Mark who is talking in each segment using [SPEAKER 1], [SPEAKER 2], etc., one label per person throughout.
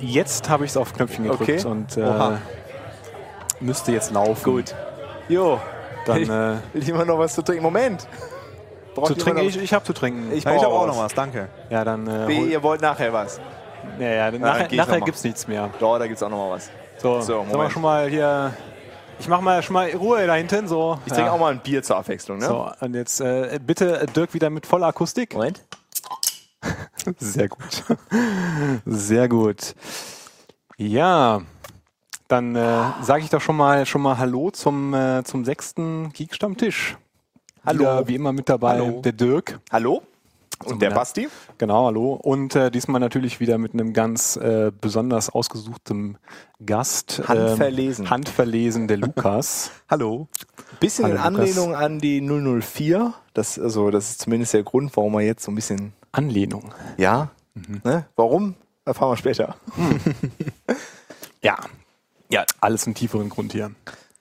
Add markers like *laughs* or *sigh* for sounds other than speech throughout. [SPEAKER 1] Jetzt habe ich es auf Knöpfchen gedrückt
[SPEAKER 2] Okay.
[SPEAKER 1] und äh,
[SPEAKER 2] Oha.
[SPEAKER 1] müsste jetzt laufen.
[SPEAKER 2] Gut. Jo, *laughs*
[SPEAKER 1] Dann äh,
[SPEAKER 2] will jemand noch was zu trinken? Moment. Braucht
[SPEAKER 1] zu
[SPEAKER 2] jemand
[SPEAKER 1] trinken.
[SPEAKER 2] noch-
[SPEAKER 1] Ich, ich habe zu trinken. Oh.
[SPEAKER 2] Ich
[SPEAKER 3] Ja, ich
[SPEAKER 2] brauch
[SPEAKER 3] habe auch
[SPEAKER 2] was.
[SPEAKER 3] noch was, danke.
[SPEAKER 1] ja, dann. Äh,
[SPEAKER 2] Wehe,
[SPEAKER 1] hol,
[SPEAKER 2] ihr wollt nachher was.
[SPEAKER 1] ja, ja, dann
[SPEAKER 2] dann geh
[SPEAKER 1] nachher
[SPEAKER 2] ich
[SPEAKER 1] nachher
[SPEAKER 2] nochmal.
[SPEAKER 1] gibt's nichts mehr.
[SPEAKER 2] Doch, da gibt's auch noch mal was.
[SPEAKER 1] So,
[SPEAKER 2] So,
[SPEAKER 1] sollen wir
[SPEAKER 2] Moment.
[SPEAKER 1] schon mal hier. Ich mach mal schon mal Ruhe da hinten. So.
[SPEAKER 2] Ich trinke auch mal ein Bier zur Abwechslung, ne?
[SPEAKER 1] So, und jetzt äh, bitte äh, Dirk wieder mit voller Akustik.
[SPEAKER 2] Moment.
[SPEAKER 1] Sehr gut. Sehr gut. Ja, dann äh, sage ich doch schon mal schon mal Hallo zum, äh, zum sechsten Geek-Stammtisch.
[SPEAKER 2] Hallo.
[SPEAKER 1] Wieder, wie immer mit dabei
[SPEAKER 2] Hallo.
[SPEAKER 1] der Dirk.
[SPEAKER 2] Hallo? Und der
[SPEAKER 1] Ja.
[SPEAKER 2] Basti?
[SPEAKER 1] Genau, hallo. Und äh, diesmal natürlich wieder mit einem ganz äh, besonders ausgesuchten Gast. ähm,
[SPEAKER 2] Handverlesen.
[SPEAKER 1] handverlesen, der
[SPEAKER 2] *laughs*
[SPEAKER 1] Lukas.
[SPEAKER 3] Hallo.
[SPEAKER 2] Bisschen
[SPEAKER 1] Hallo,
[SPEAKER 2] in
[SPEAKER 1] Lukas.
[SPEAKER 2] Anlehnung an die 004. Das, also, das ist zumindest der Grund, warum wir jetzt so ein bisschen.
[SPEAKER 1] Anlehnung.
[SPEAKER 2] Ja.
[SPEAKER 1] Mhm.
[SPEAKER 2] Ne? Warum? Erfahren wir später.
[SPEAKER 1] Ja. Ja, alles einen tieferen Grund hier.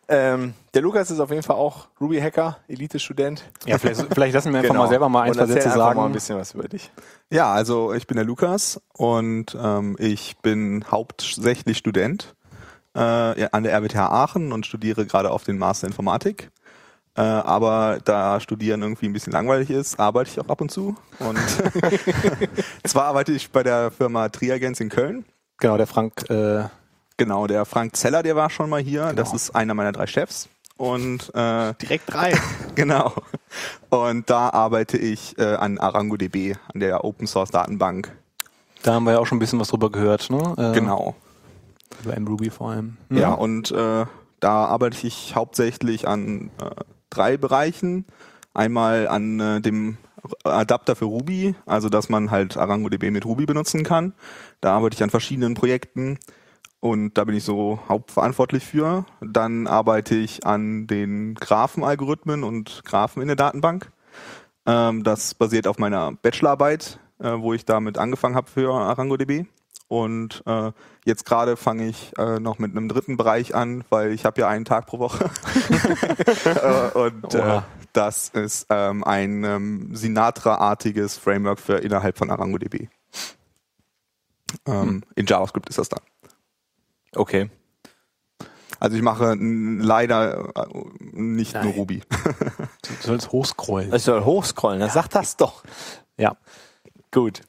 [SPEAKER 2] Ähm, der Lukas ist auf jeden Fall auch Ruby-Hacker, Elite-Student.
[SPEAKER 1] Ja, vielleicht,
[SPEAKER 2] *laughs*
[SPEAKER 1] vielleicht lassen wir einfach mal selber mal ein,
[SPEAKER 2] Genau. Und
[SPEAKER 1] zwei
[SPEAKER 2] erzähl
[SPEAKER 1] Sätze
[SPEAKER 2] einfach
[SPEAKER 1] sagen.
[SPEAKER 2] mal ein bisschen was über dich.
[SPEAKER 3] Ja, also ich bin der Lukas und ähm, ich bin hauptsächlich Student äh, ja, an der RWTH Aachen und studiere gerade auf den Master Informatik. Äh, aber da Studieren irgendwie ein bisschen langweilig ist, arbeite ich auch ab und zu. Und *laughs* zwar arbeite ich bei der Firma Triagens in Köln.
[SPEAKER 1] Genau, der Frank. Äh,
[SPEAKER 3] Genau, der Frank Zeller, der war schon mal hier. Das ist einer meiner drei Chefs. Und äh,
[SPEAKER 2] Direkt rein.
[SPEAKER 3] *laughs* Genau. Und da arbeite ich äh, an ArangoDB, an der Open Source Datenbank.
[SPEAKER 1] Da haben wir ja auch schon ein bisschen was drüber gehört, ne? Äh,
[SPEAKER 3] Genau.
[SPEAKER 1] Über mRuby vor allem. Hm.
[SPEAKER 3] Ja, und äh, da arbeite ich hauptsächlich an äh, drei Bereichen. Einmal an äh, dem Adapter für Ruby, also dass man halt ArangoDB mit Ruby benutzen kann. Da arbeite ich an verschiedenen Projekten und da bin ich so hauptverantwortlich für. Dann arbeite ich an den Graphenalgorithmen und Graphen in der Datenbank. Ähm, das basiert auf meiner Bachelorarbeit, äh, wo ich damit angefangen habe für ArangoDB. Und äh, jetzt gerade fange ich äh, noch mit einem dritten Bereich an, weil ich habe ja einen Tag
[SPEAKER 1] *laughs*
[SPEAKER 3] pro Woche. äh, und äh,
[SPEAKER 1] Oha.
[SPEAKER 3] das ist ähm, ein ähm, Sinatra-artiges Framework für innerhalb von ArangoDB. Ähm,
[SPEAKER 1] Hm.
[SPEAKER 3] In JavaScript ist das dann.
[SPEAKER 2] Okay.
[SPEAKER 3] Also ich mache n- leider äh, nicht
[SPEAKER 1] Nein.
[SPEAKER 3] nur Ruby.
[SPEAKER 1] Du sollst hochscrollen.
[SPEAKER 2] Ich soll hochscrollen, dann sag das doch.
[SPEAKER 1] ja.
[SPEAKER 2] Gut.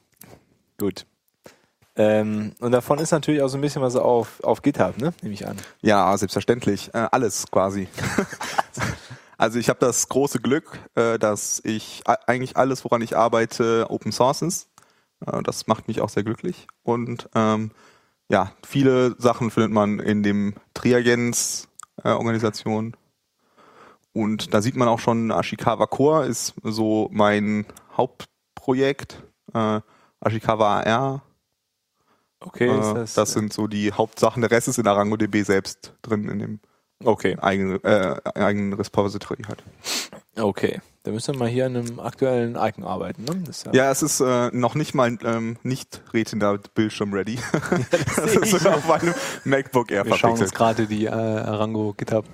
[SPEAKER 2] Gut. Ähm, und davon ist natürlich auch so ein bisschen was auf, auf GitHub, ne? Nehme ich an.
[SPEAKER 3] Ja, selbstverständlich. Äh, alles quasi. *laughs* also ich habe das große Glück, äh, dass ich a- eigentlich alles, woran ich arbeite, Open Source ist. Äh, das macht mich auch sehr glücklich. Und ähm, ja, viele Sachen findet man in dem Triagens äh, Organisation. Und da sieht man auch schon, Ashikawa Core ist so mein Hauptprojekt. Äh, Ashikawa AR
[SPEAKER 2] Okay,
[SPEAKER 3] äh, das, sind so die Hauptsachen. Der Rest ist in ArangoDB selbst drin, in dem
[SPEAKER 2] okay,
[SPEAKER 3] eigenen, äh, eigenen Repository halt.
[SPEAKER 2] okay. Da müssen wir mal hier an einem aktuellen Icon arbeiten, ne? Das ist
[SPEAKER 3] Ja, es ist äh, noch nicht mal ähm, nicht retender Bildschirm ready. *laughs* das
[SPEAKER 2] seh ich.
[SPEAKER 3] ist auf meinem MacBook Air
[SPEAKER 1] Wir schauen uns
[SPEAKER 3] verpixelt.
[SPEAKER 1] gerade die äh, Arango GitHub.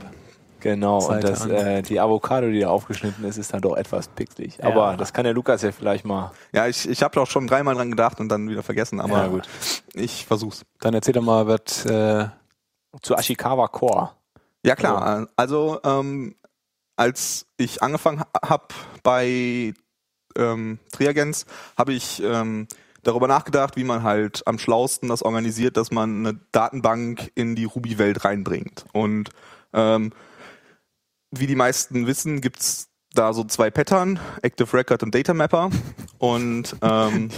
[SPEAKER 2] Genau,
[SPEAKER 1] Seite
[SPEAKER 2] und das,
[SPEAKER 1] an.
[SPEAKER 2] äh, die Avocado, die da aufgeschnitten ist, ist dann doch etwas picklig. Aber das kann der Lukas ja vielleicht mal.
[SPEAKER 3] Ja, ich, ich habe auch schon dreimal dran gedacht und dann wieder vergessen, aber
[SPEAKER 2] Ja, gut.
[SPEAKER 3] ich versuch's.
[SPEAKER 1] Dann erzähl doch mal, was. Äh,
[SPEAKER 2] Zu Ashikawa Core.
[SPEAKER 3] Ja klar, also ähm, als ich angefangen ha- hab bei ähm, Triagens, habe ich ähm, darüber nachgedacht, wie man halt am schlausten das organisiert, dass man eine Datenbank in die Ruby-Welt reinbringt. Und ähm, wie die meisten wissen, gibt's da so zwei Pattern, Active Record und Data Mapper. Und ähm,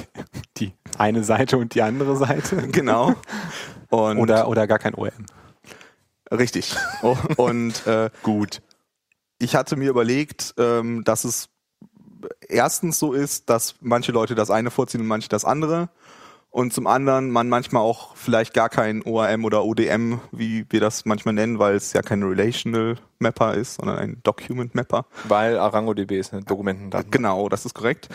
[SPEAKER 1] die eine Seite und die andere Seite.
[SPEAKER 3] *laughs* genau. Und
[SPEAKER 1] Oder, oder gar kein OM.
[SPEAKER 3] Richtig.
[SPEAKER 1] *laughs*
[SPEAKER 3] Und äh, gut. Ich hatte mir überlegt, ähm, dass es erstens so ist, dass manche Leute das eine vorziehen und manche das andere. Und zum anderen man manchmal auch vielleicht gar kein ORM oder ODM, wie wir das manchmal nennen, weil es ja kein Relational Mapper ist, sondern ein Document Mapper.
[SPEAKER 2] Weil ArangoDB ist eine Dokumentendaten.
[SPEAKER 3] Genau, das ist korrekt.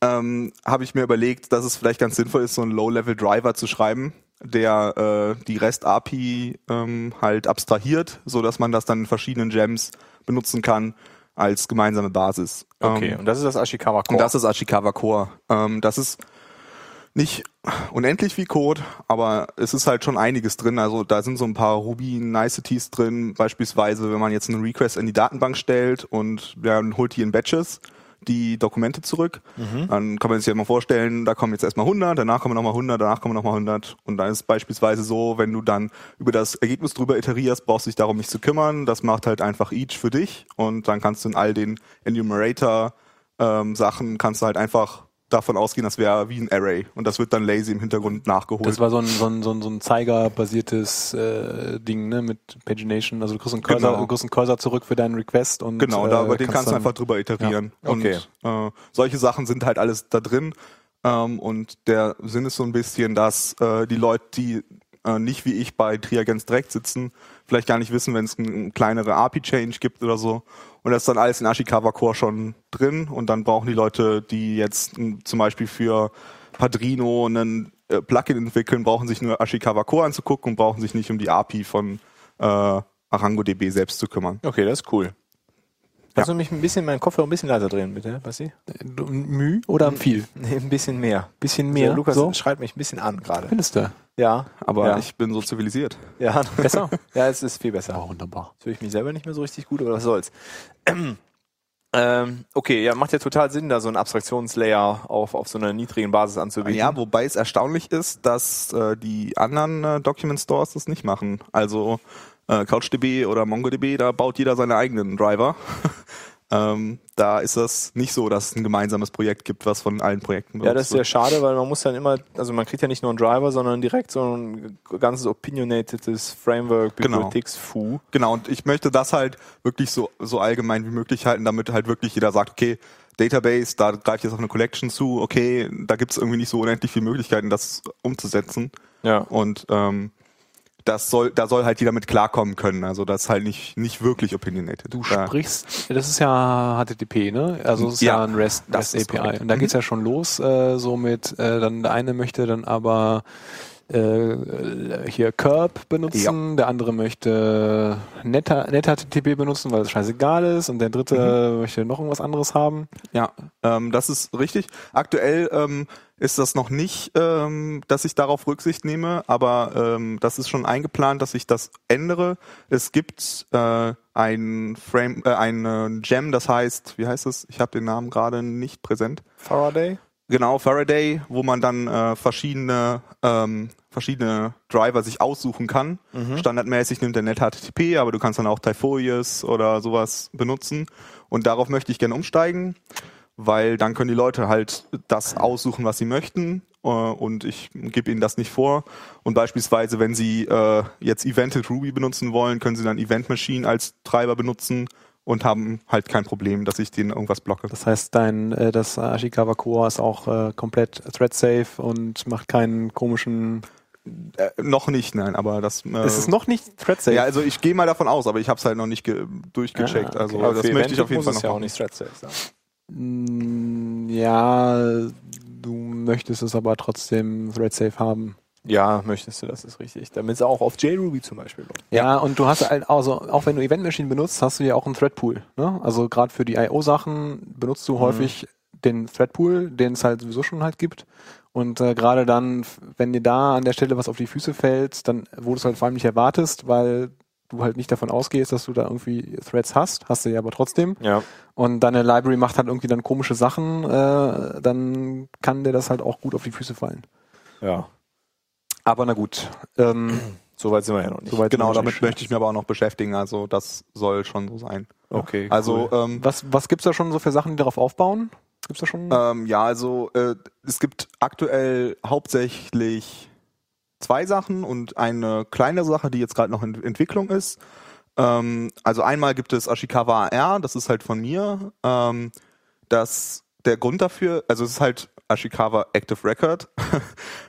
[SPEAKER 3] Ähm, Habe ich mir überlegt, dass es vielleicht ganz sinnvoll ist, so einen Low-Level-Driver zu schreiben, der äh, die REST-API ähm, halt abstrahiert, so dass man das dann in verschiedenen Gems benutzen kann als gemeinsame Basis.
[SPEAKER 2] Okay,
[SPEAKER 3] Ähm,
[SPEAKER 2] und das ist das Ashikawa Core.
[SPEAKER 3] und das ist Ashikawa Core. Ähm, das ist nicht unendlich wie Code, aber es ist halt schon einiges drin. Also da sind so ein paar Ruby-Niceties drin, beispielsweise wenn man jetzt einen Request in die Datenbank stellt und dann holt die in Batches die Dokumente zurück, dann kann man sich ja mal vorstellen, da kommen jetzt erstmal 100, danach kommen nochmal 100, danach kommen nochmal 100 und dann ist es beispielsweise so, wenn du dann über das Ergebnis drüber iterierst, brauchst du dich darum nicht zu kümmern, das macht halt einfach each für dich und dann kannst du in all den Enumerator ähm, Sachen kannst du halt einfach davon ausgehen, das wäre wie ein Array und das wird dann lazy im Hintergrund nachgeholt.
[SPEAKER 1] Das war so ein, so ein, so ein, so ein Zeigerbasiertes äh, Ding, ne, mit Pagination. Also du kriegst einen Cursor,
[SPEAKER 3] Genau.
[SPEAKER 1] du kriegst einen Cursor zurück für deinen Request und äh,
[SPEAKER 3] Genau, da, über den kannst, du
[SPEAKER 1] dann-
[SPEAKER 3] einfach drüber iterieren.
[SPEAKER 2] Ja, okay.
[SPEAKER 3] Und äh, solche Sachen sind halt alles da drin. Ähm, und der Sinn ist so ein bisschen, dass äh, die Leute, die äh, nicht wie ich bei Triagens direkt sitzen, vielleicht gar nicht wissen, wenn es einen kleinere API-Change gibt oder so. Und das ist dann alles in Ashikawa Core schon drin. Und dann brauchen die Leute, die jetzt mh, zum Beispiel für Padrino einen äh, Plugin entwickeln, brauchen sich nur Ashikawa Core anzugucken und brauchen sich nicht um die API von äh, ArangoDB selbst zu kümmern.
[SPEAKER 2] Okay, das ist cool. Kannst du mich ein bisschen, meinen Kopfhörer ein bisschen leiser drehen, bitte, Basti?
[SPEAKER 1] Du- Müh oder viel?
[SPEAKER 2] Nee, ein bisschen mehr.
[SPEAKER 1] Bisschen
[SPEAKER 2] Mehr?
[SPEAKER 1] mehr.
[SPEAKER 2] Lukas
[SPEAKER 1] so?
[SPEAKER 2] schreit mich ein bisschen an gerade.
[SPEAKER 1] findest du?
[SPEAKER 2] Ja.
[SPEAKER 3] Aber
[SPEAKER 2] ja.
[SPEAKER 3] ich bin so zivilisiert. *laughs*
[SPEAKER 2] Ja,
[SPEAKER 1] Besser?
[SPEAKER 2] ja, es ist viel besser.
[SPEAKER 1] Ja, wunderbar.
[SPEAKER 2] Jetzt höre ich mich selber nicht mehr so richtig gut, aber was soll's. *clears throat* Ähm, okay, ja, macht ja total Sinn, da so einen Abstraktionslayer auf, auf so einer niedrigen Basis anzubieten.
[SPEAKER 3] Ja, wobei es erstaunlich ist, dass äh, die anderen äh, Document Stores das nicht machen. Also äh, CouchDB oder MongoDB, da baut jeder seine eigenen Driver. *laughs* ähm, da ist das nicht so, dass es ein gemeinsames Projekt gibt, was von allen Projekten
[SPEAKER 2] Ja, das ist
[SPEAKER 3] benutzt
[SPEAKER 2] sehr schade, weil man muss dann immer, also man kriegt ja nicht nur einen Driver, sondern direkt so ein ganzes opinionatedes Framework,
[SPEAKER 3] Genau.
[SPEAKER 2] Bibliotheksfu.
[SPEAKER 3] wird. Genau, und ich möchte das halt wirklich so, so allgemein wie möglich halten, damit halt wirklich jeder sagt, okay, Database, da greift jetzt auf eine Collection zu, okay, da gibt es irgendwie nicht so unendlich viele Möglichkeiten, das umzusetzen.
[SPEAKER 2] Ja.
[SPEAKER 3] Und ähm, das soll, da soll halt jeder mit klarkommen können. Also das ist halt nicht, nicht wirklich opinionated.
[SPEAKER 1] Du
[SPEAKER 3] da,
[SPEAKER 1] sprichst, das ist ja HTTP, ne? Also es ist Mhm. ja,
[SPEAKER 3] Ja,
[SPEAKER 1] ein REST, REST
[SPEAKER 3] das ist
[SPEAKER 1] API.
[SPEAKER 3] korrekt.
[SPEAKER 1] Und da geht's ja schon los, äh, so mit, äh, dann der eine möchte dann aber äh, hier Curb benutzen, der andere möchte netter netter HTTP benutzen, weil es scheißegal ist, und der dritte möchte noch irgendwas anderes haben.
[SPEAKER 3] Ja, ähm, das ist richtig. Aktuell ähm, ist das noch nicht, ähm, dass ich darauf Rücksicht nehme, aber ähm, das ist schon eingeplant, dass ich das ändere. Es gibt äh, ein Frame, äh, ein Gem, das heißt, wie heißt es? Ich habe den Namen gerade nicht präsent.
[SPEAKER 2] Faraday?
[SPEAKER 3] Genau, Faraday, wo man dann äh, verschiedene, ähm, verschiedene Driver sich aussuchen kann.
[SPEAKER 1] Mhm.
[SPEAKER 3] Standardmäßig nimmt der NetHTTP, aber du kannst dann auch Typholius oder sowas benutzen. Und darauf möchte ich gerne umsteigen, weil dann können die Leute halt das aussuchen, was sie möchten. Äh, und ich gebe ihnen das nicht vor. Und beispielsweise, wenn sie äh, jetzt Evented Ruby benutzen wollen, können sie dann Event Machine als Treiber benutzen und haben halt kein Problem, dass ich denen irgendwas blocke.
[SPEAKER 1] Das heißt, dein, äh, das Ashikawa Core ist auch äh, komplett thread safe und macht keinen komischen.
[SPEAKER 3] Äh, noch nicht, nein, aber das. Äh,
[SPEAKER 1] es ist noch nicht thread safe.
[SPEAKER 3] Ja, also ich gehe mal davon aus, aber ich habe es halt noch nicht ge durchgecheckt.
[SPEAKER 1] Ah, okay.
[SPEAKER 3] Also
[SPEAKER 2] Aber
[SPEAKER 3] das
[SPEAKER 2] für
[SPEAKER 3] möchte ich
[SPEAKER 2] Eventik
[SPEAKER 3] auf jeden
[SPEAKER 2] muss
[SPEAKER 3] Fall
[SPEAKER 2] es
[SPEAKER 3] noch.
[SPEAKER 2] ja auch
[SPEAKER 3] machen.
[SPEAKER 2] nicht thread-safe sein.
[SPEAKER 1] Mm, Ja, du möchtest es aber trotzdem thread safe haben.
[SPEAKER 2] Ja, möchtest du, das ist richtig. Damit es auch auf JRuby zum Beispiel läuft.
[SPEAKER 1] Ja, und du hast halt, also auch wenn du Event Machine benutzt, hast du ja auch einen Thread Pool. Ne? Also gerade für die IO-Sachen benutzt du häufig den Thread Pool, den es halt sowieso schon halt gibt. Und äh, gerade dann, f- wenn dir da an der Stelle was auf die Füße fällt, dann wo du es halt vor allem nicht erwartest, weil du halt nicht davon ausgehst, dass du da irgendwie Threads hast, hast du ja aber trotzdem.
[SPEAKER 2] Ja.
[SPEAKER 1] Und deine Library macht halt irgendwie dann komische Sachen, äh, dann kann dir das halt auch gut auf die Füße fallen.
[SPEAKER 2] Ja.
[SPEAKER 1] Aber na gut. Ähm,
[SPEAKER 2] So weit sind wir ja noch
[SPEAKER 1] *clears throat*
[SPEAKER 2] nicht.
[SPEAKER 1] Soweit
[SPEAKER 3] Genau,
[SPEAKER 1] sind wir
[SPEAKER 3] damit
[SPEAKER 1] schon.
[SPEAKER 3] möchte ich mir aber auch noch beschäftigen. Also das soll schon so sein.
[SPEAKER 2] Okay.
[SPEAKER 3] Also ähm,
[SPEAKER 1] Was, was gibt's da schon so für Sachen, die darauf aufbauen? Gibt's da schon?
[SPEAKER 3] ähm, ja, also äh, es gibt aktuell hauptsächlich zwei Sachen und eine kleine Sache, die jetzt gerade noch in Entwicklung ist. Ähm, also einmal gibt es Ashikawa AR, das ist halt von mir. Ähm, dass der Grund dafür, also es ist halt Ashikawa Active Record.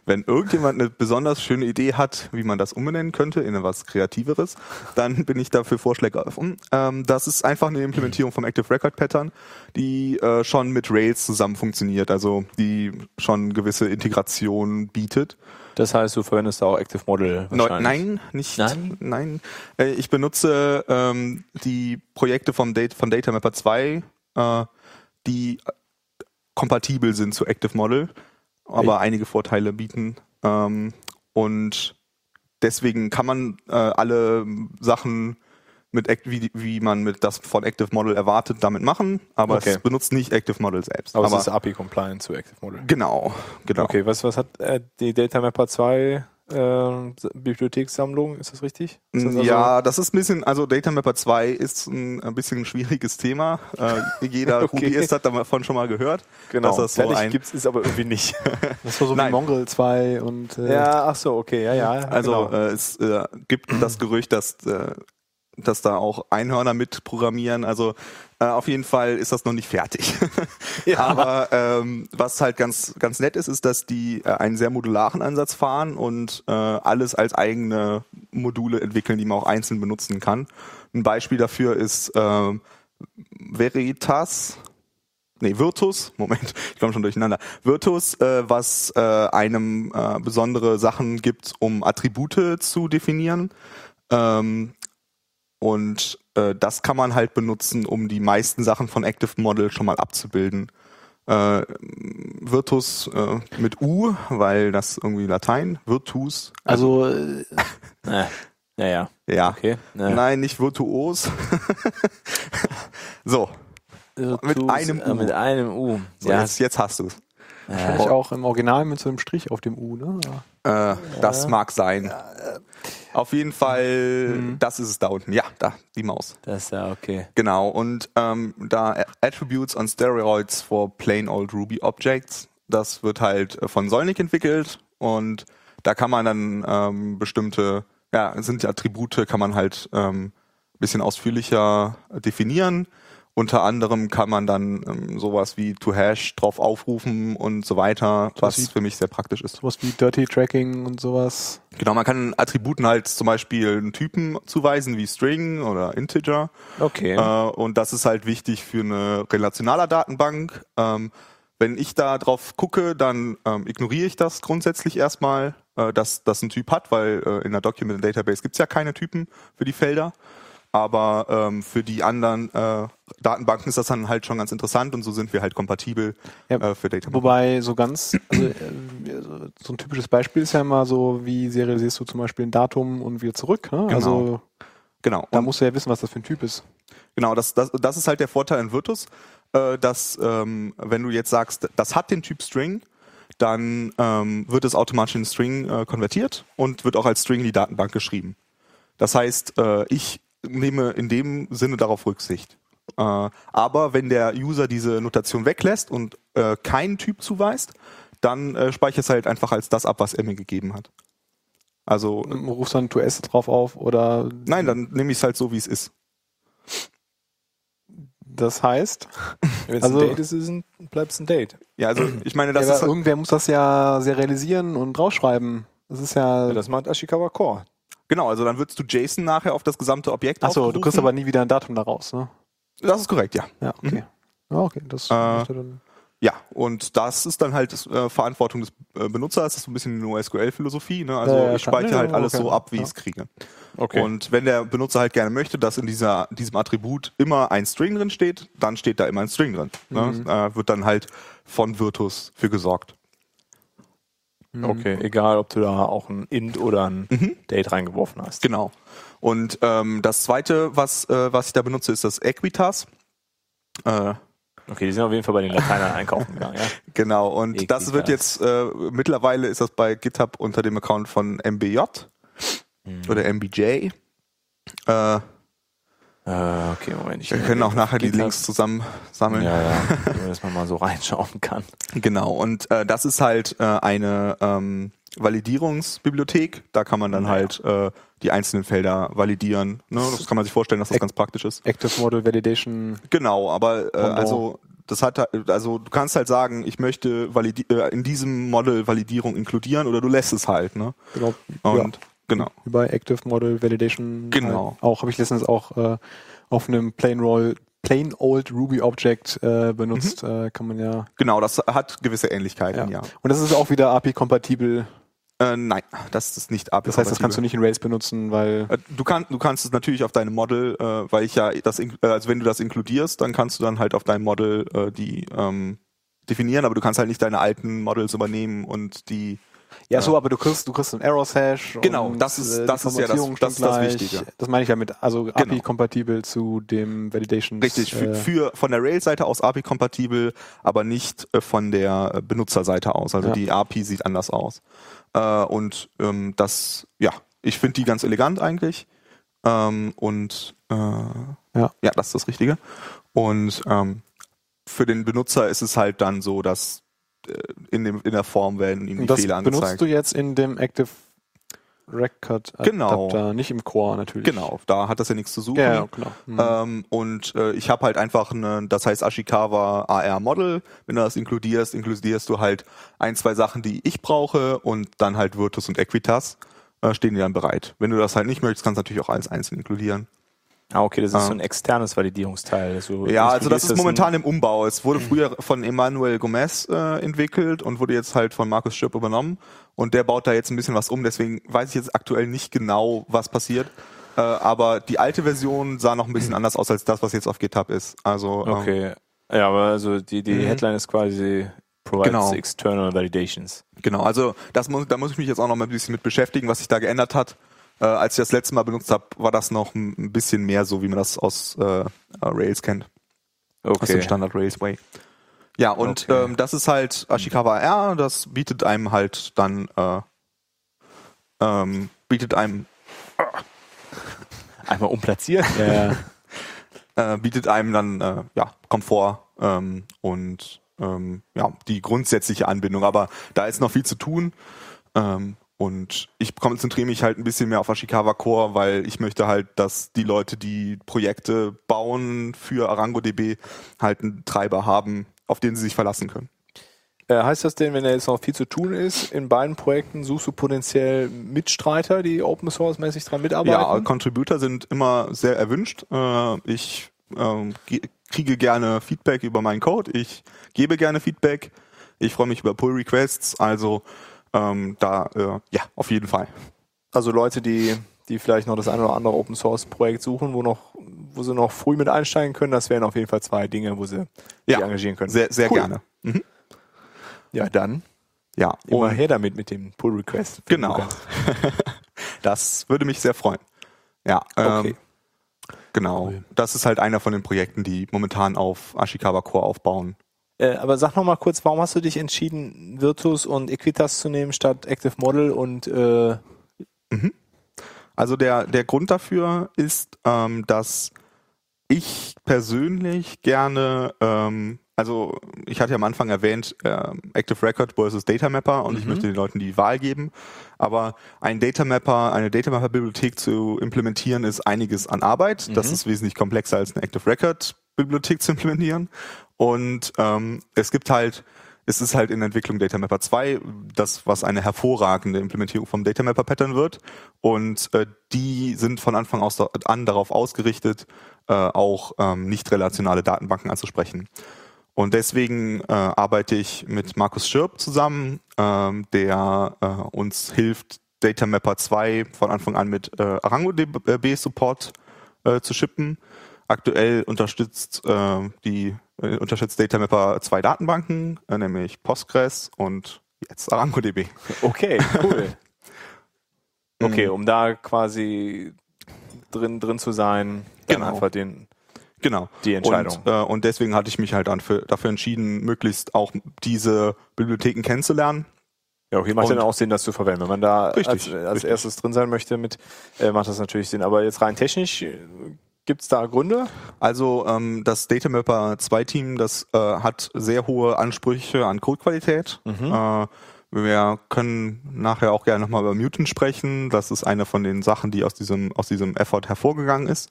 [SPEAKER 3] Wenn irgendjemand eine besonders schöne Idee hat, wie man das umbenennen könnte in etwas Kreativeres, dann bin ich dafür Vorschläge offen. Ähm, das ist einfach eine Implementierung vom Active Record Pattern, die äh, schon mit Rails zusammen funktioniert, also die schon gewisse Integration bietet.
[SPEAKER 2] das heißt, du verwendest da auch Active Model
[SPEAKER 3] Neu- nein, nicht.
[SPEAKER 2] Nein?
[SPEAKER 3] Nein. nein. Äh, ich benutze ähm, die Projekte vom Dat von Datamapper 2, äh, die kompatibel sind zu Active Model. aber einige Vorteile bieten. Ähm, und deswegen kann man äh, alle Sachen mit Act, wie, wie man mit das von Active Model erwartet, damit machen, aber
[SPEAKER 2] Okay.
[SPEAKER 3] es benutzt nicht Active Model selbst.
[SPEAKER 2] Aber, es ist API-compliant zu Active Model.
[SPEAKER 3] genau, genau.
[SPEAKER 2] Okay, was, was hat äh, die Data Mapper 2 ähm, S- Bibliothekssammlung? Ist das richtig? Ist das also-
[SPEAKER 3] Mm, ja, das ist ein bisschen, also Data Mapper 2 ist ein, ein bisschen ein schwieriges Thema. Äh,
[SPEAKER 2] *laughs*
[SPEAKER 3] jeder
[SPEAKER 2] Okay.
[SPEAKER 3] Rubyist hat davon schon mal gehört.
[SPEAKER 2] genau.
[SPEAKER 3] dass das so ein-
[SPEAKER 2] gibt's es aber irgendwie nicht.
[SPEAKER 1] Das war so wie
[SPEAKER 3] Nein.
[SPEAKER 1] Mongrel 2 und äh,
[SPEAKER 2] ja, ach so, okay, ja, *laughs* ja.
[SPEAKER 3] Also
[SPEAKER 2] genau.
[SPEAKER 3] äh, es äh, gibt das Gerücht, dass, äh, dass da auch Einhörner mitprogrammieren. Also äh, auf jeden Fall ist das noch
[SPEAKER 2] *laughs*
[SPEAKER 3] nicht fertig. Aber ähm, was halt ganz, ganz nett ist, ist, dass die äh, einen sehr modularen Ansatz fahren und äh, alles als eigene Module entwickeln, die man auch einzeln benutzen kann. Ein Beispiel dafür ist äh, Veritas. Nee, Virtus, Moment, *laughs* ich komme schon durcheinander. Virtus, äh, was äh, einem äh, besondere Sachen gibt, um Attribute zu definieren. Ähm, und äh, das kann man halt benutzen, um die meisten Sachen von Active Model schon mal abzubilden. Äh, Virtus äh, mit U, weil das irgendwie Latein, Virtus,
[SPEAKER 2] also äh, äh, naja,
[SPEAKER 3] ja.
[SPEAKER 2] okay. na,
[SPEAKER 3] Nein, nicht virtuos. *laughs* so,
[SPEAKER 2] Virtus,
[SPEAKER 3] einem
[SPEAKER 2] äh,
[SPEAKER 3] U.
[SPEAKER 2] Mit einem U.
[SPEAKER 3] so
[SPEAKER 2] ja,
[SPEAKER 3] jetzt, jetzt hast du es.
[SPEAKER 1] wahrscheinlich auch im Original mit so einem Strich auf dem U, ne?
[SPEAKER 3] Äh, Das mag sein. Auf jeden Fall, das ist es da unten. Ja, da, die Maus.
[SPEAKER 2] das ist ja okay.
[SPEAKER 3] Genau, und ähm, da Attributes on Steroids for Plain Old Ruby Objects, das wird halt äh, von Solnik entwickelt und da kann man dann ähm, bestimmte, ja, es sind die Attribute, kann man halt ähm, ein bisschen ausführlicher definieren. Unter anderem kann man dann ähm, sowas wie to-hash drauf aufrufen und so weiter, was
[SPEAKER 1] sieht-
[SPEAKER 3] für mich sehr praktisch ist.
[SPEAKER 1] Sowas wie Dirty Tracking und sowas.
[SPEAKER 3] Genau, man kann Attributen halt zum Beispiel einen Typen zuweisen, wie String oder Integer.
[SPEAKER 2] Okay.
[SPEAKER 3] Äh, und das ist halt wichtig für eine relationaler Datenbank. Ähm, wenn ich da drauf gucke, dann ähm, ignoriere ich das grundsätzlich erstmal, äh, dass das ein Typ hat, weil äh, in der Document Database gibt's ja keine Typen für die Felder. Aber ähm, für die anderen äh, Datenbanken ist das dann halt schon ganz interessant und so sind wir halt kompatibel
[SPEAKER 1] Ja,
[SPEAKER 3] äh, für Data.
[SPEAKER 1] Wobei so ganz, also, äh, so ein typisches Beispiel ist ja immer so, wie serialisierst du zum Beispiel ein Datum und wieder zurück. Ne? Also
[SPEAKER 3] Genau.
[SPEAKER 1] da
[SPEAKER 3] Und-
[SPEAKER 1] musst du ja wissen, was das für ein Typ ist.
[SPEAKER 3] Genau, das, das, das ist halt der Vorteil in Virtus, äh, dass ähm, wenn du jetzt sagst, das hat den Typ String, dann ähm, wird es automatisch in String äh, konvertiert und wird auch als String in die Datenbank geschrieben. Das heißt, äh, ich nehme in dem Sinne darauf Rücksicht. Äh, aber wenn der User diese Notation weglässt und äh, keinen Typ zuweist, dann äh, speichere es halt einfach als das ab, was er mir gegeben hat. Also, äh,
[SPEAKER 1] Du rufst dann to s drauf auf oder
[SPEAKER 3] nein, dann nehme ich es halt so, wie es ist.
[SPEAKER 1] das heißt,
[SPEAKER 2] Wenn es
[SPEAKER 1] also-
[SPEAKER 2] ein Date ist, ist ein, bleibt es ein Date.
[SPEAKER 3] Ja, also ich meine, das
[SPEAKER 1] ja,
[SPEAKER 3] ist
[SPEAKER 1] aber irgendwer muss das ja serialisieren und draufschreiben. Das ist ja.
[SPEAKER 2] Ja, Also, das macht Ashikawa Core.
[SPEAKER 3] Genau, also dann würdest du JSON nachher auf das gesamte Objekt
[SPEAKER 1] Achso, du
[SPEAKER 3] aufrufen.
[SPEAKER 1] kriegst aber nie wieder ein Datum daraus, ne?
[SPEAKER 3] Das ist korrekt, ja.
[SPEAKER 1] Ja, okay. Ja, okay, das
[SPEAKER 3] Mhm. Äh,
[SPEAKER 1] möchte dann.
[SPEAKER 3] Ja, und das ist dann halt äh, Verantwortung des äh, Benutzers. Das ist so ein bisschen die NoSQL-Philosophie. Ne? Also
[SPEAKER 1] Ja, ja,
[SPEAKER 3] ich
[SPEAKER 1] klar.
[SPEAKER 3] speichere
[SPEAKER 1] Ja,
[SPEAKER 3] halt
[SPEAKER 1] ja,
[SPEAKER 3] alles
[SPEAKER 1] okay.
[SPEAKER 3] so ab, wie
[SPEAKER 1] Ja.
[SPEAKER 3] ich es kriege.
[SPEAKER 2] Okay.
[SPEAKER 3] Und wenn der Benutzer halt gerne möchte, dass in dieser, diesem Attribut immer ein String drin steht, dann steht da immer ein String drin.
[SPEAKER 1] Mhm.
[SPEAKER 3] Ne? Äh, wird dann halt von Virtus für gesorgt.
[SPEAKER 2] Okay, egal, ob du da auch ein Int oder ein Date reingeworfen hast.
[SPEAKER 3] Genau. Und ähm, das zweite, was, äh, was ich da benutze, ist das Equitas. Äh,
[SPEAKER 2] Okay, die sind auf jeden Fall bei den Lateinern einkaufen gegangen, ja?
[SPEAKER 3] Genau, und
[SPEAKER 2] Eklig,
[SPEAKER 3] das wird
[SPEAKER 2] ja.
[SPEAKER 3] jetzt, äh, mittlerweile ist das bei GitHub unter dem Account von MBJ
[SPEAKER 2] Mhm.
[SPEAKER 3] oder MBJ. Äh,
[SPEAKER 2] *laughs* Äh, okay, Moment. Ich
[SPEAKER 3] wir können auch nachher die
[SPEAKER 2] GitHub.
[SPEAKER 3] Links zusammen sammeln.
[SPEAKER 2] Ja, ja, dass man mal so *laughs* reinschauen kann.
[SPEAKER 3] Genau, und äh, das ist halt äh, eine ähm, Validierungsbibliothek. Da kann man dann halt äh, die einzelnen Felder validieren. Ne? Das kann man sich vorstellen, dass das ganz praktisch ist.
[SPEAKER 1] Active Model Validation.
[SPEAKER 3] Genau, aber äh,
[SPEAKER 1] Pendant.
[SPEAKER 3] also das hat halt- also du kannst halt sagen, ich möchte validi äh, in diesem Model Validierung inkludieren oder du lässt es halt, ne?
[SPEAKER 1] Genau.
[SPEAKER 3] Und genau.
[SPEAKER 1] Wie bei Active Model Validation.
[SPEAKER 3] Genau.
[SPEAKER 1] Halt auch habe ich letztens auch äh, auf einem Plain, Roll, Plain Old Ruby Object äh, benutzt. Äh, kann man ja,
[SPEAKER 3] Genau, das hat gewisse Ähnlichkeiten, Mhm. ja.
[SPEAKER 1] Und das ist auch wieder API-kompatibel.
[SPEAKER 3] Äh, nein, das ist nicht Äh,
[SPEAKER 1] Das heißt, das kannst du nicht in Rails benutzen, weil.
[SPEAKER 3] Du, kann, du kannst es natürlich auf deinem Model, äh, weil ich ja das, in- äh, also wenn du das inkludierst, dann kannst du dann halt auf deinem Model äh, die ähm, definieren, aber du kannst halt nicht deine alten Models übernehmen und die
[SPEAKER 1] Ja, so, aber du kriegst, du kriegst einen Errors-Hash.
[SPEAKER 3] Genau,
[SPEAKER 1] und,
[SPEAKER 3] das ist-
[SPEAKER 1] äh, die
[SPEAKER 3] das ist ja das-
[SPEAKER 1] Formatierung stimmt
[SPEAKER 3] das ist das
[SPEAKER 1] gleich.
[SPEAKER 3] Wichtige.
[SPEAKER 1] Das meine ich ja mit, also
[SPEAKER 3] Genau.
[SPEAKER 1] API-kompatibel zu dem Validations.
[SPEAKER 3] Richtig, für,
[SPEAKER 1] äh,
[SPEAKER 3] für von der Rails-Seite aus API-kompatibel, aber nicht äh, von der äh, Benutzerseite aus. Also
[SPEAKER 1] Ja.
[SPEAKER 3] die API sieht anders aus. Äh, und ähm, das, ja, ich finde die ganz elegant eigentlich. Ähm, und äh, ja. das ist das Richtige. Und ähm, für den Benutzer ist es halt dann so, dass äh, in, dem, in der Form werden ihm die
[SPEAKER 1] und das
[SPEAKER 3] Fehler
[SPEAKER 1] benutzt
[SPEAKER 3] angezeigt.
[SPEAKER 1] du jetzt in dem Active Record Adapter,
[SPEAKER 3] Genau.
[SPEAKER 1] nicht im Core natürlich.
[SPEAKER 3] Genau, da hat das ja nichts zu suchen.
[SPEAKER 1] Ja, ja, genau. Mhm.
[SPEAKER 3] Ähm, und äh, ich habe halt einfach eine, das heißt Ashikawa AR Model. Wenn du das inkludierst, inkludierst du halt ein, zwei Sachen, die ich brauche und dann halt Virtus und Equitas äh, stehen dir dann bereit. Wenn du das halt nicht möchtest, kannst du natürlich auch alles einzeln inkludieren.
[SPEAKER 2] Ah, okay, das ist
[SPEAKER 3] Ah.
[SPEAKER 2] so ein externes Validierungsteil. dass du-
[SPEAKER 3] Ja,
[SPEAKER 2] du
[SPEAKER 3] also das
[SPEAKER 2] studierst
[SPEAKER 3] ist momentan im Umbau. Es wurde früher von Emmanuel Gomez äh, entwickelt und wurde jetzt halt von Markus Schirp übernommen. Und der baut da jetzt ein bisschen was um. Deswegen weiß ich jetzt aktuell nicht genau, was passiert. Äh, aber die alte Version sah noch ein bisschen anders aus als das, was jetzt auf GitHub ist. Also ähm,
[SPEAKER 2] Okay. Ja, aber also die, die Headline ist quasi Provides
[SPEAKER 3] Genau.
[SPEAKER 2] External Validations.
[SPEAKER 3] Genau, also das muss, da muss ich mich jetzt auch noch mal ein bisschen mit beschäftigen, was sich da geändert hat. Äh, als ich das letzte Mal benutzt habe, war das noch ein ein bisschen mehr so, wie man das aus äh, äh, Rails kennt, aus dem
[SPEAKER 2] Okay.
[SPEAKER 3] Standard Rails Way. Ja, und
[SPEAKER 2] Okay.
[SPEAKER 3] ähm, das ist halt Ashikawa R, das bietet einem halt dann äh, ähm, bietet einem
[SPEAKER 2] Einmal umplatzieren.
[SPEAKER 3] *laughs*
[SPEAKER 1] ja,
[SPEAKER 3] äh, bietet einem dann äh, ja, Komfort ähm, und ähm, ja, die grundsätzliche Anbindung. Aber da ist noch viel zu tun. Ähm, und ich konzentriere mich halt ein bisschen mehr auf Ashikawa Core, weil ich möchte halt, dass die Leute, die Projekte bauen für ArangoDB, halt einen Treiber haben, auf den sie sich verlassen können.
[SPEAKER 2] Äh, heißt das denn, wenn da jetzt noch viel zu tun ist, in beiden Projekten suchst du potenziell Mitstreiter, die Open Source mäßig dran
[SPEAKER 3] Ja,
[SPEAKER 2] mitarbeiten?
[SPEAKER 3] Contributor sind immer sehr erwünscht. Äh, ich ähm, ge- kriege gerne Feedback über meinen Code. Ich gebe gerne Feedback. Ich freue mich über Pull Requests. Also ähm, da, äh, ja, auf jeden Fall.
[SPEAKER 2] Also Leute, die, die vielleicht noch das ein oder andere Open Source Projekt suchen, wo noch, wo sie noch früh mit einsteigen können, das wären auf jeden Fall zwei Dinge, wo sie
[SPEAKER 3] Ja,
[SPEAKER 2] die engagieren können.
[SPEAKER 3] Sehr, sehr
[SPEAKER 2] Cool.
[SPEAKER 3] gerne.
[SPEAKER 2] Ja, dann
[SPEAKER 3] Ja,
[SPEAKER 2] immer
[SPEAKER 3] und
[SPEAKER 2] her damit mit dem Pull Request.
[SPEAKER 3] genau. *laughs* das würde mich sehr freuen. Ja, ähm,
[SPEAKER 2] Okay.
[SPEAKER 3] genau. Das ist halt einer von den Projekten, die momentan auf Ashikawa Core aufbauen.
[SPEAKER 2] Äh, aber sag noch mal kurz, warum hast du dich entschieden, Virtus und Equitas zu nehmen statt Active Model und
[SPEAKER 3] *laughs*
[SPEAKER 2] äh,
[SPEAKER 3] Also der, der Grund dafür ist, ähm, dass ich persönlich gerne, ähm, also ich hatte ja am Anfang erwähnt, ähm, Active Record versus Data Mapper und ich möchte den Leuten die Wahl geben. Aber ein Data Mapper, eine Data Mapper Bibliothek zu implementieren, ist einiges an Arbeit. Das ist wesentlich komplexer als eine Active Record Bibliothek zu implementieren. Und ähm, es gibt halt, es ist halt in der Entwicklung Data Mapper 2, das, was eine hervorragende Implementierung vom Data Mapper Pattern wird. Und äh, die sind von Anfang aus, an darauf ausgerichtet, äh, auch ähm, nicht relationale Datenbanken anzusprechen. Und deswegen äh, arbeite ich mit Markus Schirp zusammen, ähm, der äh, uns hilft, Data Mapper 2 von Anfang an mit äh, ArangoDB Support äh, zu shippen. Aktuell unterstützt äh, die äh, unterstützt Data Mapper zwei Datenbanken, äh, nämlich Postgres und jetzt ArangoDB.
[SPEAKER 2] Okay, cool. *laughs* okay,
[SPEAKER 3] Mhm.
[SPEAKER 2] um da quasi drin, drin zu sein, dann
[SPEAKER 3] Genau.
[SPEAKER 2] einfach den.
[SPEAKER 3] Genau.
[SPEAKER 2] Die Entscheidung.
[SPEAKER 3] Und, äh, und deswegen hatte ich mich halt dann für, dafür entschieden, möglichst auch diese Bibliotheken kennenzulernen.
[SPEAKER 2] Ja, okay, macht
[SPEAKER 3] Und-
[SPEAKER 2] dann auch Sinn, das zu verwenden. Wenn man da
[SPEAKER 3] Richtig,
[SPEAKER 2] als, als
[SPEAKER 3] richtig.
[SPEAKER 2] erstes drin sein möchte, mit, äh, macht das natürlich Sinn. Aber jetzt rein technisch, gibt es da Gründe?
[SPEAKER 3] Also ähm, das Data Mapper 2 Team, das äh, hat sehr hohe Ansprüche an Codequalität. Äh, wir können nachher auch gerne nochmal über Mutant sprechen. Das ist eine von den Sachen, die aus diesem, aus diesem Effort hervorgegangen ist.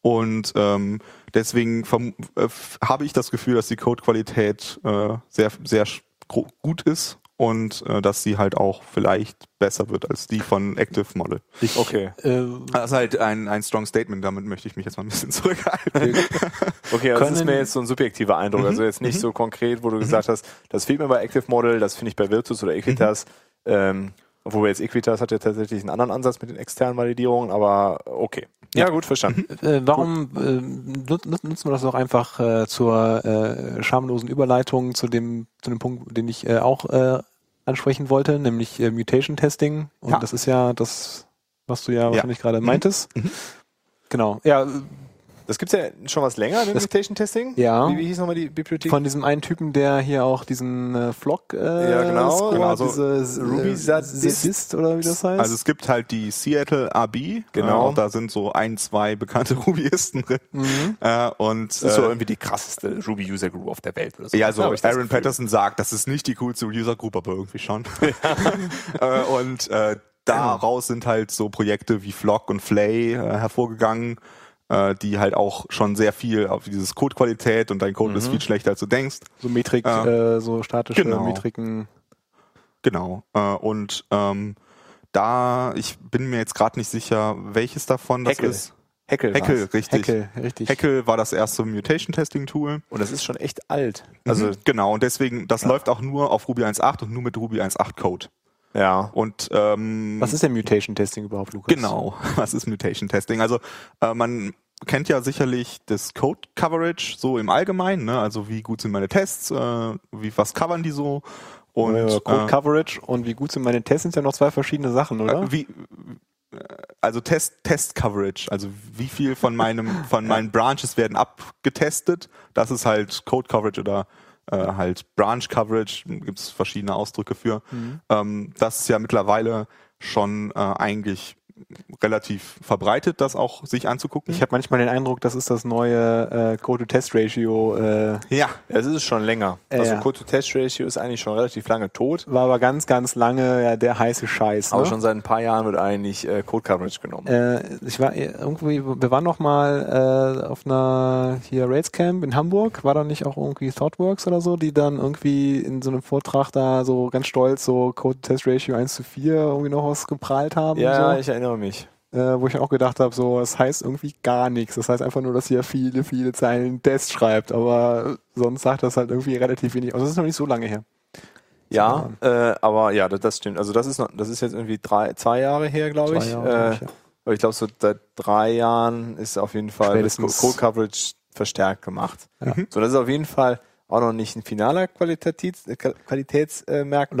[SPEAKER 3] Und ähm, deswegen verm- äh, f- habe ich das Gefühl, dass die Codequalität äh, sehr, sehr sch- gro- gut ist und äh, dass sie halt auch vielleicht besser wird als die von Active Model.
[SPEAKER 2] Okay.
[SPEAKER 1] äh,
[SPEAKER 3] Das ist halt ein, ein strong Statement, damit möchte ich mich jetzt mal ein bisschen *laughs* zurückhalten.
[SPEAKER 2] Okay, das ist
[SPEAKER 1] Können-
[SPEAKER 2] mir jetzt so ein subjektiver Eindruck. Also jetzt nicht so konkret, wo du gesagt hast, das fehlt mir bei Active Model, das finde ich bei Virtus oder Equitas. Ähm, obwohl jetzt Equitas hat ja tatsächlich einen anderen Ansatz mit den externen Validierungen, aber okay. Ja, gut, verstanden.
[SPEAKER 1] Äh, warum äh, nut- nut- nutzen wir das doch einfach äh, zur äh, schamlosen Überleitung zu dem, zu dem Punkt, den ich äh, auch äh, ansprechen wollte, nämlich äh, Mutation Testing. Und
[SPEAKER 3] Ja.
[SPEAKER 1] das ist ja das, was du ja wahrscheinlich gerade meintest. Genau. Ja, äh,
[SPEAKER 2] Das gibt's ja schon was länger, ne? Mutation Testing.
[SPEAKER 1] Ja.
[SPEAKER 2] Wie, wie hieß nochmal die Bibliothek?
[SPEAKER 1] Äh,
[SPEAKER 2] Äh,
[SPEAKER 1] von diesem einen Typen, der hier auch diesen äh, Flock, äh,
[SPEAKER 2] Ja, genau.
[SPEAKER 1] Score,
[SPEAKER 2] Genau, so
[SPEAKER 1] diese
[SPEAKER 2] Ruby
[SPEAKER 1] äh,
[SPEAKER 2] Sadist.
[SPEAKER 1] Sadist oder wie das heißt.
[SPEAKER 3] Also es gibt halt die Seattle AB,
[SPEAKER 2] Genau.
[SPEAKER 3] äh, und da sind so ein, zwei bekannte *laughs* Rubyisten drin. Äh, und
[SPEAKER 2] Mhm. das ist so
[SPEAKER 3] äh,
[SPEAKER 2] irgendwie die krasseste Ruby User Group auf der Welt oder so.
[SPEAKER 3] ja, so
[SPEAKER 2] Hab ich das
[SPEAKER 3] Aaron
[SPEAKER 2] Gefühl.
[SPEAKER 3] Patterson sagt, das ist nicht die coolste User Group, aber
[SPEAKER 2] *laughs*
[SPEAKER 3] irgendwie schon. *laughs* äh, und äh, daraus sind halt so Projekte wie Flock und Flay äh, hervorgegangen, äh, die halt auch schon sehr viel auf dieses Codequalität und dein Code
[SPEAKER 2] Mhm.
[SPEAKER 3] ist viel schlechter als du denkst.
[SPEAKER 1] so Metrik,
[SPEAKER 3] Ja.
[SPEAKER 1] äh, so statische
[SPEAKER 3] Genau.
[SPEAKER 1] Metriken.
[SPEAKER 3] Genau. Äh, und ähm, da, ich bin mir jetzt gerade nicht sicher, welches davon das
[SPEAKER 2] Heckel.
[SPEAKER 3] ist.
[SPEAKER 2] Heckel. war's.
[SPEAKER 3] Heckel, richtig.
[SPEAKER 1] Heckel, richtig.
[SPEAKER 3] Heckel war das erste Mutation-Testing-Tool.
[SPEAKER 2] Und das ist schon echt alt.
[SPEAKER 3] Also
[SPEAKER 1] Mhm.
[SPEAKER 3] genau, und deswegen, das läuft auch nur auf Ruby 1.8 und nur mit Ruby 1.8 Code.
[SPEAKER 2] Ja.
[SPEAKER 3] Und ähm,
[SPEAKER 1] Was ist denn Mutation Testing überhaupt, Lukas?
[SPEAKER 3] genau, *laughs* was ist Mutation Testing? Also äh, man kennt ja sicherlich das Code Coverage so im Allgemeinen, ne? also wie gut sind meine Tests, äh, wie was covern die so und
[SPEAKER 1] äh, Code
[SPEAKER 3] äh,
[SPEAKER 1] Coverage und wie gut sind meine Tests sind ja noch zwei verschiedene Sachen, oder?
[SPEAKER 3] Äh, Wie, äh, also Test, Test Coverage, also wie viel von meinem,
[SPEAKER 1] *laughs*
[SPEAKER 3] von meinen Branches werden abgetestet? Das ist halt Code Coverage oder äh, halt Branch Coverage, gibt es verschiedene Ausdrücke für.
[SPEAKER 1] Mhm.
[SPEAKER 3] Ähm, das ist ja mittlerweile schon äh, eigentlich relativ verbreitet, das auch sich anzugucken.
[SPEAKER 1] ich habe manchmal den Eindruck, das ist das neue äh, Code-to-Test-Ratio. Äh,
[SPEAKER 3] ja,
[SPEAKER 2] Es ist schon länger.
[SPEAKER 1] Äh,
[SPEAKER 2] also
[SPEAKER 1] ja.
[SPEAKER 2] Code-to-Test-Ratio ist eigentlich schon relativ lange tot.
[SPEAKER 1] war aber ganz, ganz lange ja, der heiße Scheiß.
[SPEAKER 2] Aber
[SPEAKER 1] Ne?
[SPEAKER 2] schon seit ein paar Jahren wird eigentlich äh, Code-Coverage genommen.
[SPEAKER 1] äh, ich war äh, irgendwie, wir waren noch mal äh, auf einer hier Rails Camp in Hamburg. War da nicht auch irgendwie ThoughtWorks oder so, die dann irgendwie in so einem Vortrag da so ganz stolz so Code-to-Test-Ratio 1 zu 4 irgendwie noch ausgeprahlt haben?
[SPEAKER 2] ja,
[SPEAKER 1] so?
[SPEAKER 2] ich erinnere mich.
[SPEAKER 1] äh, wo ich auch gedacht habe, so, es heißt irgendwie gar nichts. Das heißt einfach nur, dass ihr viele, viele Zeilen Test schreibt, aber sonst sagt das halt irgendwie relativ wenig. Also das ist noch nicht so lange her.
[SPEAKER 2] Ja, äh, aber ja, das, das stimmt. Also das ist noch, das ist jetzt irgendwie drei, zwei Jahre her, glaube ich.
[SPEAKER 1] Jahre,
[SPEAKER 2] äh,
[SPEAKER 1] glaub ich, ja.
[SPEAKER 2] Aber ich glaube, so seit drei Jahren ist auf jeden Fall wird Co-
[SPEAKER 1] Spätestens.
[SPEAKER 2] Code-Coverage verstärkt gemacht. Mhm. So, das ist auf jeden Fall auch noch nicht ein finaler Qualitäts, äh, Qualitätsmerkmal.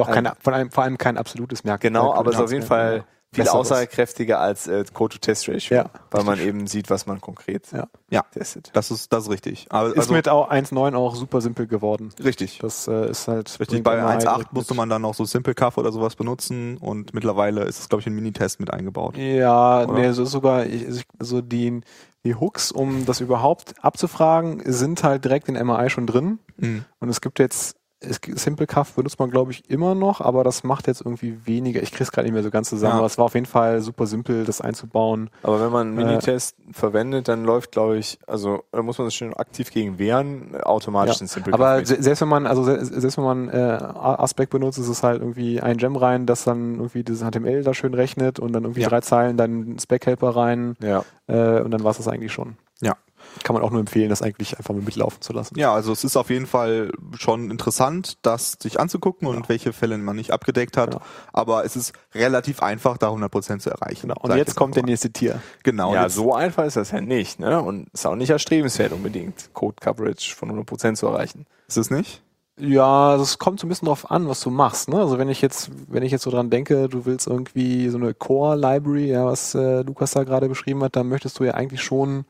[SPEAKER 1] Und auch kein, vor, allem, vor allem kein absolutes Merkmal.
[SPEAKER 2] Äh, Genau, aber es ist auf jeden Fall viel
[SPEAKER 1] Besseres.
[SPEAKER 2] aussagekräftiger als äh, Code-to-Test-Ratio,
[SPEAKER 1] Ja,
[SPEAKER 2] weil man eben sieht, was man konkret
[SPEAKER 1] Ja.
[SPEAKER 3] ja,
[SPEAKER 2] testet.
[SPEAKER 3] das ist, das ist richtig. Aber,
[SPEAKER 2] Also
[SPEAKER 3] also
[SPEAKER 1] Ist mit auch 1.9 auch super simpel geworden.
[SPEAKER 3] richtig.
[SPEAKER 1] Das äh, ist halt...
[SPEAKER 3] Richtig,
[SPEAKER 1] bringt
[SPEAKER 3] bei
[SPEAKER 1] immer
[SPEAKER 3] 1.8
[SPEAKER 1] halt
[SPEAKER 3] musste
[SPEAKER 1] mit-
[SPEAKER 3] man dann noch so Simple Cuff oder sowas benutzen und mittlerweile ist es, glaube ich, ein Minitest mit eingebaut.
[SPEAKER 1] Ja,
[SPEAKER 3] Oder?
[SPEAKER 1] nee, so ist sogar ich, also ich- so die, die Hooks, um das überhaupt abzufragen, sind halt direkt in MRI schon drin.
[SPEAKER 3] Mhm.
[SPEAKER 1] Und es gibt jetzt, es, gibt- Simplecaf benutzt man, glaube ich, immer noch, aber das macht jetzt irgendwie weniger. Ich kriege es gerade nicht mehr so ganz zusammen,
[SPEAKER 3] Ja.
[SPEAKER 1] aber es war auf jeden Fall super simpel, das einzubauen.
[SPEAKER 2] Aber wenn man einen Minitest verwendet, dann läuft, glaube ich, also da muss man sich schon aktiv gegen wehren, äh, automatisch ein Simple
[SPEAKER 1] Aber
[SPEAKER 2] Coverage.
[SPEAKER 1] se- selbst wenn man, also se- selbst wenn man äh, A- Aspect benutzt, ist es halt irgendwie ein Gem rein, das dann irgendwie dieses HTML da schön rechnet und dann irgendwie
[SPEAKER 3] Ja.
[SPEAKER 1] drei Zeilen, dann Spec Helper rein
[SPEAKER 2] ja.
[SPEAKER 1] äh, und dann war es das eigentlich schon.
[SPEAKER 3] Ja.
[SPEAKER 1] Kann man auch nur empfehlen, das eigentlich einfach mal mitlaufen zu lassen.
[SPEAKER 3] Ja, also es ist auf jeden Fall schon interessant, das sich anzugucken und welche Fälle man nicht abgedeckt hat.
[SPEAKER 1] Genau.
[SPEAKER 3] Aber es ist relativ einfach, da 100% zu erreichen.
[SPEAKER 1] Genau. Und
[SPEAKER 3] sag ich
[SPEAKER 1] jetzt kommt der
[SPEAKER 3] mal.
[SPEAKER 1] nächste Tier.
[SPEAKER 3] Genau,
[SPEAKER 2] ja,
[SPEAKER 3] jetzt-
[SPEAKER 2] so einfach ist das ja nicht, ne? Und ist auch nicht erstrebenswert unbedingt, Code-Coverage von 100% zu erreichen.
[SPEAKER 3] ist es nicht?
[SPEAKER 1] Ja, also es kommt so ein bisschen drauf an, was du machst. Ne? Also wenn ich jetzt, wenn ich jetzt so dran denke, du willst irgendwie so eine Core-Library, ja, was äh, Lukas da gerade beschrieben hat, dann möchtest du ja eigentlich schon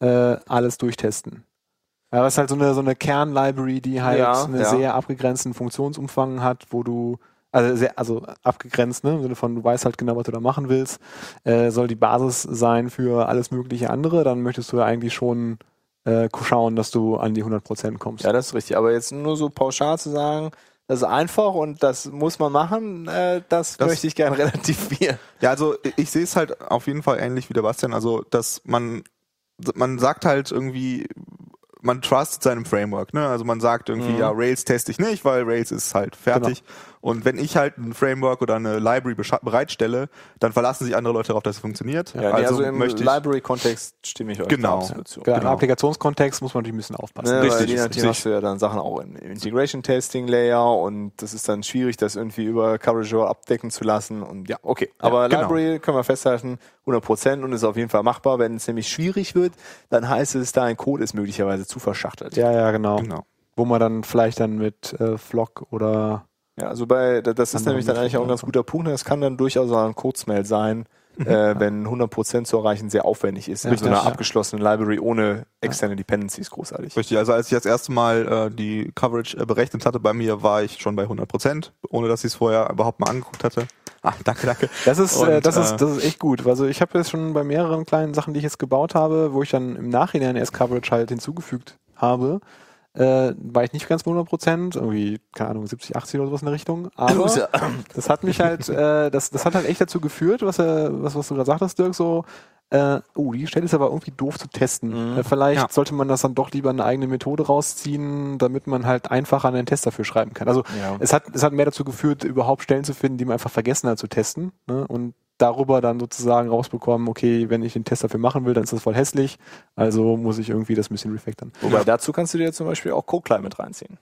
[SPEAKER 1] äh, alles durchtesten. Ja, das ist halt so eine, so eine Kern-Library, die halt
[SPEAKER 2] Ja,
[SPEAKER 1] einen
[SPEAKER 2] ja.
[SPEAKER 1] sehr abgegrenzten Funktionsumfang hat, wo du, also sehr, also abgegrenzt, ne, im Sinne von, du weißt halt genau, was du da machen willst, äh, soll die Basis sein für alles mögliche andere, dann möchtest du ja eigentlich schon äh, schauen, dass du an die 100% kommst.
[SPEAKER 2] Ja, das ist richtig. Aber jetzt nur so pauschal zu sagen, das ist einfach und das muss man machen, äh, das,
[SPEAKER 3] Das-
[SPEAKER 2] möchte ich gern relativieren.
[SPEAKER 3] Ja, also ich- ich sehe es halt auf jeden Fall ähnlich wie der Bastian. Also, dass man, man sagt halt irgendwie, man trustet seinem Framework. Ne? Also man sagt irgendwie, ja, Rails teste ich nicht, weil Rails ist halt fertig. Und wenn ich halt ein Framework oder eine Library bescha- bereitstelle, dann verlassen sich andere Leute darauf, dass es funktioniert.
[SPEAKER 2] Ja, nee,
[SPEAKER 3] also,
[SPEAKER 2] also im
[SPEAKER 3] möchte ich.
[SPEAKER 2] Library-Kontext stimme ich euch
[SPEAKER 3] Genau.
[SPEAKER 2] da absolut zu.
[SPEAKER 1] Gerade Im Applikationskontext muss man natürlich ein bisschen aufpassen.
[SPEAKER 2] Ne,
[SPEAKER 3] Richtig,
[SPEAKER 2] weil je
[SPEAKER 3] ist
[SPEAKER 2] nachdem
[SPEAKER 3] richtig.
[SPEAKER 2] hast du ja dann Sachen auch im Integration-Testing-Layer und das ist dann schwierig, das irgendwie über Coverage Overall abdecken zu lassen und ja, okay. Aber
[SPEAKER 3] genau.
[SPEAKER 2] Library können wir festhalten, 100% und ist auf jeden Fall machbar. Wenn es nämlich schwierig wird, dann heißt es, dein Code ist möglicherweise zu verschachtelt.
[SPEAKER 1] Ja, ja, genau.
[SPEAKER 3] Genau.
[SPEAKER 1] Wo man dann vielleicht dann mit äh, Flock oder
[SPEAKER 2] Ja, also bei, da- das ist
[SPEAKER 1] Andere
[SPEAKER 2] nämlich dann eigentlich auch ein ganz guter Punkt. Das kann dann durchaus auch ein Codesmail sein, äh, wenn 100% zu erreichen sehr aufwendig ist. Mit so
[SPEAKER 1] Richtig, ja.
[SPEAKER 2] einer abgeschlossenen Library ohne externe Dependencies großartig.
[SPEAKER 3] Richtig, also als ich das erste Mal äh, die Coverage äh, berechnet hatte bei mir, war ich schon bei 100 Prozent, ohne dass ich es vorher überhaupt mal angeguckt hatte. Ah, *laughs* danke, danke.
[SPEAKER 1] Das ist, äh,
[SPEAKER 3] Und,
[SPEAKER 1] das,
[SPEAKER 3] äh,
[SPEAKER 1] ist, das ist echt gut. Also ich habe jetzt schon bei mehreren kleinen Sachen, die ich jetzt gebaut habe, wo ich dann im Nachhinein erst Coverage halt hinzugefügt habe, äh, war ich nicht ganz bei 100 Prozent, irgendwie, keine Ahnung, 70, 80 oder sowas in der Richtung. Aber das hat mich halt, äh, das, das hat halt echt dazu geführt, was, äh, was, was du gerade sagtest, Dirk, so, äh, oh, die Stelle ist aber irgendwie doof zu testen. Äh, vielleicht
[SPEAKER 3] Mhm. Ja.
[SPEAKER 1] sollte man das dann doch lieber eine eigene Methode rausziehen, damit man halt einfacher einen Test dafür schreiben kann. Also
[SPEAKER 2] Ja.
[SPEAKER 1] es, hat, es hat mehr dazu geführt, überhaupt Stellen zu finden, die man einfach vergessen hat zu testen ne? und darüber dann sozusagen rausbekommen, okay, wenn ich den Test dafür machen will, dann ist das voll hässlich, also muss ich irgendwie das ein bisschen refactoren.
[SPEAKER 2] Wobei dazu kannst du dir zum Beispiel auch CodeClient mit reinziehen.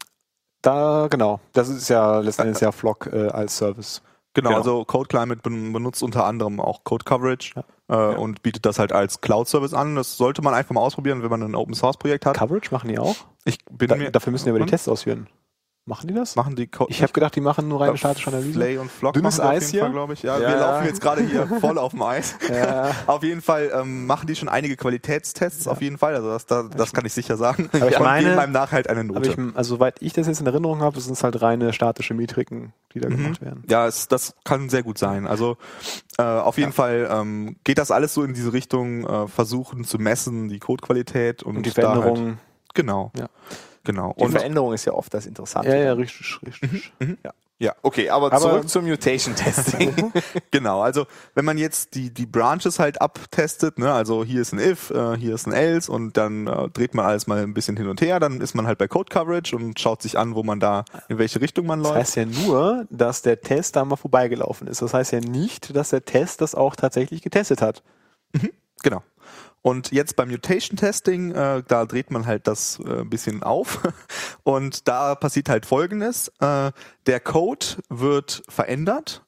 [SPEAKER 1] Da, genau, das ist ja letzten Endes ja Flock äh, als Service.
[SPEAKER 3] Genau,
[SPEAKER 2] Genau.
[SPEAKER 3] also Code Climate ben- benutzt unter anderem auch Code Coverage Äh, und bietet das halt als Cloud-Service an. Das sollte man einfach mal ausprobieren, wenn man ein Open-Source-Projekt hat.
[SPEAKER 1] Coverage machen die auch?
[SPEAKER 3] Ich bin
[SPEAKER 1] Da,
[SPEAKER 3] mir,
[SPEAKER 1] dafür müssen die aber die
[SPEAKER 3] Hm?
[SPEAKER 1] Tests ausführen. Machen die das?
[SPEAKER 3] machen die Code
[SPEAKER 1] Ich habe gedacht, die machen nur reine statische Analyse.
[SPEAKER 3] Play und Flock
[SPEAKER 1] Dünnes
[SPEAKER 3] machen die auf
[SPEAKER 1] Eis
[SPEAKER 3] jeden
[SPEAKER 1] hier?
[SPEAKER 3] Fall, glaube ich. Ja,
[SPEAKER 2] Ja,
[SPEAKER 3] wir
[SPEAKER 2] ja.
[SPEAKER 3] laufen jetzt gerade
[SPEAKER 1] *laughs*
[SPEAKER 3] hier voll auf dem Eis.
[SPEAKER 1] Ja.
[SPEAKER 3] Auf jeden Fall ähm, machen die schon einige Qualitätstests, auf jeden Fall. Also das, das, das kann ich sicher sagen.
[SPEAKER 1] ich
[SPEAKER 3] *laughs* Und
[SPEAKER 1] meine-
[SPEAKER 3] geben meinem Nachhalt eine
[SPEAKER 1] Aber
[SPEAKER 3] Note.
[SPEAKER 1] ich, also soweit ich das jetzt in Erinnerung habe, sind es halt reine statische Metriken, die da gemacht werden.
[SPEAKER 3] Ja, es, das kann sehr gut sein. Also äh, auf jeden Fall ähm, geht das alles so in diese Richtung, äh, versuchen zu messen, die Codequalität und,
[SPEAKER 1] Und die
[SPEAKER 3] da
[SPEAKER 1] Veränderungen.
[SPEAKER 3] Halt, genau.
[SPEAKER 1] Ja.
[SPEAKER 3] Genau.
[SPEAKER 2] Die
[SPEAKER 3] Und
[SPEAKER 2] Veränderung ist ja oft das Interessante.
[SPEAKER 1] Ja, ja, richtig, richtig.
[SPEAKER 3] ja,
[SPEAKER 2] Okay, aber,
[SPEAKER 1] Aber-
[SPEAKER 2] zurück zum Mutation-Testing.
[SPEAKER 3] *laughs* genau. Also wenn man jetzt die, die Branches halt abtestet, ne, also hier ist ein If, äh, hier ist ein Else und dann äh, dreht man alles mal ein bisschen hin und her, dann ist man halt bei Code Coverage und schaut sich an, wo man da, in welche Richtung man
[SPEAKER 1] Das
[SPEAKER 3] läuft.
[SPEAKER 1] heißt ja nur, dass der Test da mal vorbeigelaufen ist. Das heißt ja nicht, dass der Test das auch tatsächlich getestet hat.
[SPEAKER 3] Genau. Und jetzt beim Mutation Testing, äh, da dreht man halt das äh, ein bisschen auf. *laughs* Und da passiert halt Folgendes. Äh, der Code wird verändert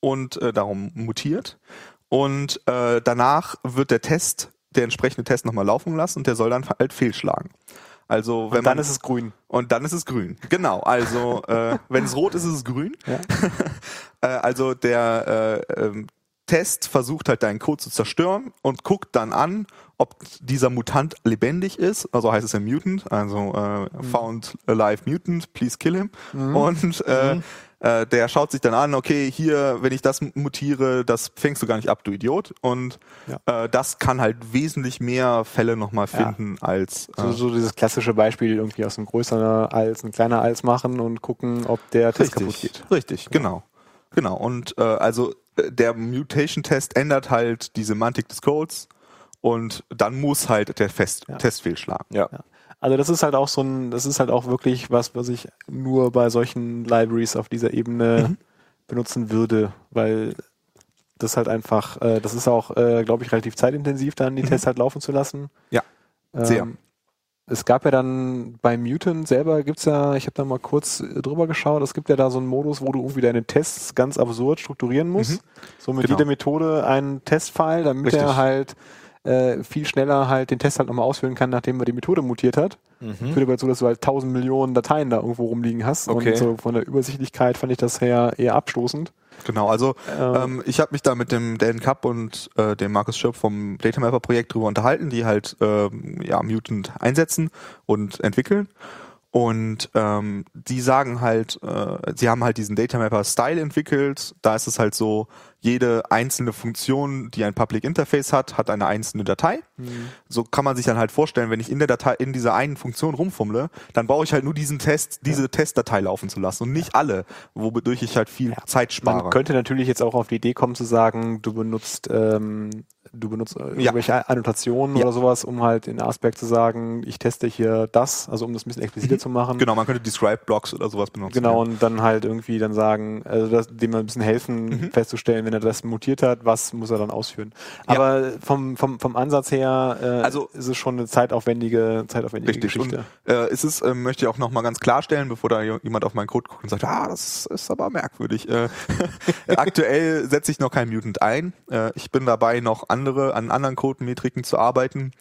[SPEAKER 3] und äh, darum mutiert. Und äh, danach wird der Test, der entsprechende Test nochmal laufen lassen und der soll dann halt fehlschlagen. Also wenn man,
[SPEAKER 1] es grün.
[SPEAKER 3] und dann ist es grün. Genau. Also äh, wenn es rot ist, ist es grün.
[SPEAKER 1] Ja.
[SPEAKER 3] *laughs* Äh, also der äh, ähm, Test versucht halt deinen Code zu zerstören und guckt dann an, ob dieser Mutant lebendig ist. Also heißt es ja Mutant, also äh, found alive mutant, please kill him. Und äh, äh, der schaut sich dann an, okay, hier, wenn ich das mutiere, das fängst du gar nicht ab, du Idiot. Und äh, das kann halt wesentlich mehr Fälle nochmal finden als äh,
[SPEAKER 1] So, so dieses klassische Beispiel irgendwie aus einem größeren als ein kleiner als machen und gucken, ob der Test kaputt geht.
[SPEAKER 3] Richtig, genau. Genau. Und äh, also äh, der Mutation-Test ändert halt die Semantik des Codes und dann muss halt der Fest Test fehlschlagen.
[SPEAKER 2] ja.
[SPEAKER 1] *laughs* Ja. Also das ist halt auch so ein, das ist halt auch wirklich was, was ich nur bei solchen Libraries auf dieser Ebene
[SPEAKER 3] Mhm.
[SPEAKER 1] benutzen würde, weil das halt einfach, äh, das ist auch, äh, glaube ich, relativ zeitintensiv dann, die Tests halt laufen zu lassen.
[SPEAKER 3] Mhm.
[SPEAKER 1] Ähm,
[SPEAKER 3] Ja. Sehr.
[SPEAKER 1] Es gab ja dann bei Mutant selber gibt's ja, ich habe da mal kurz äh, drüber geschaut, es gibt ja da so einen Modus, wo du irgendwie deine Tests ganz absurd strukturieren musst. So mit
[SPEAKER 3] Genau.
[SPEAKER 1] jeder Methode einen Testfile, damit
[SPEAKER 3] Richtig.
[SPEAKER 1] er halt äh, viel schneller halt den Test halt nochmal ausführen kann, nachdem er die Methode mutiert hat.
[SPEAKER 3] Mhm.
[SPEAKER 1] Führt aber dazu, dass du halt tausend Millionen Dateien da irgendwo rumliegen hast.
[SPEAKER 2] Okay.
[SPEAKER 1] Und so von der Übersichtlichkeit fand ich das her eher abstoßend.
[SPEAKER 3] Genau, also ähm, ich habe mich da mit dem Dan Kapp und äh, dem Markus Schirp vom Datamapper-Projekt drüber unterhalten, die halt ähm, ja, Mutant einsetzen und entwickeln. Und ähm, die sagen halt, äh, sie haben halt diesen Datamapper-Style entwickelt. Da ist es halt so, jede einzelne Funktion, die ein Public Interface hat, hat eine einzelne Datei. So kann man sich dann halt vorstellen, wenn ich in der Datei, in dieser einen Funktion rumfummle, dann brauche ich halt nur diesen Test, diese Testdatei laufen zu lassen und nicht alle, wodurch ich halt viel Zeit spare.
[SPEAKER 1] Man könnte natürlich jetzt auch auf die Idee kommen zu sagen, du benutzt ähm, du benutzt äh, irgendwelche Annotationen oder sowas, um halt in Aspect zu sagen, ich teste hier das, also um das ein bisschen expliziter zu machen.
[SPEAKER 3] Genau, man könnte Describe-Blocks oder sowas benutzen.
[SPEAKER 1] Mhm. Genau, und dann halt irgendwie dann sagen, also das, dem ein bisschen helfen, festzustellen, wenn er das mutiert hat, was muss er dann ausführen.
[SPEAKER 3] Ja.
[SPEAKER 1] Aber vom, vom, vom Ansatz her äh,
[SPEAKER 3] Also-
[SPEAKER 1] ist es schon eine zeitaufwendige, zeitaufwendige
[SPEAKER 3] Richtig. Und,
[SPEAKER 1] Geschichte.
[SPEAKER 3] äh, ist es, äh, möchte ich auch nochmal ganz klarstellen, bevor da j- jemand auf meinen Code guckt und sagt, ah, das ist aber merkwürdig. Äh, *laughs* aktuell setze ich noch kein Mutant ein. Äh, ich bin dabei, noch andere, an anderen Code-Metriken zu arbeiten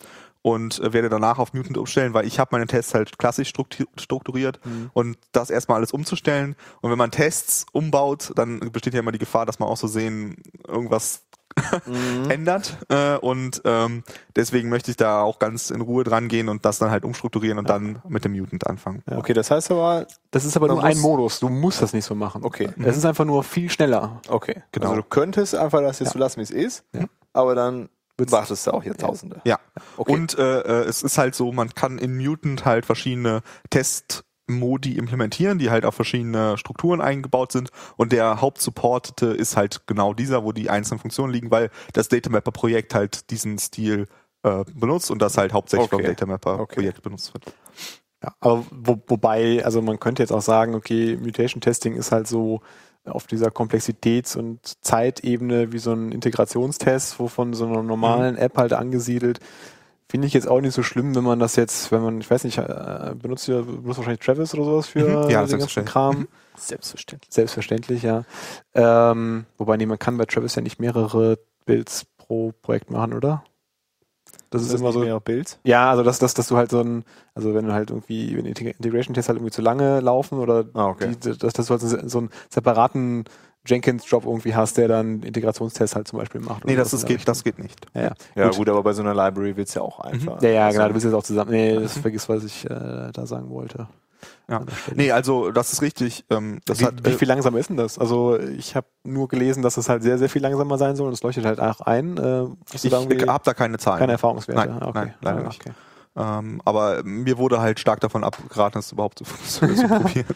[SPEAKER 3] und äh, werde danach auf Mutant umstellen, weil ich habe meine Tests halt klassisch strukti- strukturiert
[SPEAKER 1] Mhm.
[SPEAKER 3] und das erstmal alles umzustellen. Und wenn man Tests umbaut, dann besteht ja immer die Gefahr, dass man auch so sehen, irgendwas ändert äh, und ähm, deswegen möchte ich da auch ganz in Ruhe dran gehen und das dann halt umstrukturieren und dann mit dem Mutant anfangen.
[SPEAKER 2] Okay, das heißt aber,
[SPEAKER 1] das ist aber
[SPEAKER 2] man
[SPEAKER 1] nur ein
[SPEAKER 2] muss-
[SPEAKER 1] Modus, du musst das nicht so machen.
[SPEAKER 2] Okay.
[SPEAKER 1] Es ist einfach nur viel schneller.
[SPEAKER 2] okay,
[SPEAKER 3] Genau.
[SPEAKER 2] Also du könntest einfach das jetzt so lassen, wie es ist, aber dann wartest du auch hier Tausende.
[SPEAKER 3] Ja.
[SPEAKER 2] Okay.
[SPEAKER 3] Und äh, äh, es ist halt so, man kann in Mutant halt verschiedene Testmodi implementieren, die halt auf verschiedene Strukturen eingebaut sind. Und der Hauptsupportete ist halt genau dieser, wo die einzelnen Funktionen liegen, weil das Datamapper-Projekt halt diesen Stil äh, benutzt und das halt hauptsächlich
[SPEAKER 2] Okay.
[SPEAKER 3] vom Datamapper-Projekt
[SPEAKER 2] Okay.
[SPEAKER 3] benutzt wird.
[SPEAKER 1] Ja, aber wo, wobei, also man könnte jetzt auch sagen, okay, Mutation Testing ist halt so auf dieser Komplexitäts- und Zeitebene wie so ein Integrationstest, wovon so einer normalen App halt angesiedelt. Finde ich jetzt auch nicht so schlimm, wenn man das jetzt, wenn man, ich weiß nicht, äh, benutzt ihr, benutzt wahrscheinlich Travis oder sowas für
[SPEAKER 3] Mhm. Ja,
[SPEAKER 1] äh, den ganzen
[SPEAKER 3] selbstverständlich.
[SPEAKER 1] Kram.
[SPEAKER 2] Selbstverständlich.
[SPEAKER 1] Selbstverständlich, ja. Ähm, wobei, nee, man kann bei Travis ja nicht mehrere Builds pro Projekt machen, oder? Das
[SPEAKER 2] Das
[SPEAKER 1] ist immer so,
[SPEAKER 2] mehr Bild.
[SPEAKER 1] ja, also dass, dass, dass du halt so ein, also wenn du halt irgendwie, wenn Integ- Integration-Tests halt irgendwie zu lange laufen oder
[SPEAKER 2] Ah, okay.
[SPEAKER 1] die, dass, dass du halt so, so einen separaten Jenkins-Job irgendwie hast, der dann Integrationstests halt zum Beispiel macht.
[SPEAKER 3] Nee,
[SPEAKER 1] oder
[SPEAKER 3] Also das,
[SPEAKER 1] was
[SPEAKER 3] ist,
[SPEAKER 1] in der
[SPEAKER 3] geht, das geht nicht.
[SPEAKER 1] Richtung. Ja, ja.
[SPEAKER 2] Ja gut. aber bei so einer Library wird es ja auch einfach.
[SPEAKER 1] ja, ja, genau, du
[SPEAKER 2] Also,
[SPEAKER 1] bist jetzt auch zusammen.
[SPEAKER 3] Mhm.
[SPEAKER 1] Nee, das vergiss, was ich äh, da sagen wollte.
[SPEAKER 3] Ja.
[SPEAKER 1] An der Stelle.
[SPEAKER 3] Nee, also das ist richtig. Ähm, das
[SPEAKER 1] wie,
[SPEAKER 3] hat,
[SPEAKER 1] wie
[SPEAKER 3] äh,
[SPEAKER 1] viel langsamer ist denn das? Also ich habe nur gelesen, dass es halt sehr, sehr viel langsamer sein soll und es leuchtet halt auch ein. Äh, hast du
[SPEAKER 3] ich
[SPEAKER 1] da irgendwie
[SPEAKER 3] habe hab da keine Zahlen.
[SPEAKER 1] keine Erfahrungswerte?
[SPEAKER 3] Nein,
[SPEAKER 1] Ah,
[SPEAKER 3] nein, leider
[SPEAKER 1] Ah,
[SPEAKER 3] nicht.
[SPEAKER 1] okay.
[SPEAKER 3] Ähm, aber mir wurde halt stark davon abgeraten, es überhaupt zu, *laughs* zu,
[SPEAKER 2] *laughs*
[SPEAKER 3] zu probieren.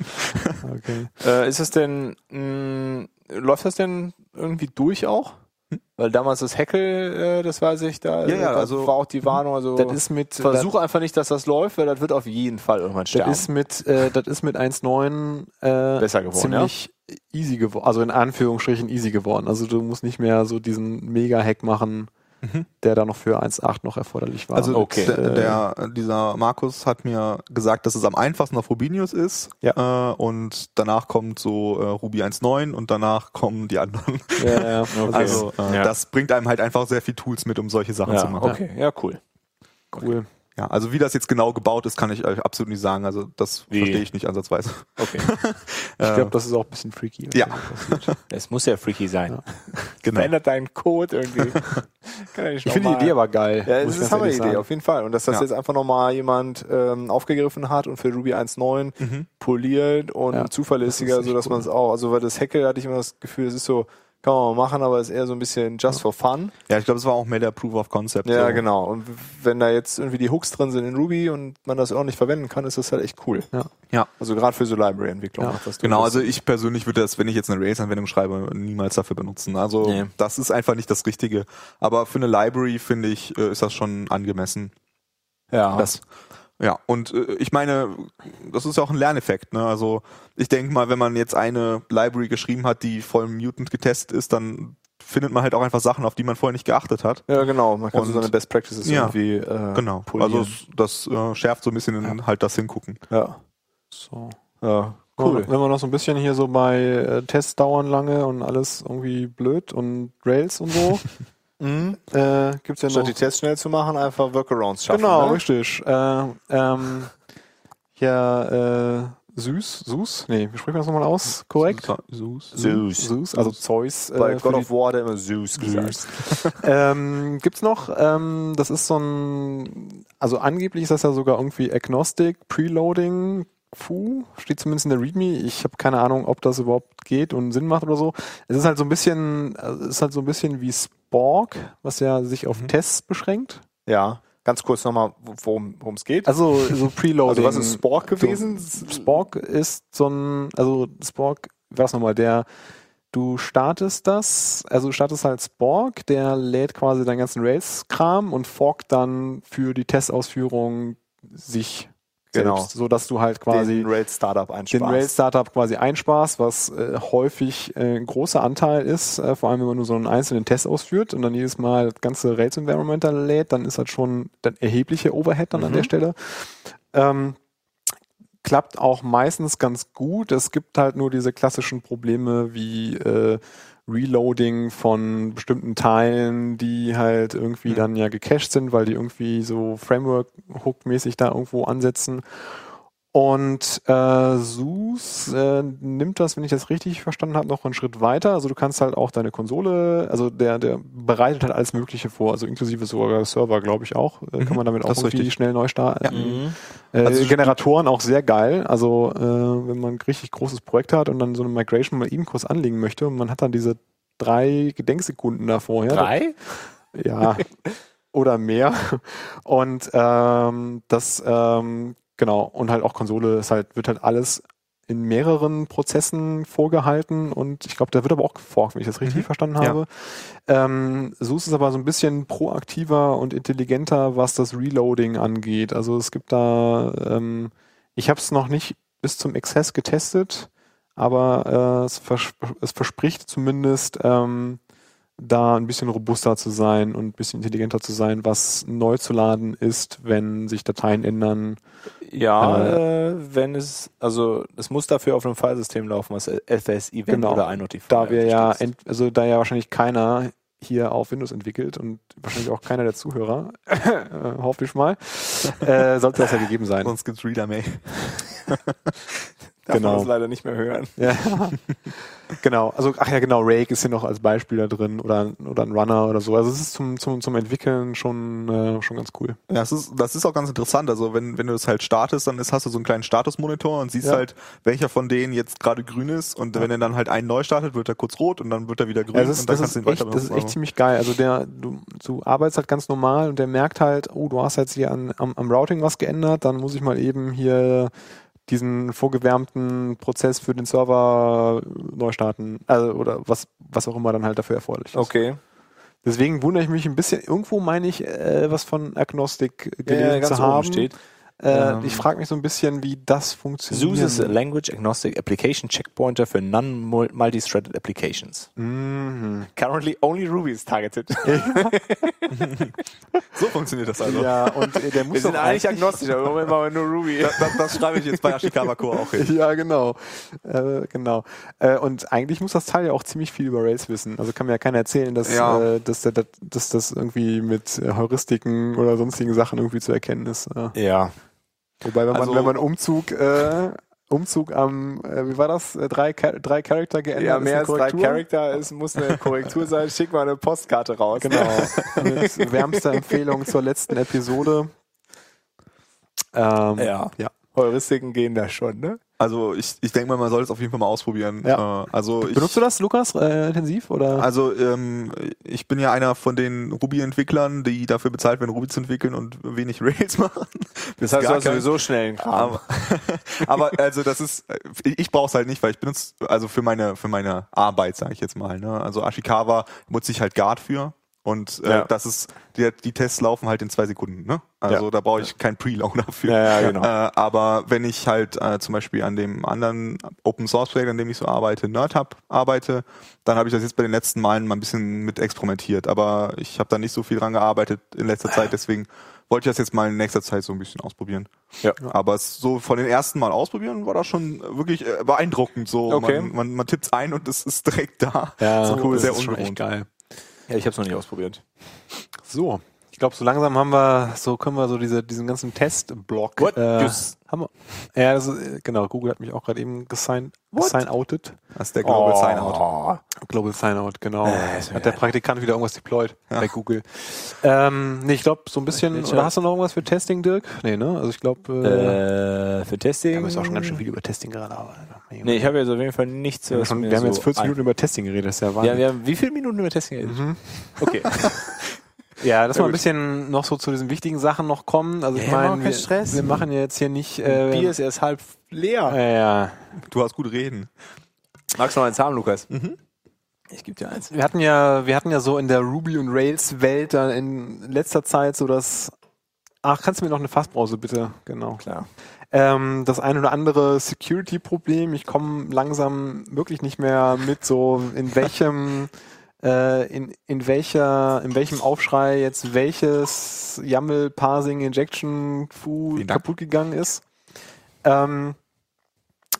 [SPEAKER 1] okay.
[SPEAKER 2] Äh, ist es denn, mh, läuft das denn irgendwie durch auch?
[SPEAKER 1] Hm?
[SPEAKER 2] Weil damals das Hackel, äh, das weiß ich, da,
[SPEAKER 3] Ja, ja,
[SPEAKER 2] da
[SPEAKER 3] also-
[SPEAKER 2] war auch die Warnung, also
[SPEAKER 1] Das ist mit
[SPEAKER 2] versuch einfach nicht, dass das läuft, weil das wird auf jeden Fall irgendwann sterben.
[SPEAKER 1] Das ist mit, äh, das ist mit 1.9 äh,
[SPEAKER 2] Besser geworden,
[SPEAKER 1] ziemlich easy geworden, also in Anführungsstrichen easy geworden. Also du musst nicht mehr so diesen Mega-Hack machen, der da noch für 1.8 noch erforderlich war.
[SPEAKER 3] Also
[SPEAKER 2] Okay.
[SPEAKER 3] der, der, dieser Markus hat mir gesagt, dass es am einfachsten auf Rubinius ist. Äh, und danach kommt so äh, Ruby 1.9 und danach kommen die anderen.
[SPEAKER 1] ja, ja, okay. also
[SPEAKER 3] *laughs* Also äh,
[SPEAKER 2] Ja.
[SPEAKER 3] das bringt einem halt einfach sehr viel Tools mit, um solche Sachen zu
[SPEAKER 2] ja,
[SPEAKER 3] machen.
[SPEAKER 2] okay, ja, cool.
[SPEAKER 1] cool.
[SPEAKER 3] Ja, also wie das jetzt genau gebaut ist, kann ich euch absolut nicht sagen. Also das
[SPEAKER 2] Wie?
[SPEAKER 3] verstehe ich nicht ansatzweise. *laughs*
[SPEAKER 1] *laughs*
[SPEAKER 2] Okay.
[SPEAKER 1] Ich glaube, das ist auch ein bisschen freaky. Also was
[SPEAKER 2] *laughs*
[SPEAKER 3] Ja.
[SPEAKER 1] da passiert.
[SPEAKER 2] Es muss ja freaky sein.
[SPEAKER 1] Ja.
[SPEAKER 3] Genau.
[SPEAKER 2] Verändert deinen
[SPEAKER 1] *laughs*
[SPEAKER 2] Code irgendwie. Kann ja nicht
[SPEAKER 1] Ich finde die
[SPEAKER 2] normal.
[SPEAKER 1] Idee aber geil.
[SPEAKER 2] Ja,
[SPEAKER 1] muss
[SPEAKER 2] es
[SPEAKER 1] ich
[SPEAKER 2] ist
[SPEAKER 1] ganz
[SPEAKER 2] eine
[SPEAKER 1] ehrlich
[SPEAKER 2] Idee,
[SPEAKER 1] sagen.
[SPEAKER 2] auf jeden Fall. Und dass das
[SPEAKER 3] Ja.
[SPEAKER 2] jetzt einfach nochmal jemand ähm, aufgegriffen hat und für Ruby 1.9 poliert und
[SPEAKER 1] Mhm. Ja,
[SPEAKER 2] zuverlässiger,
[SPEAKER 1] das ist echt
[SPEAKER 2] sodass man es auch, also weil das Hackel hatte ich immer das Gefühl, es ist so, kann man mal machen, aber es ist eher so ein bisschen just for fun.
[SPEAKER 3] Ja, ich glaube, es war auch mehr der Proof of Concept.
[SPEAKER 2] Ja,
[SPEAKER 3] so.
[SPEAKER 2] genau. Und wenn da jetzt irgendwie die Hooks drin sind in Ruby und man das ordentlich verwenden kann, ist das halt echt cool.
[SPEAKER 1] Ja.
[SPEAKER 3] Ja.
[SPEAKER 2] Also gerade für so Library-Entwicklung
[SPEAKER 1] Ja.
[SPEAKER 2] macht das
[SPEAKER 3] Genau,
[SPEAKER 2] durchaus
[SPEAKER 3] also ich persönlich würde das, wenn ich jetzt eine Rails-Anwendung schreibe, niemals dafür benutzen. Also
[SPEAKER 2] Nee.
[SPEAKER 3] das ist einfach nicht das Richtige. Aber für eine Library, finde ich, äh, ist das schon angemessen.
[SPEAKER 1] also,
[SPEAKER 2] ja.
[SPEAKER 3] Das, ja, und äh, ich meine, das ist ja auch ein Lerneffekt. Ne? Also ich denke mal, wenn man jetzt eine Library geschrieben hat, die voll mutant getestet ist, dann findet man halt auch einfach Sachen, auf die man vorher nicht geachtet hat.
[SPEAKER 2] Ja, genau. Man kann so
[SPEAKER 3] Und-
[SPEAKER 2] seine Best Practices
[SPEAKER 3] Ja.
[SPEAKER 2] irgendwie äh,
[SPEAKER 3] Genau.
[SPEAKER 2] polieren.
[SPEAKER 3] Also es- das äh, schärft so ein bisschen in halt das Hingucken.
[SPEAKER 2] ja.
[SPEAKER 1] So.
[SPEAKER 2] ja.
[SPEAKER 1] Cool. Wenn wir noch so ein bisschen hier so bei äh, Tests dauern lange und alles irgendwie blöd und Rails und *laughs* so,
[SPEAKER 2] Mhm.
[SPEAKER 1] äh, gibt's ja
[SPEAKER 2] Statt
[SPEAKER 1] noch
[SPEAKER 2] die Tests schnell zu machen, einfach Workarounds schaffen.
[SPEAKER 1] Genau,
[SPEAKER 2] ne?
[SPEAKER 1] richtig. Äh, ähm, ja, äh, Süß, Süß, nee, wie spricht man das nochmal aus? Korrekt?
[SPEAKER 2] Süß.
[SPEAKER 1] Süß, also Zeus.
[SPEAKER 2] Bei
[SPEAKER 1] für
[SPEAKER 2] God of War hat er immer süß gesagt.
[SPEAKER 1] die- ähm, gibt's noch, ähm, das ist so ein, also angeblich ist das ja sogar irgendwie Agnostic, Preloading, Fu, steht zumindest in der README. Ich habe keine Ahnung, ob das überhaupt geht und Sinn macht oder so. Es ist halt so ein bisschen, also es ist halt so ein bisschen wie Spork, was ja sich
[SPEAKER 2] Mhm.
[SPEAKER 1] auf Tests beschränkt.
[SPEAKER 2] Ja. Ganz kurz nochmal, worum worum es geht.
[SPEAKER 1] Also so
[SPEAKER 2] *laughs* Also
[SPEAKER 1] Preloading.
[SPEAKER 2] was ist Spork gewesen?
[SPEAKER 1] Spork ist so ein, also Spork, was nochmal, der Du startest das, also du startest als Borg, der lädt quasi deinen ganzen Rails-Kram und forkt dann für die Testausführung sich
[SPEAKER 2] Genau.
[SPEAKER 1] selbst, sodass du halt quasi
[SPEAKER 2] den Rails Startup
[SPEAKER 1] den
[SPEAKER 2] einsparst.
[SPEAKER 1] Rails-Startup quasi einsparst, was äh, häufig äh, ein großer Anteil ist, äh, vor allem wenn man nur so einen einzelnen Test ausführt und dann jedes Mal das ganze Rails-Environment da lädt, dann ist das schon dann erheblicher Overhead dann an
[SPEAKER 2] Mhm.
[SPEAKER 1] der Stelle. Ähm, klappt auch meistens ganz gut. Es gibt halt nur diese klassischen Probleme wie äh, Reloading von bestimmten Teilen, die halt irgendwie
[SPEAKER 2] Mhm.
[SPEAKER 1] dann ja gecached sind, weil die irgendwie so Framework-Hook-mäßig da irgendwo ansetzen. Und äh, SUS äh, nimmt das, wenn ich das richtig verstanden habe, noch einen Schritt weiter. Also du kannst halt auch deine Konsole, also der, der bereitet halt alles Mögliche vor, also inklusive sogar Server, glaube ich auch. Äh, kann man damit auch
[SPEAKER 3] Mhm. das ist
[SPEAKER 1] irgendwie
[SPEAKER 3] richtig.
[SPEAKER 1] schnell neu starten.
[SPEAKER 2] Mhm.
[SPEAKER 1] Äh,
[SPEAKER 3] Also-
[SPEAKER 1] Generatoren auch sehr geil. Also äh, wenn man ein richtig großes Projekt hat und dann so eine Migration mal eben kurz anlegen möchte und man hat dann diese drei Gedenksekunden da vorher.
[SPEAKER 2] Drei?
[SPEAKER 1] Ja. Oder mehr. Und ähm, das, ähm, genau, und halt auch Konsole ist halt, wird halt alles in mehreren Prozessen vorgehalten und ich glaube, da wird aber auch geforkt, wenn ich das richtig verstanden
[SPEAKER 3] Ja.
[SPEAKER 1] habe. Ähm, SUS ist aber so ein bisschen proaktiver und intelligenter, was das Reloading angeht. Also es gibt da, ähm, ich habe es noch nicht bis zum Exzess getestet, aber äh, es, vers es verspricht zumindest, ähm, da ein bisschen robuster zu sein und ein bisschen intelligenter zu sein, was neu zu laden ist, wenn sich Dateien ändern.
[SPEAKER 2] Ja, äh, wenn es, also es muss dafür auf einem Filesystem laufen, was FS-Event
[SPEAKER 1] Genau.
[SPEAKER 2] oder iNotify.
[SPEAKER 1] Da wir ja,
[SPEAKER 2] unterstützt.
[SPEAKER 1] ent- also da ja wahrscheinlich keiner hier auf Windows entwickelt und wahrscheinlich auch keiner der Zuhörer, *coughs* äh, hoffe ich mal, äh, sollte das ja gegeben sein.
[SPEAKER 3] Sonst gibt's Reader Mail.
[SPEAKER 2] Darf
[SPEAKER 1] genau.
[SPEAKER 2] man das leider nicht mehr hören.
[SPEAKER 1] Ja. genau, also ach ja genau, Rake ist hier noch als Beispiel da drin oder, oder ein Runner oder so. Also es ist zum, zum, zum Entwickeln schon, äh, schon ganz cool.
[SPEAKER 3] Ja, das ist, das ist auch ganz interessant. Also wenn, wenn du das halt startest, dann ist, hast du so einen kleinen Statusmonitor und siehst
[SPEAKER 1] Ja.
[SPEAKER 3] halt, welcher von denen jetzt gerade grün ist. Und wenn er dann halt einen neu startet, wird er kurz rot und dann wird er wieder grün.
[SPEAKER 1] Also es
[SPEAKER 3] und
[SPEAKER 1] ist,
[SPEAKER 3] dann
[SPEAKER 1] das, ist
[SPEAKER 3] weiter
[SPEAKER 1] echt, das ist
[SPEAKER 3] benutzen.
[SPEAKER 1] echt ziemlich geil. Also der, du, du arbeitest halt ganz normal und der merkt halt, oh, du hast jetzt hier an, am, am Routing was geändert, dann muss ich mal eben hier diesen vorgewärmten Prozess für den Server neu starten. Also, oder was, was auch immer dann halt dafür erforderlich ist.
[SPEAKER 2] Okay.
[SPEAKER 1] Deswegen wundere ich mich ein bisschen, irgendwo meine ich, äh, was von Agnostik gelesen zu haben. Äh,
[SPEAKER 2] Ähm.
[SPEAKER 1] Ich frage mich so ein bisschen, wie das funktioniert.
[SPEAKER 2] SUSE is a language agnostic application checkpointer for non-multi-threaded applications.
[SPEAKER 1] Mhm.
[SPEAKER 2] Currently only Ruby is *laughs* targeted.
[SPEAKER 3] So funktioniert das also.
[SPEAKER 1] Ja, und äh, der muss
[SPEAKER 2] Wir sind
[SPEAKER 1] doch
[SPEAKER 2] eigentlich agnostisch, aber im Moment machen wir nur Ruby.
[SPEAKER 3] Das, das, das schreibe ich jetzt bei Ashikawa Co. auch
[SPEAKER 1] *laughs*
[SPEAKER 3] hin.
[SPEAKER 1] Ja, genau. Äh, genau. Äh, und eigentlich muss das Teil ja auch ziemlich viel über Rails wissen. Also kann mir ja keiner erzählen, dass,
[SPEAKER 3] Ja.
[SPEAKER 1] äh, dass, der, dass das irgendwie mit äh, Heuristiken oder sonstigen Sachen irgendwie zu erkennen ist. Ja.
[SPEAKER 2] Ja.
[SPEAKER 1] Wobei, wenn man,
[SPEAKER 3] Also-
[SPEAKER 1] wenn man Umzug, äh, Umzug am, äh, wie war das? Äh, Drei, Char drei Charakter geändert
[SPEAKER 2] Ja,
[SPEAKER 1] ist
[SPEAKER 2] mehr
[SPEAKER 1] eine
[SPEAKER 2] als drei
[SPEAKER 1] Korrektur?
[SPEAKER 2] Charakter, es muss eine Korrektur sein, schick mal eine Postkarte raus. *laughs*
[SPEAKER 1] Genau. Mit wärmster Empfehlung zur letzten Episode.
[SPEAKER 2] Äh,
[SPEAKER 1] Ähm,
[SPEAKER 2] Ja.
[SPEAKER 1] ja.
[SPEAKER 2] Heuristiken gehen da schon, ne?
[SPEAKER 3] Also ich, ich denke mal, man soll es auf jeden Fall mal ausprobieren.
[SPEAKER 1] Ja.
[SPEAKER 3] Äh, Also ich,
[SPEAKER 1] Benutzt du das, Lukas, äh, intensiv?
[SPEAKER 2] Ah,
[SPEAKER 1] Oder?
[SPEAKER 3] Also ähm, ich bin ja einer von den Ruby-Entwicklern, die dafür bezahlt werden, Ruby zu entwickeln und wenig *laughs* Rails machen.
[SPEAKER 2] Das heißt,
[SPEAKER 3] Gar
[SPEAKER 2] du hast
[SPEAKER 3] kein-
[SPEAKER 2] sowieso schnell einen Kram.
[SPEAKER 3] Aber, *laughs* aber also das ist, ich brauche es halt nicht, weil ich benutze, also für meine für meine Arbeit sage ich jetzt mal. Ne? Also Ashikawa nutze ich halt Guard für und äh,
[SPEAKER 2] Ja.
[SPEAKER 3] das ist die, die Tests laufen halt in zwei Sekunden. Ne? Also
[SPEAKER 2] Ja.
[SPEAKER 3] da brauche ich keinen Preloader für.
[SPEAKER 2] Ja, ja,
[SPEAKER 3] *laughs*
[SPEAKER 2] genau.
[SPEAKER 3] Äh, aber wenn ich halt äh, zum Beispiel an dem anderen Open Source Projekt, an dem ich so arbeite, NerdHub arbeite, dann habe ich das jetzt bei den letzten Malen mal ein bisschen mit experimentiert. Aber ich habe da nicht so viel dran gearbeitet in letzter Zeit, deswegen wollte ich das jetzt mal in nächster Zeit so ein bisschen ausprobieren.
[SPEAKER 2] Ja.
[SPEAKER 3] Aber es so von den ersten Mal ausprobieren war das schon wirklich äh, beeindruckend. So
[SPEAKER 2] Okay.
[SPEAKER 3] man, man, man tippt ein und es ist direkt da. so sehr ungewohnt.
[SPEAKER 1] geil.
[SPEAKER 2] Ja, ich habe es noch nicht ausprobiert.
[SPEAKER 1] So, ich glaube, so langsam haben wir, so können wir so diese, diesen ganzen Testblock.
[SPEAKER 2] What?
[SPEAKER 1] Äh,
[SPEAKER 2] Yes.
[SPEAKER 1] haben wir, ja, das ist, äh, genau. Google hat mich auch gerade eben gesigned,
[SPEAKER 2] What?
[SPEAKER 1] outet.
[SPEAKER 3] Das ist der Global
[SPEAKER 2] Oh.
[SPEAKER 3] Sign Out.
[SPEAKER 1] Global Sign Out, genau.
[SPEAKER 2] Äh, ist mir
[SPEAKER 1] hat der
[SPEAKER 2] egal.
[SPEAKER 1] Praktikant wieder irgendwas deployed bei Google. Ähm, nee, ich glaube, so ein bisschen.
[SPEAKER 2] Welcher?
[SPEAKER 1] Oder hast du noch irgendwas für Testing, Dirk? Nee, ne? Also ich glaube, äh,
[SPEAKER 2] Äh, für Testing.
[SPEAKER 1] wir haben jetzt auch schon ganz schön viel über Testing gerade. Aber, äh, nee,
[SPEAKER 2] Nee, ich habe jetzt auf jeden Fall nichts.
[SPEAKER 1] wir haben,
[SPEAKER 2] was
[SPEAKER 1] schon,
[SPEAKER 2] mir
[SPEAKER 1] wir haben
[SPEAKER 2] so
[SPEAKER 1] jetzt 40
[SPEAKER 2] ein-
[SPEAKER 1] Minuten über Testing geredet, das ist ja
[SPEAKER 2] Ja,
[SPEAKER 1] Wahnsinn.
[SPEAKER 2] wir haben wie viele Minuten über Testing geredet?
[SPEAKER 1] Mhm. *laughs*
[SPEAKER 2] Okay.
[SPEAKER 1] Ja, dass
[SPEAKER 2] Ja,
[SPEAKER 1] wir ein
[SPEAKER 2] gut.
[SPEAKER 1] bisschen noch so zu diesen wichtigen Sachen noch kommen. Also ich
[SPEAKER 2] Ja, machen
[SPEAKER 1] meine,
[SPEAKER 2] wir
[SPEAKER 1] wir,
[SPEAKER 2] keinen Stress.
[SPEAKER 1] wir machen ja jetzt hier nicht. Äh,
[SPEAKER 2] Bier ist erst halb leer.
[SPEAKER 1] ja, ja.
[SPEAKER 3] Du hast gut reden.
[SPEAKER 1] Mhm.
[SPEAKER 2] Magst du noch eins haben, Lukas? Ich gebe dir eins.
[SPEAKER 1] Wir hatten ja, wir hatten ja so in der Ruby und Rails Welt dann in letzter Zeit so das, ach, kannst du mir noch eine Fassbrause bitte? Genau.
[SPEAKER 2] Klar.
[SPEAKER 1] Ähm, das ein oder andere Security-Problem. Ich komme langsam wirklich nicht mehr mit so in welchem, äh, in, in welcher, in welchem Aufschrei jetzt welches YAML Parsing Injection Foo
[SPEAKER 3] Vielen Dank.
[SPEAKER 1] kaputt gegangen ist. Ähm,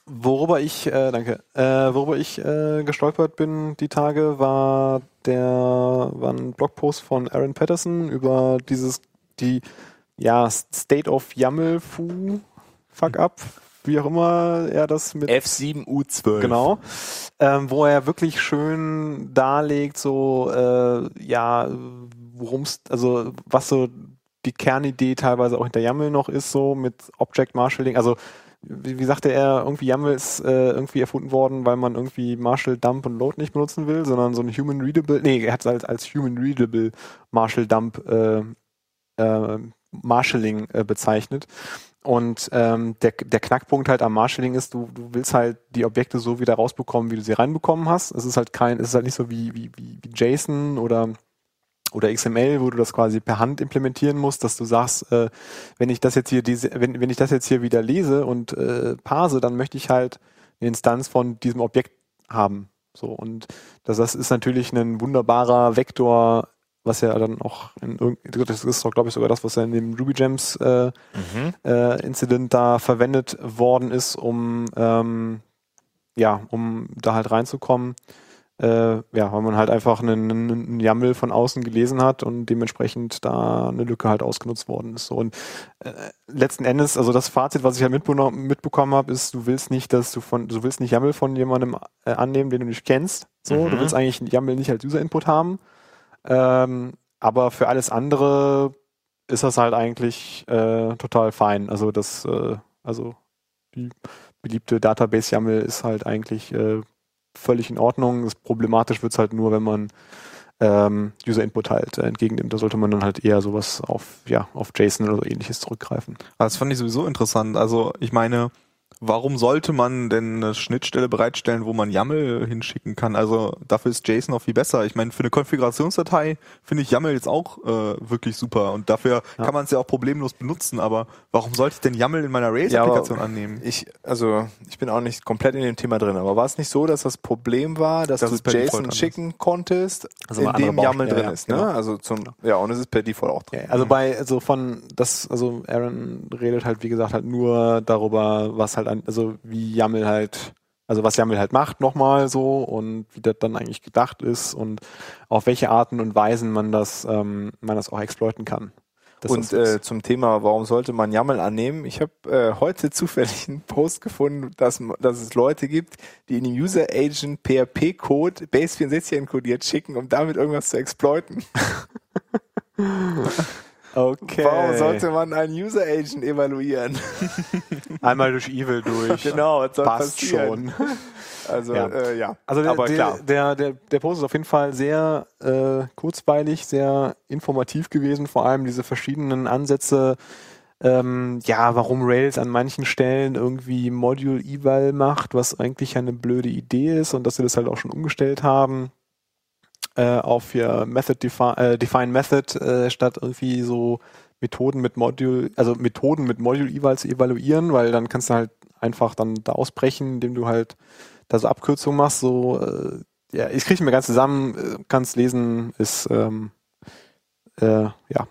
[SPEAKER 1] worüber ich, äh, danke, äh, worüber ich äh, gestolpert bin die Tage, war der war ein Blogpost von Aaron Patterson über dieses, die ja, State of YAML Foo Fuck up, wie auch immer er das mit
[SPEAKER 2] F7U12.
[SPEAKER 1] Genau. Ähm, wo er wirklich schön darlegt, so, äh, ja, worum's, also, was so die Kernidee teilweise auch hinter YAML noch ist, so mit Object Marshalling. Also, wie, wie sagte er, irgendwie YAML ist äh, irgendwie erfunden worden, weil man irgendwie Marshall Dump und Load nicht benutzen will, sondern so ein Human Readable, nee, er hat es als, als Human Readable Marshall Dump äh, äh, Marshalling äh, bezeichnet. Und ähm, der, der Knackpunkt halt am Marshalling ist, du, du willst halt die Objekte so wieder rausbekommen, wie du sie reinbekommen hast. Es ist halt kein, es ist halt nicht so wie, wie, wie, wie JSON oder oder XML, wo du das quasi per Hand implementieren musst, dass du sagst, äh, wenn ich das jetzt hier diese, wenn, wenn ich das jetzt hier wieder lese und äh, parse, dann möchte ich halt eine Instanz von diesem Objekt haben. So und das, das ist natürlich ein wunderbarer Vektor, was ja dann auch in irgendein, das ist doch glaube ich sogar das, was ja in dem Ruby Gems äh, äh, Incident da verwendet worden ist, um ähm, ja, um da halt reinzukommen. Äh, ja, weil man halt einfach einen, einen einen YAML von außen gelesen hat und dementsprechend da eine Lücke halt ausgenutzt worden ist. So. Und äh, letzten Endes, also das Fazit, was ich halt mitbe mitbekommen habe, ist, du willst nicht, dass du von, du willst nicht YAML von jemandem äh, annehmen, den du nicht kennst. So,
[SPEAKER 2] Mhm.
[SPEAKER 1] du willst eigentlich YAML nicht als User-Input haben. Ähm, aber für alles andere ist das halt eigentlich äh, total fein. Also das, äh, also die beliebte Database YAML ist halt eigentlich äh, völlig in Ordnung. Das problematisch wird es halt nur, wenn man ähm, User Input halt äh, entgegennimmt. Da sollte man dann halt eher sowas auf, ja, auf JSON oder so ähnliches zurückgreifen.
[SPEAKER 3] Ah, Das fand ich sowieso interessant. Also ich meine, warum sollte man denn eine Schnittstelle bereitstellen, wo man YAML hinschicken kann? Also dafür ist JSON auch viel besser. Ich meine, für eine Konfigurationsdatei finde ich YAML jetzt auch äh, wirklich super und dafür
[SPEAKER 1] Ja.
[SPEAKER 3] kann man es ja auch problemlos benutzen. Aber warum sollte ich denn YAML in meiner Rails-Applikation
[SPEAKER 2] Ja, aber-
[SPEAKER 3] annehmen?
[SPEAKER 2] Ich, also, ich bin auch nicht komplett in dem Thema drin, aber war es nicht so, dass das Problem war, dass
[SPEAKER 3] Das ist per
[SPEAKER 2] du
[SPEAKER 3] Default
[SPEAKER 2] JSON
[SPEAKER 3] anders.
[SPEAKER 2] schicken konntest,
[SPEAKER 1] Also
[SPEAKER 2] in
[SPEAKER 1] eine andere
[SPEAKER 2] dem YAML
[SPEAKER 1] Baustelle,
[SPEAKER 2] drin
[SPEAKER 1] ja,
[SPEAKER 2] ist, ne?
[SPEAKER 1] genau.
[SPEAKER 2] Also zum, ja, und es ist per Default auch drin.
[SPEAKER 1] Ja, Also bei, also von das, also Aaron redet halt, wie gesagt, halt nur darüber, was halt an, also wie YAML halt, also was YAML halt macht nochmal so und wie das dann eigentlich gedacht ist und auf welche Arten und Weisen man das, ähm, man das auch exploiten kann. Das
[SPEAKER 2] und äh, zum Thema, warum sollte man YAML annehmen? Ich habe äh, heute *laughs* zufällig einen Post gefunden, dass, m- dass es Leute gibt, die in dem User Agent PHP-Code Base64 enkodiert schicken, um damit irgendwas zu exploiten.
[SPEAKER 1] okay.
[SPEAKER 2] Warum sollte man einen User Agent evaluieren? *laughs*
[SPEAKER 1] Einmal durch Evil durch.
[SPEAKER 2] genau, was soll
[SPEAKER 1] Passt
[SPEAKER 2] passieren?
[SPEAKER 1] schon.
[SPEAKER 2] Also,
[SPEAKER 1] Ja.
[SPEAKER 2] ja. Äh, ja.
[SPEAKER 1] Also der,
[SPEAKER 2] Aber
[SPEAKER 1] der,
[SPEAKER 2] klar.
[SPEAKER 1] Der, der, der Post ist auf jeden Fall sehr äh, kurzweilig, sehr informativ gewesen, vor allem diese verschiedenen Ansätze, ähm, ja, warum Rails an manchen Stellen irgendwie Module Eval macht, was eigentlich ja eine blöde Idee ist und dass sie das halt auch schon umgestellt haben äh, auf ihr Method Defi äh, Define Method äh, statt irgendwie so Methoden mit Module, also Methoden mit Module Eval zu evaluieren, weil dann kannst du halt einfach dann da ausbrechen, indem du halt da so Abkürzungen machst, so äh, ja, ich kriege mir ganz zusammen, äh, kannst lesen, ist ähm, äh, ja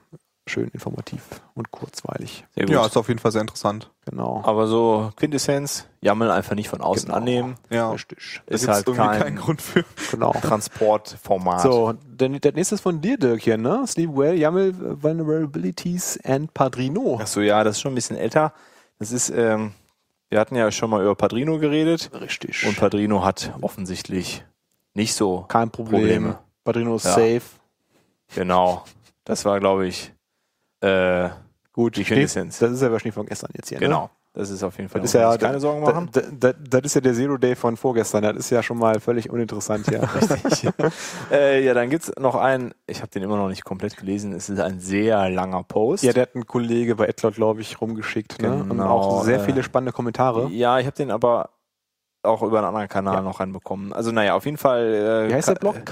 [SPEAKER 1] schön informativ und kurzweilig.
[SPEAKER 2] Sehr
[SPEAKER 3] Ja, ist auf jeden Fall sehr interessant.
[SPEAKER 1] Genau.
[SPEAKER 2] Aber so Quintessenz, YAML einfach nicht von außen
[SPEAKER 1] Genau.
[SPEAKER 2] annehmen,
[SPEAKER 3] Ja,
[SPEAKER 1] Richtig.
[SPEAKER 3] da
[SPEAKER 2] ist
[SPEAKER 3] gibt's
[SPEAKER 2] halt
[SPEAKER 3] irgendwie
[SPEAKER 2] kein
[SPEAKER 3] keinen Grund für.
[SPEAKER 1] Genau.
[SPEAKER 2] Transportformat.
[SPEAKER 1] So, der, der nächste ist von dir, Dirk, hier, ne? Sleep Well, YAML Vulnerabilities and Padrino.
[SPEAKER 2] Ach so, ja, das ist schon ein bisschen älter. Das ist, ähm, wir hatten ja schon mal über Padrino geredet
[SPEAKER 1] Richtig.
[SPEAKER 2] und Padrino hat offensichtlich nicht so.
[SPEAKER 1] kein Problem.
[SPEAKER 2] Probleme.
[SPEAKER 1] Padrino ist
[SPEAKER 2] Ja.
[SPEAKER 1] safe.
[SPEAKER 2] Genau. Das war, glaube ich, äh,
[SPEAKER 1] Gut,
[SPEAKER 2] Die
[SPEAKER 1] Schnee-
[SPEAKER 2] Quintessenz.
[SPEAKER 1] Das ist ja der Schnee von gestern jetzt hier, ne?
[SPEAKER 2] genau. Das ist auf jeden Fall.
[SPEAKER 1] Das ist
[SPEAKER 2] da
[SPEAKER 1] ja-
[SPEAKER 2] muss ich keine Sorgen machen.
[SPEAKER 1] Da, da, da, das ist ja der Zero Day von vorgestern. Das ist ja schon mal völlig uninteressant
[SPEAKER 2] *laughs*
[SPEAKER 1] hier.
[SPEAKER 2] äh, ja, dann gibt's noch einen, ich habe den immer noch nicht komplett gelesen, es ist ein sehr langer Post.
[SPEAKER 1] Ja, der hat einen Kollege bei Adlot, glaube ich, rumgeschickt. Ne? Und
[SPEAKER 2] Genau,
[SPEAKER 1] auch sehr
[SPEAKER 2] äh,
[SPEAKER 1] viele spannende Kommentare.
[SPEAKER 2] Ja, ich habe den aber auch über einen anderen Kanal
[SPEAKER 1] Ja.
[SPEAKER 2] noch ranbekommen. Also naja, auf jeden Fall äh,
[SPEAKER 1] Wie heißt der
[SPEAKER 2] Ka-
[SPEAKER 1] Blog?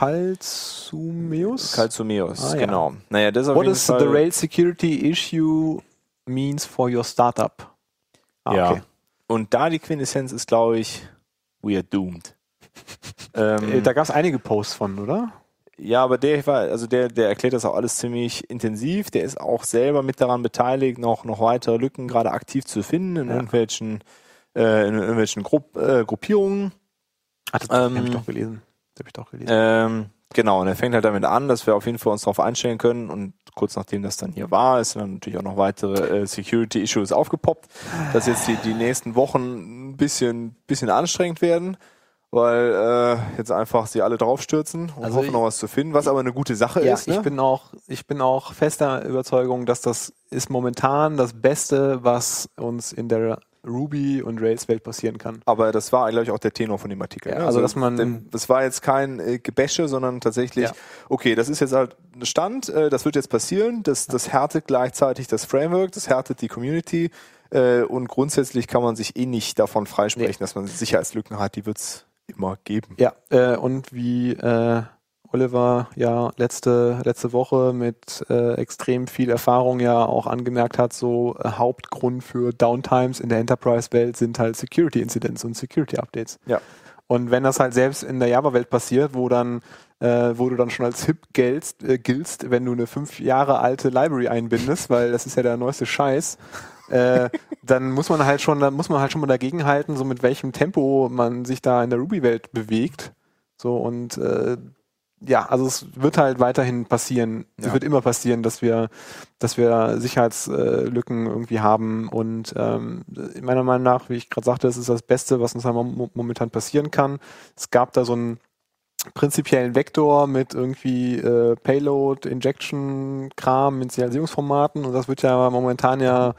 [SPEAKER 1] Calzumeus?
[SPEAKER 2] Calzumeus,
[SPEAKER 1] Ah, ja.
[SPEAKER 2] genau. Naja, das ist auf
[SPEAKER 1] What
[SPEAKER 2] jeden
[SPEAKER 1] is
[SPEAKER 2] Fall
[SPEAKER 1] the rail security issue means for your startup? Ah,
[SPEAKER 2] ja.
[SPEAKER 1] okay.
[SPEAKER 2] Und da die Quintessenz ist, glaube ich, we
[SPEAKER 1] *laughs*
[SPEAKER 2] are doomed.
[SPEAKER 1] Äh,
[SPEAKER 2] ähm,
[SPEAKER 1] Da gab es einige Posts von, oder?
[SPEAKER 2] ja, aber der war, also der, der erklärt das auch alles ziemlich intensiv. Der ist auch selber mit daran beteiligt, noch, noch weitere Lücken gerade aktiv zu finden in
[SPEAKER 1] Ja.
[SPEAKER 2] irgendwelchen, äh, in irgendwelchen Grupp, äh, Gruppierungen.
[SPEAKER 1] Ah, das
[SPEAKER 2] Ähm,
[SPEAKER 1] habe ich doch gelesen. Das habe ich doch gelesen.
[SPEAKER 2] Ähm, genau, und er fängt halt damit an, dass wir auf jeden Fall uns darauf einstellen können. Und kurz nachdem das dann hier war, ist dann natürlich auch noch weitere äh, Security-Issues aufgepoppt, dass jetzt die, die nächsten Wochen ein bisschen, bisschen anstrengend werden, weil äh, jetzt einfach sie alle draufstürzen und
[SPEAKER 1] Also
[SPEAKER 2] hoffen
[SPEAKER 1] ich-
[SPEAKER 2] noch was zu finden, was aber eine gute Sache
[SPEAKER 1] ja,
[SPEAKER 2] ist. Ne?
[SPEAKER 1] ich bin auch, ich bin auch fester Überzeugung, dass das ist momentan das Beste, was uns in der Ruby und Rails Welt passieren kann.
[SPEAKER 2] aber das war, glaube ich, auch der Tenor von dem Artikel.
[SPEAKER 1] Ja,
[SPEAKER 2] ne?
[SPEAKER 1] also, dass man-
[SPEAKER 2] dem- Das war jetzt kein äh, Gebäsche, sondern tatsächlich,
[SPEAKER 1] Ja.
[SPEAKER 2] okay, das ist jetzt halt ein Stand, äh, das wird jetzt passieren, das, das härtet gleichzeitig das Framework, das härtet die Community äh, und grundsätzlich kann man sich eh nicht davon freisprechen,
[SPEAKER 1] Nee.
[SPEAKER 2] dass man Sicherheitslücken hat, die wird's immer geben.
[SPEAKER 1] Ja, äh, und wie äh, Oliver ja letzte, letzte Woche mit äh, extrem viel Erfahrung ja auch angemerkt hat, so äh, Hauptgrund für Downtimes in der Enterprise-Welt sind halt Security-Incidents und Security-Updates.
[SPEAKER 2] Ja.
[SPEAKER 1] Und wenn das halt selbst in der Java-Welt passiert, wo dann äh, wo du dann schon als hip gelst, äh, giltst, wenn du eine fünf Jahre alte Library einbindest, weil das ist ja der neueste Scheiß, äh, dann muss man halt schon, dann muss man halt schon mal dagegenhalten, so mit welchem Tempo man sich da in der Ruby-Welt bewegt. So und äh, ja, also es wird halt weiterhin passieren. Es
[SPEAKER 2] Ja.
[SPEAKER 1] wird immer passieren, dass wir, dass wir Sicherheitslücken irgendwie haben. Und ähm, meiner Meinung nach, wie ich gerade sagte, es ist das Beste, was uns halt mom- momentan passieren kann. Es gab da so einen prinzipiellen Vektor mit irgendwie äh, Payload, Injection, Kram, Initialisierungsformaten und das wird ja momentan ja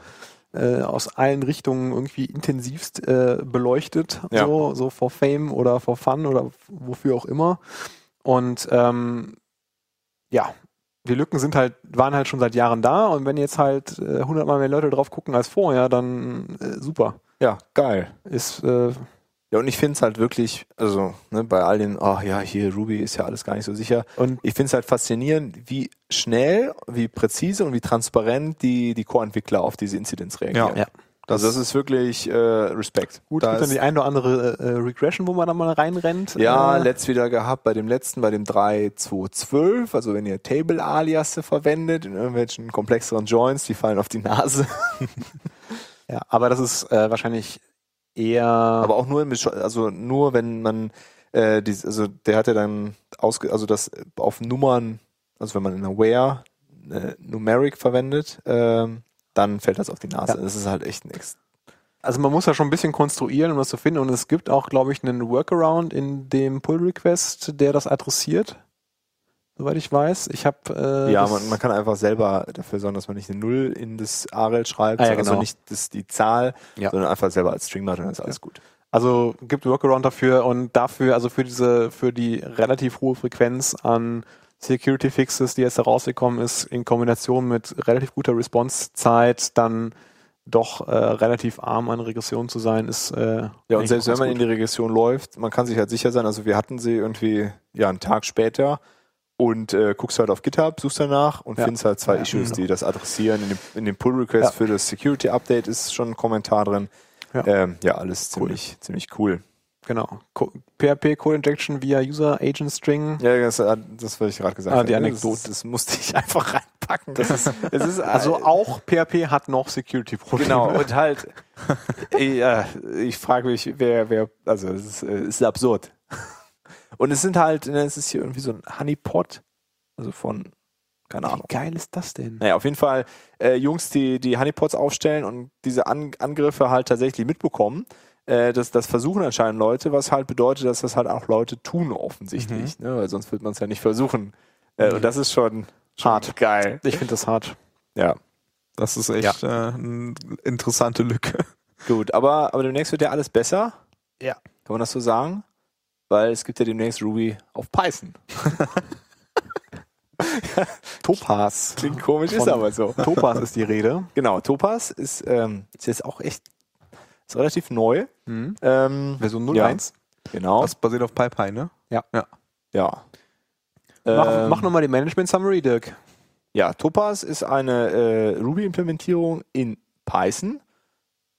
[SPEAKER 1] äh, aus allen Richtungen irgendwie intensivst äh, beleuchtet,
[SPEAKER 2] Ja.
[SPEAKER 1] so, so for Fame oder for Fun oder wofür auch immer. Und ähm, ja, die Lücken sind halt, waren halt schon seit Jahren da und wenn jetzt halt äh, hundertmal mehr Leute drauf gucken als vorher, dann äh, super.
[SPEAKER 2] Ja, geil.
[SPEAKER 1] Ist äh,
[SPEAKER 2] Ja, und ich finde es halt wirklich, also ne, bei all den, ach ja, hier Ruby ist ja alles gar nicht so sicher.
[SPEAKER 1] und
[SPEAKER 2] Ich finde es halt faszinierend, wie schnell, wie präzise und wie transparent die, die Core-Entwickler auf diese Inzidenz reagieren.
[SPEAKER 1] Ja.
[SPEAKER 2] Also das ist wirklich äh, Respekt.
[SPEAKER 1] Gut,
[SPEAKER 3] Da
[SPEAKER 1] es gibt dann
[SPEAKER 3] ist-
[SPEAKER 1] die eine oder andere äh, Regression, wo man da mal reinrennt.
[SPEAKER 2] Ja,
[SPEAKER 1] äh,
[SPEAKER 2] letzt wieder gehabt bei dem letzten, bei dem 3212. Also wenn ihr Table-Aliasse verwendet in irgendwelchen komplexeren Joins, die fallen auf die Nase.
[SPEAKER 1] ja aber das ist äh, wahrscheinlich eher.
[SPEAKER 2] Aber auch nur, im Besch- also nur wenn man, äh, dies- also der hat ja dann ausge, also das auf Nummern, also wenn man in Aware äh, Numeric verwendet, ähm, dann fällt das auf die Nase.
[SPEAKER 1] Ja.
[SPEAKER 2] Das ist halt echt nix.
[SPEAKER 1] also man muss da schon ein bisschen konstruieren, um das zu finden. Und es gibt auch, glaube ich, einen Workaround in dem Pull-Request, der das adressiert. Soweit ich weiß. Ich habe. Äh,
[SPEAKER 2] Ja,
[SPEAKER 1] das-
[SPEAKER 2] man, man kann einfach selber dafür sorgen, dass man nicht eine Null in das ARL schreibt,
[SPEAKER 1] Ah, ja,
[SPEAKER 2] also
[SPEAKER 1] genau.
[SPEAKER 2] nicht das, die Zahl,
[SPEAKER 1] Ja.
[SPEAKER 2] sondern einfach selber als String macht und dann ist alles gut.
[SPEAKER 1] Also gibt Workaround dafür und dafür, also für diese, für die relativ hohe Frequenz an Security Fixes, die jetzt herausgekommen ist, in Kombination mit relativ guter Response-Zeit, dann doch äh, relativ arm an Regression zu sein, ist äh,
[SPEAKER 2] Ja, und
[SPEAKER 1] eigentlich
[SPEAKER 2] selbst wenn
[SPEAKER 1] ganz
[SPEAKER 2] man
[SPEAKER 1] gut.
[SPEAKER 2] in die Regression läuft, man kann sich halt sicher sein, also wir hatten sie irgendwie ja einen Tag später und äh, guckst halt auf GitHub, suchst danach und
[SPEAKER 1] Ja.
[SPEAKER 2] findest halt zwei
[SPEAKER 1] Ja,
[SPEAKER 2] Issues,
[SPEAKER 1] genau.
[SPEAKER 2] die das adressieren. In dem, in dem Pull-Request
[SPEAKER 1] Ja.
[SPEAKER 2] für das Security-Update ist schon ein Kommentar drin.
[SPEAKER 1] Ja.
[SPEAKER 2] Ja, ähm, ja alles ziemlich, ziemlich cool.
[SPEAKER 1] genau Co- PHP Code Injection via User Agent String.
[SPEAKER 2] Ja, das, äh, das was ich gerade gesagt
[SPEAKER 1] Ah,
[SPEAKER 2] habe.
[SPEAKER 1] die
[SPEAKER 2] ne? Das,
[SPEAKER 1] Anekdote.
[SPEAKER 2] das musste ich *laughs* einfach reinpacken.
[SPEAKER 1] *laughs*
[SPEAKER 2] Das ist, es ist äh,
[SPEAKER 1] Also auch PHP hat noch Security Probleme.
[SPEAKER 2] Genau,
[SPEAKER 1] *laughs*
[SPEAKER 2] und halt, ja, ich frage mich, wer, wer, also es ist, äh, es ist absurd. Und es sind halt, ne, es ist hier irgendwie so ein Honeypot, also von, keine Ahnung.
[SPEAKER 1] Wie geil ist das denn?
[SPEAKER 2] Naja, auf jeden Fall äh, Jungs, die die Honeypots aufstellen und diese An Angriffe halt tatsächlich mitbekommen. Äh, das, das versuchen anscheinend Leute, was halt bedeutet, dass das halt auch Leute tun offensichtlich, ne? weil sonst würde man es ja nicht versuchen. Äh, und das ist schon, schon
[SPEAKER 1] Hart.
[SPEAKER 2] geil.
[SPEAKER 1] Ich finde das hart.
[SPEAKER 2] Ja.
[SPEAKER 3] Das ist echt äh, eine interessante Lücke.
[SPEAKER 2] Gut, aber, aber demnächst wird ja alles besser.
[SPEAKER 1] Ja.
[SPEAKER 2] Kann man das so sagen? Weil es gibt ja demnächst Ruby auf Python.
[SPEAKER 1] Topaz.
[SPEAKER 2] *laughs* Klingt komisch,
[SPEAKER 1] Ah, Von-
[SPEAKER 2] ist aber so.
[SPEAKER 1] Topaz ist die Rede.
[SPEAKER 2] Genau, Topaz ist, ähm, ist jetzt auch echt Ist relativ neu. Ähm,
[SPEAKER 1] Mhm. Version
[SPEAKER 2] ja,
[SPEAKER 1] 01.
[SPEAKER 2] Genau.
[SPEAKER 3] Das basiert auf PyPy, ne?
[SPEAKER 2] Ja.
[SPEAKER 1] Mach,
[SPEAKER 2] Ähm,
[SPEAKER 1] mach nochmal die Management Summary, Dirk.
[SPEAKER 2] Ja, Topaz ist eine äh, Ruby-Implementierung in Python.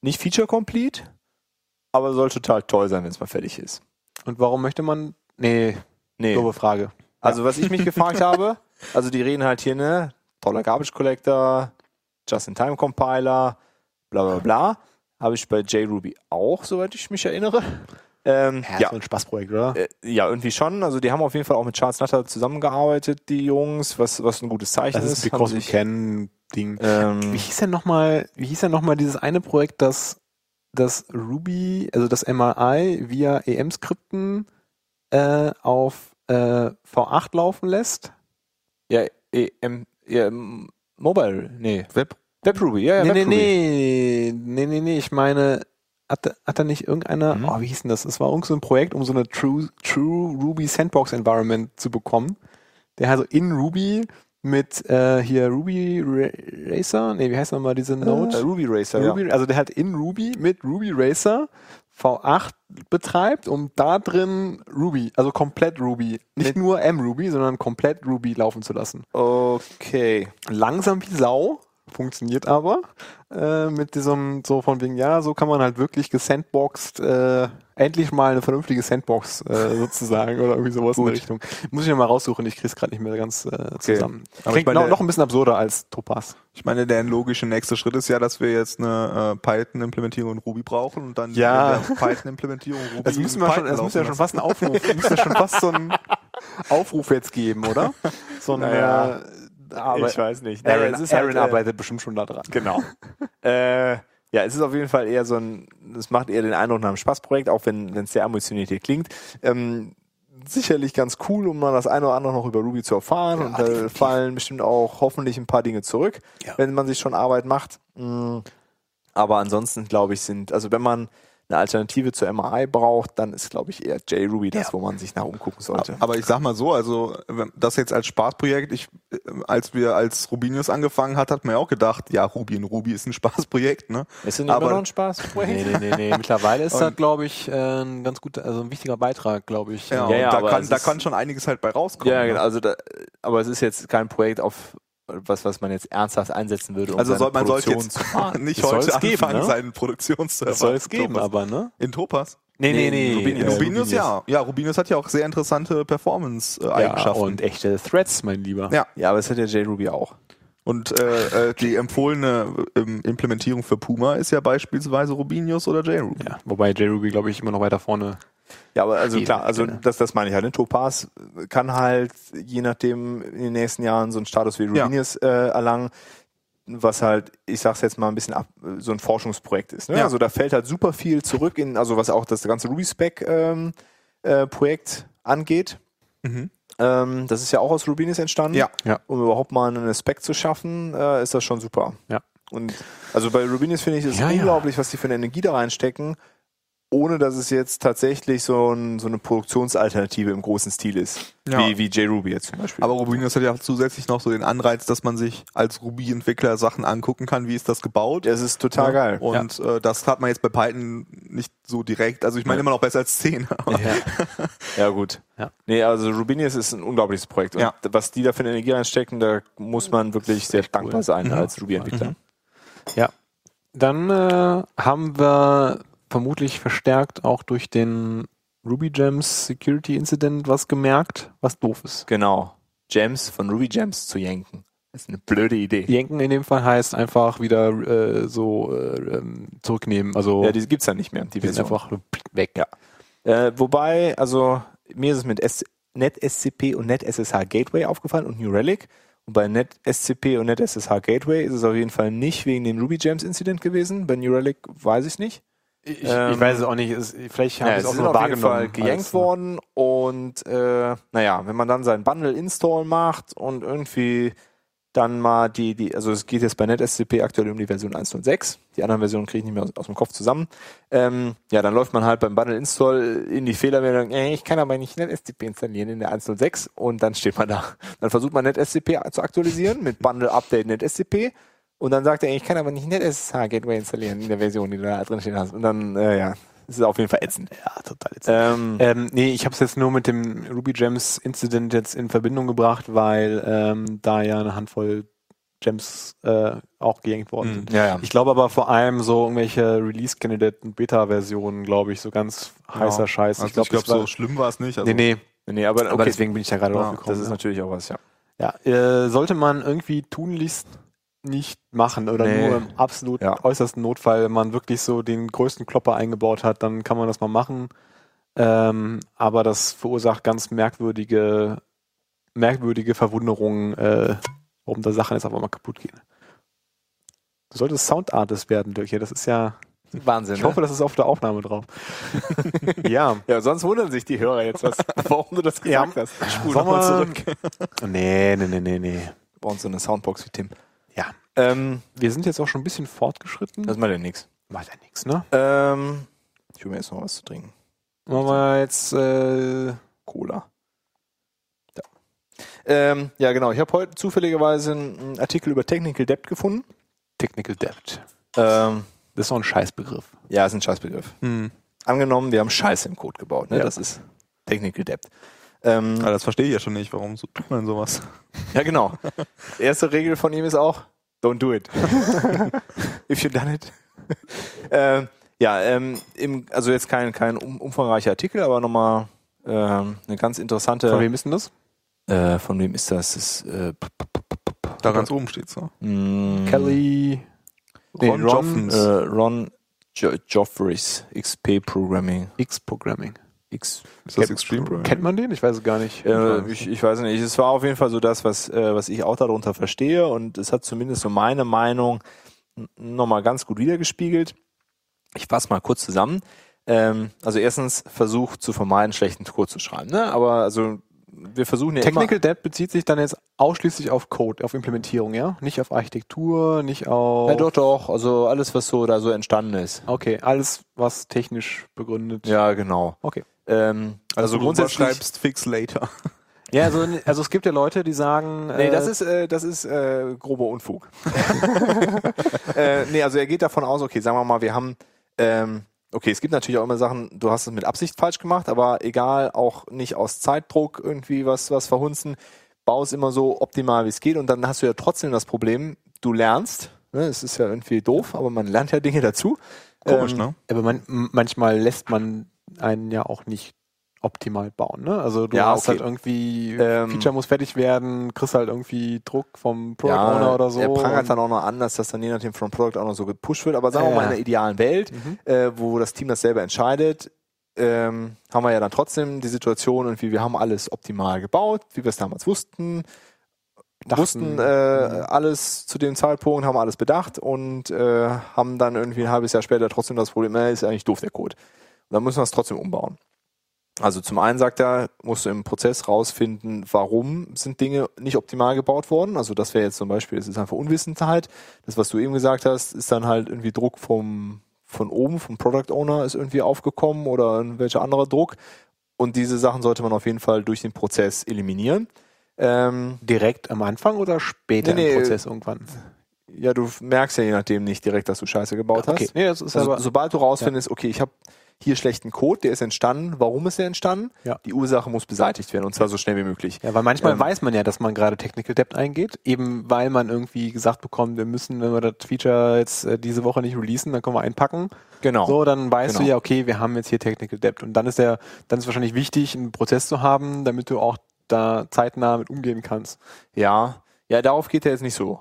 [SPEAKER 2] Nicht feature-complete, aber soll total toll sein, wenn es mal fertig ist.
[SPEAKER 1] Und warum möchte man. Nee,
[SPEAKER 2] Nee.
[SPEAKER 1] doofe Frage.
[SPEAKER 2] Also, was ich mich
[SPEAKER 1] *laughs*
[SPEAKER 2] gefragt habe, also die reden halt hier, ne, toller Garbage Collector, Just-in-Time-Compiler, bla bla bla. Habe ich bei JRuby auch, soweit ich mich erinnere. Ähm,
[SPEAKER 1] Ja,
[SPEAKER 2] ja,
[SPEAKER 1] so ein Spaßprojekt, oder?
[SPEAKER 2] äh, ja, irgendwie schon. Also die haben auf jeden Fall auch mit Charles Nutter zusammengearbeitet, die Jungs, was, was ein gutes Zeichen
[SPEAKER 1] das ist
[SPEAKER 2] ist.
[SPEAKER 1] because we
[SPEAKER 2] Haben sich-
[SPEAKER 1] can Ding. Wie
[SPEAKER 2] ähm,
[SPEAKER 1] hieß denn nochmal, wie hieß denn nochmal dieses eine Projekt, das, das Ruby, also das MRI via EM-Skripten äh, auf äh, V8 laufen lässt?
[SPEAKER 2] ja, EM, ja, M- Mobile, nee.
[SPEAKER 3] Web.
[SPEAKER 2] WebRuby, ja, ja,
[SPEAKER 1] nee, nee,
[SPEAKER 2] WebRuby.
[SPEAKER 1] nee, nee, nee, nee, ich meine, hat, hat da nicht irgendeiner,
[SPEAKER 3] Mhm.
[SPEAKER 1] oh, wie hieß denn das? Es war irgend so ein Projekt, um so eine True, True Ruby Sandbox Environment zu bekommen. Der also in Ruby mit äh, hier Ruby Ra Racer, nee, wie heißt nochmal diese Node?
[SPEAKER 2] Äh, Ruby Racer, ja.
[SPEAKER 1] Ruby, also der hat in Ruby mit Ruby Racer V8 betreibt und da drin Ruby, also komplett Ruby, nicht
[SPEAKER 2] Mit-
[SPEAKER 1] nur mRuby, sondern komplett Ruby laufen zu lassen.
[SPEAKER 2] Okay.
[SPEAKER 1] Langsam wie Sau, funktioniert aber äh, mit diesem so von wegen ja, so kann man halt wirklich gesandboxed äh, endlich mal eine vernünftige Sandbox äh, *laughs* sozusagen oder irgendwie sowas in der Richtung. Muss ich noch mal raussuchen, ich krieg's gerade nicht mehr ganz äh, zusammen.
[SPEAKER 3] Aber ich
[SPEAKER 1] Klingt
[SPEAKER 3] meine-
[SPEAKER 1] noch, noch ein bisschen absurder als Topaz.
[SPEAKER 3] Ich meine, der logische nächste Schritt ist ja, dass wir jetzt eine äh, Python-Implementierung in Ruby brauchen und dann
[SPEAKER 1] Ja.
[SPEAKER 3] wenn wir Python-Implementierung Ruby.
[SPEAKER 1] Das müssen wir
[SPEAKER 3] in
[SPEAKER 1] schon,
[SPEAKER 3] Python
[SPEAKER 1] das müssen wir schon
[SPEAKER 3] laufen
[SPEAKER 1] fast einen Aufruf, müssen wir schon fast so *laughs* einen Aufruf jetzt geben, *laughs* oder? So ein,
[SPEAKER 2] Naja,
[SPEAKER 1] äh, Arbeit-
[SPEAKER 2] ich weiß nicht.
[SPEAKER 1] Aaron,
[SPEAKER 2] es ist
[SPEAKER 1] Aaron
[SPEAKER 2] halt, äh,
[SPEAKER 1] arbeitet bestimmt schon da dran.
[SPEAKER 2] Genau. *laughs* äh, ja, es ist auf jeden Fall eher so ein, es macht eher den Eindruck nach einem Spaßprojekt, auch wenn es sehr ambitioniert hier klingt. Ähm, sicherlich ganz cool, um mal das eine oder andere noch über Ruby zu erfahren. und da fallen bestimmt auch hoffentlich ein paar Dinge zurück,
[SPEAKER 1] Ja.
[SPEAKER 2] wenn man sich schon Arbeit macht. Mm, Aber ansonsten, glaube ich, sind, also wenn man eine Alternative zur MRI braucht, dann ist, glaube ich, eher JRuby das, wo man sich nach umgucken sollte.
[SPEAKER 3] Aber ich sag mal so, also wenn- das jetzt als Spaßprojekt, ich, äh, als wir als Rubinius angefangen hat, hat man ja auch gedacht, ja, Ruby in Ruby ist ein Spaßprojekt, ne?
[SPEAKER 2] Ist denn
[SPEAKER 3] aber-
[SPEAKER 2] Spaßprojekt?
[SPEAKER 1] Nee, nee, nee, nee. *laughs* Mittlerweile ist das, glaube ich, äh, ein ganz guter, also ein wichtiger Beitrag, glaube ich.
[SPEAKER 3] Ja,
[SPEAKER 1] Äh,
[SPEAKER 3] und
[SPEAKER 2] ja,
[SPEAKER 3] da,
[SPEAKER 2] aber
[SPEAKER 3] kann,
[SPEAKER 2] es
[SPEAKER 3] da
[SPEAKER 2] ist-
[SPEAKER 3] kann schon einiges halt bei rauskommen.
[SPEAKER 2] Ja,
[SPEAKER 3] ne?
[SPEAKER 2] genau. Also da, aber es ist jetzt kein Projekt auf was, was man jetzt ernsthaft einsetzen würde. Um
[SPEAKER 3] Also
[SPEAKER 2] seine
[SPEAKER 3] soll, man sollte
[SPEAKER 2] Produktion
[SPEAKER 3] jetzt
[SPEAKER 2] *laughs* zu fahren.
[SPEAKER 3] *laughs* nicht
[SPEAKER 1] Das
[SPEAKER 3] heute
[SPEAKER 1] soll's geben,
[SPEAKER 3] anfangen,
[SPEAKER 1] ne?
[SPEAKER 3] seinen Produktionsserver.
[SPEAKER 1] Das soll es geben,
[SPEAKER 3] Topas.
[SPEAKER 1] aber, ne?
[SPEAKER 3] In Topas?
[SPEAKER 1] Nee, äh,
[SPEAKER 2] nee, nee,
[SPEAKER 1] Rubinius.
[SPEAKER 2] Ja,
[SPEAKER 3] Rubinius,
[SPEAKER 2] Rubinius.
[SPEAKER 3] ja. Ja, Rubinius hat ja auch sehr interessante äh,
[SPEAKER 1] Ja,
[SPEAKER 3] Performance-Eigenschaften.
[SPEAKER 1] und echte Threads, mein Lieber.
[SPEAKER 3] Ja.
[SPEAKER 2] Ja, aber es hat ja JRuby auch.
[SPEAKER 3] Und äh, äh, die empfohlene ähm, Implementierung für Puma ist ja beispielsweise Rubinius oder JRuby.
[SPEAKER 1] Ja, wobei JRuby, glaube ich, immer noch weiter vorne.
[SPEAKER 2] Ja, aber also
[SPEAKER 1] Jede
[SPEAKER 2] klar, also
[SPEAKER 1] Stelle.
[SPEAKER 2] das, das meine ich halt. Ne? Topaz kann halt je nachdem in den nächsten Jahren so einen Status wie
[SPEAKER 3] Ja.
[SPEAKER 2] Rubinius äh, erlangen, was halt, ich sag's jetzt mal ein bisschen ab, so ein Forschungsprojekt ist. Ne?
[SPEAKER 3] Ja.
[SPEAKER 2] Also da fällt halt super viel zurück in, also was auch das ganze Ruby-Spec ähm, äh, Projekt angeht.
[SPEAKER 3] Mhm.
[SPEAKER 2] Ähm, das ist ja auch aus Rubinius entstanden.
[SPEAKER 3] Ja.
[SPEAKER 1] Ja.
[SPEAKER 2] Um überhaupt mal einen Spec zu schaffen, äh, ist das schon super.
[SPEAKER 1] Ja.
[SPEAKER 2] Und also bei Rubinius finde ich es
[SPEAKER 1] Ja, ja.
[SPEAKER 2] unglaublich, was die für eine Energie da reinstecken, ohne dass es jetzt tatsächlich so, ein, so eine Produktionsalternative im großen Stil ist.
[SPEAKER 3] Ja.
[SPEAKER 2] Wie, wie JRuby jetzt zum Beispiel.
[SPEAKER 3] Aber Rubinius hat ja zusätzlich noch so den Anreiz, dass man sich als Ruby-Entwickler Sachen angucken kann, wie ist das gebaut.
[SPEAKER 2] das ist total geil.
[SPEAKER 3] Und äh, das hat man jetzt bei Python nicht so direkt. Also ich meine immer noch besser als 10. aber-
[SPEAKER 2] *laughs* Ja, gut.
[SPEAKER 1] Ja.
[SPEAKER 2] Nee, also Rubinius ist ein unglaubliches Projekt. Und
[SPEAKER 3] Ja.
[SPEAKER 2] was die da für eine Energie reinstecken, da muss man wirklich sehr dankbar sein als Ruby-Entwickler.
[SPEAKER 1] Ja. Dann äh, haben wir vermutlich verstärkt auch durch den Ruby Gems Security Incident was gemerkt, was doof ist.
[SPEAKER 2] Genau. Gems von Ruby Gems zu jenken. Das ist eine blöde Idee.
[SPEAKER 1] Jenken in dem Fall heißt einfach wieder äh, so äh, ähm, zurücknehmen. Also
[SPEAKER 2] Ja, die gibt's dann nicht mehr. Die
[SPEAKER 1] sind
[SPEAKER 2] Version.
[SPEAKER 1] einfach weg.
[SPEAKER 2] Ja. Äh, wobei, also mir ist es mit S NetSCP und NetSSH Gateway aufgefallen und New Relic. Und bei NetSCP und NetSSH Gateway ist es auf jeden Fall nicht wegen dem Ruby Gems Incident gewesen. Bei New Relic weiß ich nicht.
[SPEAKER 1] Ich,
[SPEAKER 2] Ähm,
[SPEAKER 1] weiß es auch nicht. Es- vielleicht haben
[SPEAKER 2] Ja,
[SPEAKER 1] wir
[SPEAKER 2] es
[SPEAKER 1] es auch
[SPEAKER 2] ist
[SPEAKER 1] nur
[SPEAKER 2] auf jeden
[SPEAKER 1] wahrgenommen.
[SPEAKER 2] Fall gejankt
[SPEAKER 1] als-
[SPEAKER 2] worden und äh, naja, wenn man dann seinen Bundle Install macht und irgendwie dann mal die, die also es geht jetzt bei NetSCP aktuell um die Version 1.06, die anderen Versionen kriege ich nicht mehr aus, aus dem Kopf zusammen. Ähm, ja, dann läuft man halt beim Bundle Install in die Fehlermeldung, ey, ich kann aber nicht NetSCP installieren in der 1.06 und dann steht man da. Dann versucht man NetSCP zu aktualisieren mit Bundle Update NetSCP Und dann sagt er, "Äh, ich kann aber nicht NetSSH-Gateway installieren in der Version, die du da drin stehen hast. Und dann, äh, ja, es ist auf jeden Fall ätzend.
[SPEAKER 3] Ja, total. Jetzt. Hm.
[SPEAKER 2] Ähm,
[SPEAKER 1] Ähm, nee, ich habe es jetzt nur mit dem Ruby Gems Incident jetzt in Verbindung gebracht, weil ähm, da ja eine Handvoll Gems äh, auch gejängt
[SPEAKER 3] Hm,
[SPEAKER 1] worden sind.
[SPEAKER 2] ja, ja.
[SPEAKER 1] Ich glaube aber vor allem so irgendwelche Release-Kandidaten, Beta-Versionen, glaube ich, so ganz
[SPEAKER 3] *laughs*
[SPEAKER 1] heißer Scheiß.
[SPEAKER 3] also ich glaube,
[SPEAKER 1] das war-
[SPEAKER 3] so schlimm war es nicht. Also,
[SPEAKER 1] Nee, nee,
[SPEAKER 2] Nee, aber, okay,
[SPEAKER 1] aber deswegen bin ich da gerade drauf
[SPEAKER 3] Ah,
[SPEAKER 1] gekommen. ne?
[SPEAKER 2] das ist natürlich auch was, ja.
[SPEAKER 1] Ja, äh, sollte man irgendwie tunlichst nicht machen oder
[SPEAKER 2] Nee.
[SPEAKER 1] nur im absolut
[SPEAKER 2] Ja.
[SPEAKER 1] äußersten Notfall, wenn man wirklich so den größten Klopper eingebaut hat, dann kann man das mal machen. Ähm, aber das verursacht ganz merkwürdige, merkwürdige Verwunderungen, äh, warum da Sachen jetzt aber mal kaputt gehen. Du solltest Soundartist werden, Dirk. Ja, das ist ja.
[SPEAKER 2] Wahnsinn.
[SPEAKER 1] Ich hoffe, das ist auf der Aufnahme drauf. ja.
[SPEAKER 2] *laughs* ja, sonst wundern sich die Hörer jetzt,
[SPEAKER 1] *laughs*
[SPEAKER 2] was, warum du das
[SPEAKER 1] Ja.
[SPEAKER 2] gesagt hast. Spul
[SPEAKER 1] Sollen
[SPEAKER 2] nochmal
[SPEAKER 1] wir-
[SPEAKER 2] zurück.
[SPEAKER 1] Nee, nee, nee, nee, nee.
[SPEAKER 2] Bei uns so eine Soundbox wie Tim.
[SPEAKER 1] Ja.
[SPEAKER 2] Ähm,
[SPEAKER 1] Wir sind jetzt auch schon ein bisschen fortgeschritten.
[SPEAKER 2] das macht ja nichts.
[SPEAKER 1] macht ja nichts, ne?
[SPEAKER 2] Ähm, ich hole mir jetzt noch was zu trinken.
[SPEAKER 1] Machen wir jetzt äh,
[SPEAKER 2] Cola. Ja, ähm, ja genau. Ich habe heute zufälligerweise einen einen Artikel über Technical Debt gefunden.
[SPEAKER 1] Technical Debt.
[SPEAKER 2] Ähm,
[SPEAKER 1] Das ist so ein Scheißbegriff.
[SPEAKER 2] ja, ist ein Scheißbegriff.
[SPEAKER 3] hm.
[SPEAKER 2] Angenommen, wir haben Scheiße im Code gebaut. Ne?
[SPEAKER 1] Ja. Also
[SPEAKER 2] Das ist Technical Debt. Ähm,
[SPEAKER 3] Aber das verstehe ich ja schon nicht. Warum so, tut man sowas?
[SPEAKER 1] *laughs*
[SPEAKER 2] ja, genau. Die erste Regel von ihm ist auch, don't do it. If you done it. *laughs* ähm, ja, ähm, im, also jetzt kein, kein um, umfangreicher Artikel, aber nochmal ähm, eine ganz interessante...
[SPEAKER 1] Von wem ist denn das?
[SPEAKER 2] Äh, von wem ist das? das ist, äh,
[SPEAKER 3] Da ganz oben steht so.
[SPEAKER 2] mh,
[SPEAKER 1] Kelly. Nee,
[SPEAKER 3] Ron
[SPEAKER 1] Ron,
[SPEAKER 3] Joffens.
[SPEAKER 2] Äh, Ron jo Joffreys, XP Programming.
[SPEAKER 1] X-Programming.
[SPEAKER 2] X
[SPEAKER 3] Ist das
[SPEAKER 1] kennt-
[SPEAKER 3] Extreme Also, Programming?
[SPEAKER 1] Kennt man den? Ich weiß es gar nicht.
[SPEAKER 2] äh, ich, ich weiß nicht, es war auf jeden Fall so das, was, äh, was ich auch darunter verstehe und es hat zumindest so meine Meinung nochmal ganz gut wiedergespiegelt. Ich fasse mal kurz zusammen. Ähm, also erstens, Versuch zu vermeiden, schlechten Code zu schreiben. Ne? Aber also wir versuchen ja immer...
[SPEAKER 1] Technical Debt bezieht sich dann jetzt ausschließlich auf Code, auf Implementierung, ja? Nicht auf Architektur, nicht auf.
[SPEAKER 2] Ja, doch, doch. Also alles, was so da so entstanden ist.
[SPEAKER 1] Okay, alles, was technisch begründet.
[SPEAKER 2] Ja, genau.
[SPEAKER 1] Okay.
[SPEAKER 2] Ähm, also
[SPEAKER 3] du
[SPEAKER 2] grundsätzlich...
[SPEAKER 3] schreibst fix later.
[SPEAKER 1] Ja, also, also es gibt ja Leute, die sagen.
[SPEAKER 2] Nee, das ist, äh, das ist äh, grober Unfug. äh, nee, also er geht davon aus, okay, sagen wir mal, wir haben, ähm, okay, es gibt natürlich auch immer Sachen, du hast es mit Absicht falsch gemacht, aber egal, auch nicht aus Zeitdruck irgendwie was, was verhunzen, bau es immer so optimal, wie es geht und dann hast du ja trotzdem das Problem, du lernst, ne, es ist ja irgendwie doof, aber man lernt ja Dinge dazu.
[SPEAKER 3] Komisch,
[SPEAKER 2] Ähm,
[SPEAKER 3] ne?
[SPEAKER 1] Aber man, m- manchmal lässt man einen ja auch nicht optimal bauen. Ne? Also du
[SPEAKER 2] Ja,
[SPEAKER 1] hast
[SPEAKER 2] okay.
[SPEAKER 1] halt irgendwie,
[SPEAKER 2] Ähm,
[SPEAKER 1] Feature muss fertig werden, kriegst halt irgendwie Druck vom Product
[SPEAKER 2] ja,
[SPEAKER 1] Owner oder so.
[SPEAKER 2] Er prangert
[SPEAKER 1] und-
[SPEAKER 2] dann auch noch an, dass das dann je nachdem vom Product auch noch so gepusht wird. Aber sagen wir
[SPEAKER 1] Ja,
[SPEAKER 2] mal in
[SPEAKER 1] ja.
[SPEAKER 2] der idealen Welt,
[SPEAKER 1] Mhm.
[SPEAKER 2] äh, wo das Team das selber entscheidet, ähm, haben wir ja dann trotzdem die Situation und wie wir haben alles optimal gebaut, wie wir es damals wussten,
[SPEAKER 1] Dachten. Mhm.
[SPEAKER 2] wussten äh, alles zu dem Zeitpunkt, haben alles bedacht und äh, haben dann irgendwie ein halbes Jahr später trotzdem das Problem, äh, ist eigentlich doof der Code. Und dann müssen wir es trotzdem umbauen. Also zum einen sagt er, musst du im Prozess rausfinden, warum sind Dinge nicht optimal gebaut worden. Also das wäre jetzt zum Beispiel, es ist einfach Unwissenheit. Das, was du eben gesagt hast, ist dann halt irgendwie Druck vom, von oben, vom Product Owner ist irgendwie aufgekommen oder irgendwelcher anderer Druck. Und diese Sachen sollte man auf jeden Fall durch den Prozess eliminieren. Ähm,
[SPEAKER 1] direkt am Anfang oder später
[SPEAKER 2] Nee, äh, nee.
[SPEAKER 1] im Prozess irgendwann?
[SPEAKER 2] ja, du merkst ja je nachdem nicht direkt, dass du Scheiße gebaut hast.
[SPEAKER 1] nee, das ist
[SPEAKER 2] Also,
[SPEAKER 1] aber
[SPEAKER 2] sobald du rausfindest, okay, ich habe hier schlechten Code, der ist entstanden, warum ist der entstanden?
[SPEAKER 1] Ja.
[SPEAKER 2] Die Ursache muss beseitigt werden und zwar so schnell wie möglich.
[SPEAKER 1] ja, weil manchmal
[SPEAKER 2] ähm,
[SPEAKER 1] weiß man ja, dass man gerade Technical Debt eingeht, eben weil man irgendwie gesagt bekommt, wir müssen, wenn wir das Feature jetzt äh, diese Woche nicht releasen, dann können wir einpacken.
[SPEAKER 2] Genau.
[SPEAKER 1] So, dann weißt
[SPEAKER 2] Genau.
[SPEAKER 1] du ja, okay, wir haben jetzt hier Technical Debt. Und dann ist der, dann ist wahrscheinlich wichtig, einen Prozess zu haben, damit du auch da zeitnah mit umgehen kannst.
[SPEAKER 2] Ja, ja, darauf geht er jetzt nicht so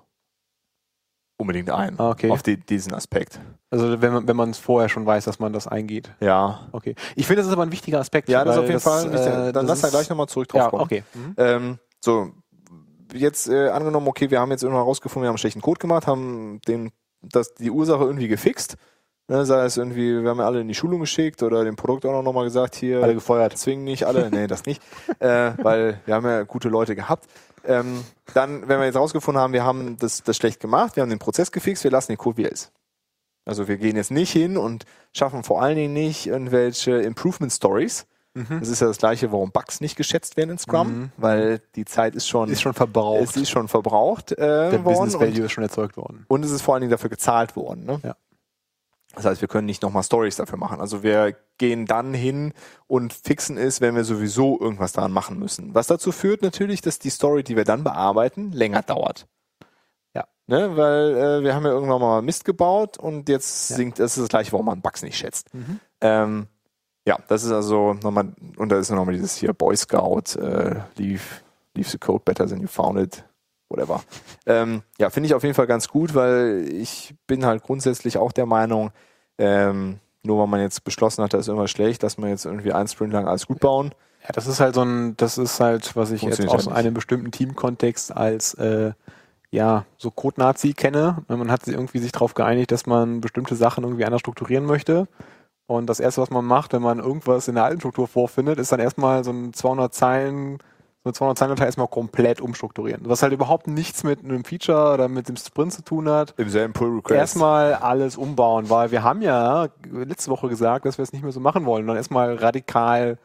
[SPEAKER 2] unbedingt ein.
[SPEAKER 1] Ah, okay.
[SPEAKER 2] Auf die, diesen Aspekt.
[SPEAKER 1] Also wenn man wenn man es vorher schon weiß, dass man das eingeht.
[SPEAKER 2] Ja.
[SPEAKER 1] Okay. Ich finde, das ist aber ein wichtiger Aspekt.
[SPEAKER 2] Ja, das ist
[SPEAKER 1] weil
[SPEAKER 2] auf jeden Fall.
[SPEAKER 1] äh,
[SPEAKER 2] dann
[SPEAKER 1] das
[SPEAKER 2] lass da
[SPEAKER 1] ist,
[SPEAKER 2] gleich nochmal zurück drauf
[SPEAKER 1] ja,
[SPEAKER 2] kommen.
[SPEAKER 1] okay. Mhm.
[SPEAKER 2] Ähm, so, jetzt äh, angenommen, okay, wir haben jetzt irgendwann rausgefunden, wir haben einen schlechten Code gemacht, haben den, das, die Ursache irgendwie gefixt. Ne, sei es irgendwie, wir haben ja alle in die Schulung geschickt oder dem Produkt auch nochmal gesagt, hier
[SPEAKER 1] Alle gefeuert.
[SPEAKER 2] zwingen nicht alle, nee, das
[SPEAKER 1] *laughs*
[SPEAKER 2] nicht, äh, weil wir haben ja gute Leute gehabt. Ähm, dann, wenn wir jetzt rausgefunden haben, wir haben das, das schlecht gemacht, wir haben den Prozess gefixt, wir lassen den Code, wie er ist. Also wir gehen jetzt nicht hin und schaffen vor allen Dingen nicht irgendwelche Improvement Stories,
[SPEAKER 1] Mhm.
[SPEAKER 2] Das ist ja das Gleiche, warum Bugs nicht geschätzt werden in Scrum, weil die Zeit ist schon,
[SPEAKER 1] Ist schon verbraucht.
[SPEAKER 2] es ist schon verbraucht äh,
[SPEAKER 1] der
[SPEAKER 2] worden
[SPEAKER 1] Business
[SPEAKER 2] und,
[SPEAKER 1] Value ist schon erzeugt worden.
[SPEAKER 2] und es ist vor allen Dingen dafür gezahlt worden. Ne?
[SPEAKER 1] Ja.
[SPEAKER 2] Das heißt, wir können nicht nochmal Stories dafür machen. Also wir gehen dann hin und fixen es, wenn wir sowieso irgendwas daran machen müssen. Was dazu führt natürlich, dass die Story, die wir dann bearbeiten, länger dauert.
[SPEAKER 1] Ja.
[SPEAKER 2] Ne? Weil äh, wir haben ja irgendwann mal Mist gebaut und jetzt
[SPEAKER 1] Ja. Mhm.
[SPEAKER 2] sinkt, das ist das gleiche, warum man Bugs nicht schätzt. Ähm, ja, das ist also nochmal, und da ist nochmal dieses hier Boy Scout, äh, leave, leave the code better than you found it, whatever. Ähm, ja, finde ich auf jeden Fall ganz gut, weil ich bin halt grundsätzlich auch der Meinung, ähm, nur weil man jetzt beschlossen hat, da ist irgendwas schlecht, dass man jetzt irgendwie einen Sprint lang alles gut bauen.
[SPEAKER 1] Ja, das ist halt so ein, das ist halt, was ich jetzt
[SPEAKER 2] Funktioniert
[SPEAKER 1] aus
[SPEAKER 2] halt nicht.
[SPEAKER 1] einem bestimmten Teamkontext als äh, ja, so Code-Nazi kenne. Ne, Man hat sich irgendwie sich darauf geeinigt, dass man bestimmte Sachen irgendwie anders strukturieren möchte. Und das erste, was man macht, wenn man irgendwas in der alten Struktur vorfindet, ist dann erstmal so ein 200 Zeilen, so ein 200 Zeilen Datei erstmal komplett umstrukturieren. Was halt überhaupt nichts mit einem Feature oder mit dem Sprint zu tun hat.
[SPEAKER 2] Im selben Pull Request.
[SPEAKER 1] Erstmal alles umbauen, weil wir haben ja letzte Woche gesagt, dass wir es nicht mehr so machen wollen. Dann erstmal radikal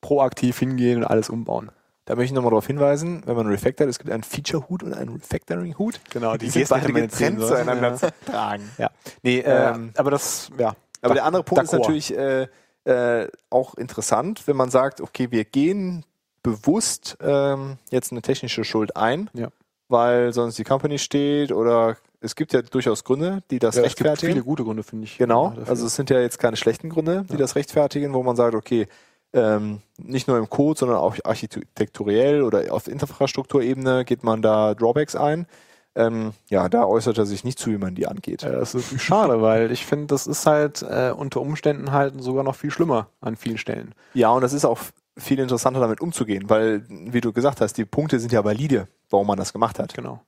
[SPEAKER 1] proaktiv hingehen und alles umbauen.
[SPEAKER 2] Da möchte ich nochmal darauf hinweisen, wenn man refactort, es gibt einen Feature-Hut und einen Refactoring-Hut.
[SPEAKER 1] Genau,
[SPEAKER 2] Die sind beide getrennt zueinander *laughs*
[SPEAKER 1] Ja.
[SPEAKER 2] zu tragen.
[SPEAKER 1] ja. Nee, äh,
[SPEAKER 2] Ähm,
[SPEAKER 1] aber das, ja.
[SPEAKER 2] Aber
[SPEAKER 1] Da-
[SPEAKER 2] der andere Punkt ist
[SPEAKER 1] d'accord.
[SPEAKER 2] natürlich äh, äh, auch interessant, wenn man sagt, okay, wir gehen bewusst ähm, jetzt eine technische Schuld ein,
[SPEAKER 1] Ja.
[SPEAKER 2] weil sonst die Company steht oder es gibt ja durchaus Gründe, die das
[SPEAKER 1] Ja, es gibt
[SPEAKER 2] rechtfertigen.
[SPEAKER 1] viele gute Gründe, finde ich.
[SPEAKER 2] Genau,
[SPEAKER 1] dafür.
[SPEAKER 2] also es sind ja jetzt keine schlechten Gründe, die das rechtfertigen, wo man sagt, okay, ähm, nicht nur im Code, sondern auch architekturell oder auf Infrastrukturebene geht man da Drawbacks ein. Ähm, ja, da äußert er sich nicht zu, wie man die angeht.
[SPEAKER 1] Äh, das ist natürlich schade, weil ich finde, das ist halt äh, unter Umständen halt sogar noch viel schlimmer an vielen Stellen.
[SPEAKER 2] Ja, und das ist auch viel interessanter, damit umzugehen, weil, wie du gesagt hast, die Punkte sind ja valide, warum man das gemacht hat.
[SPEAKER 1] Genau.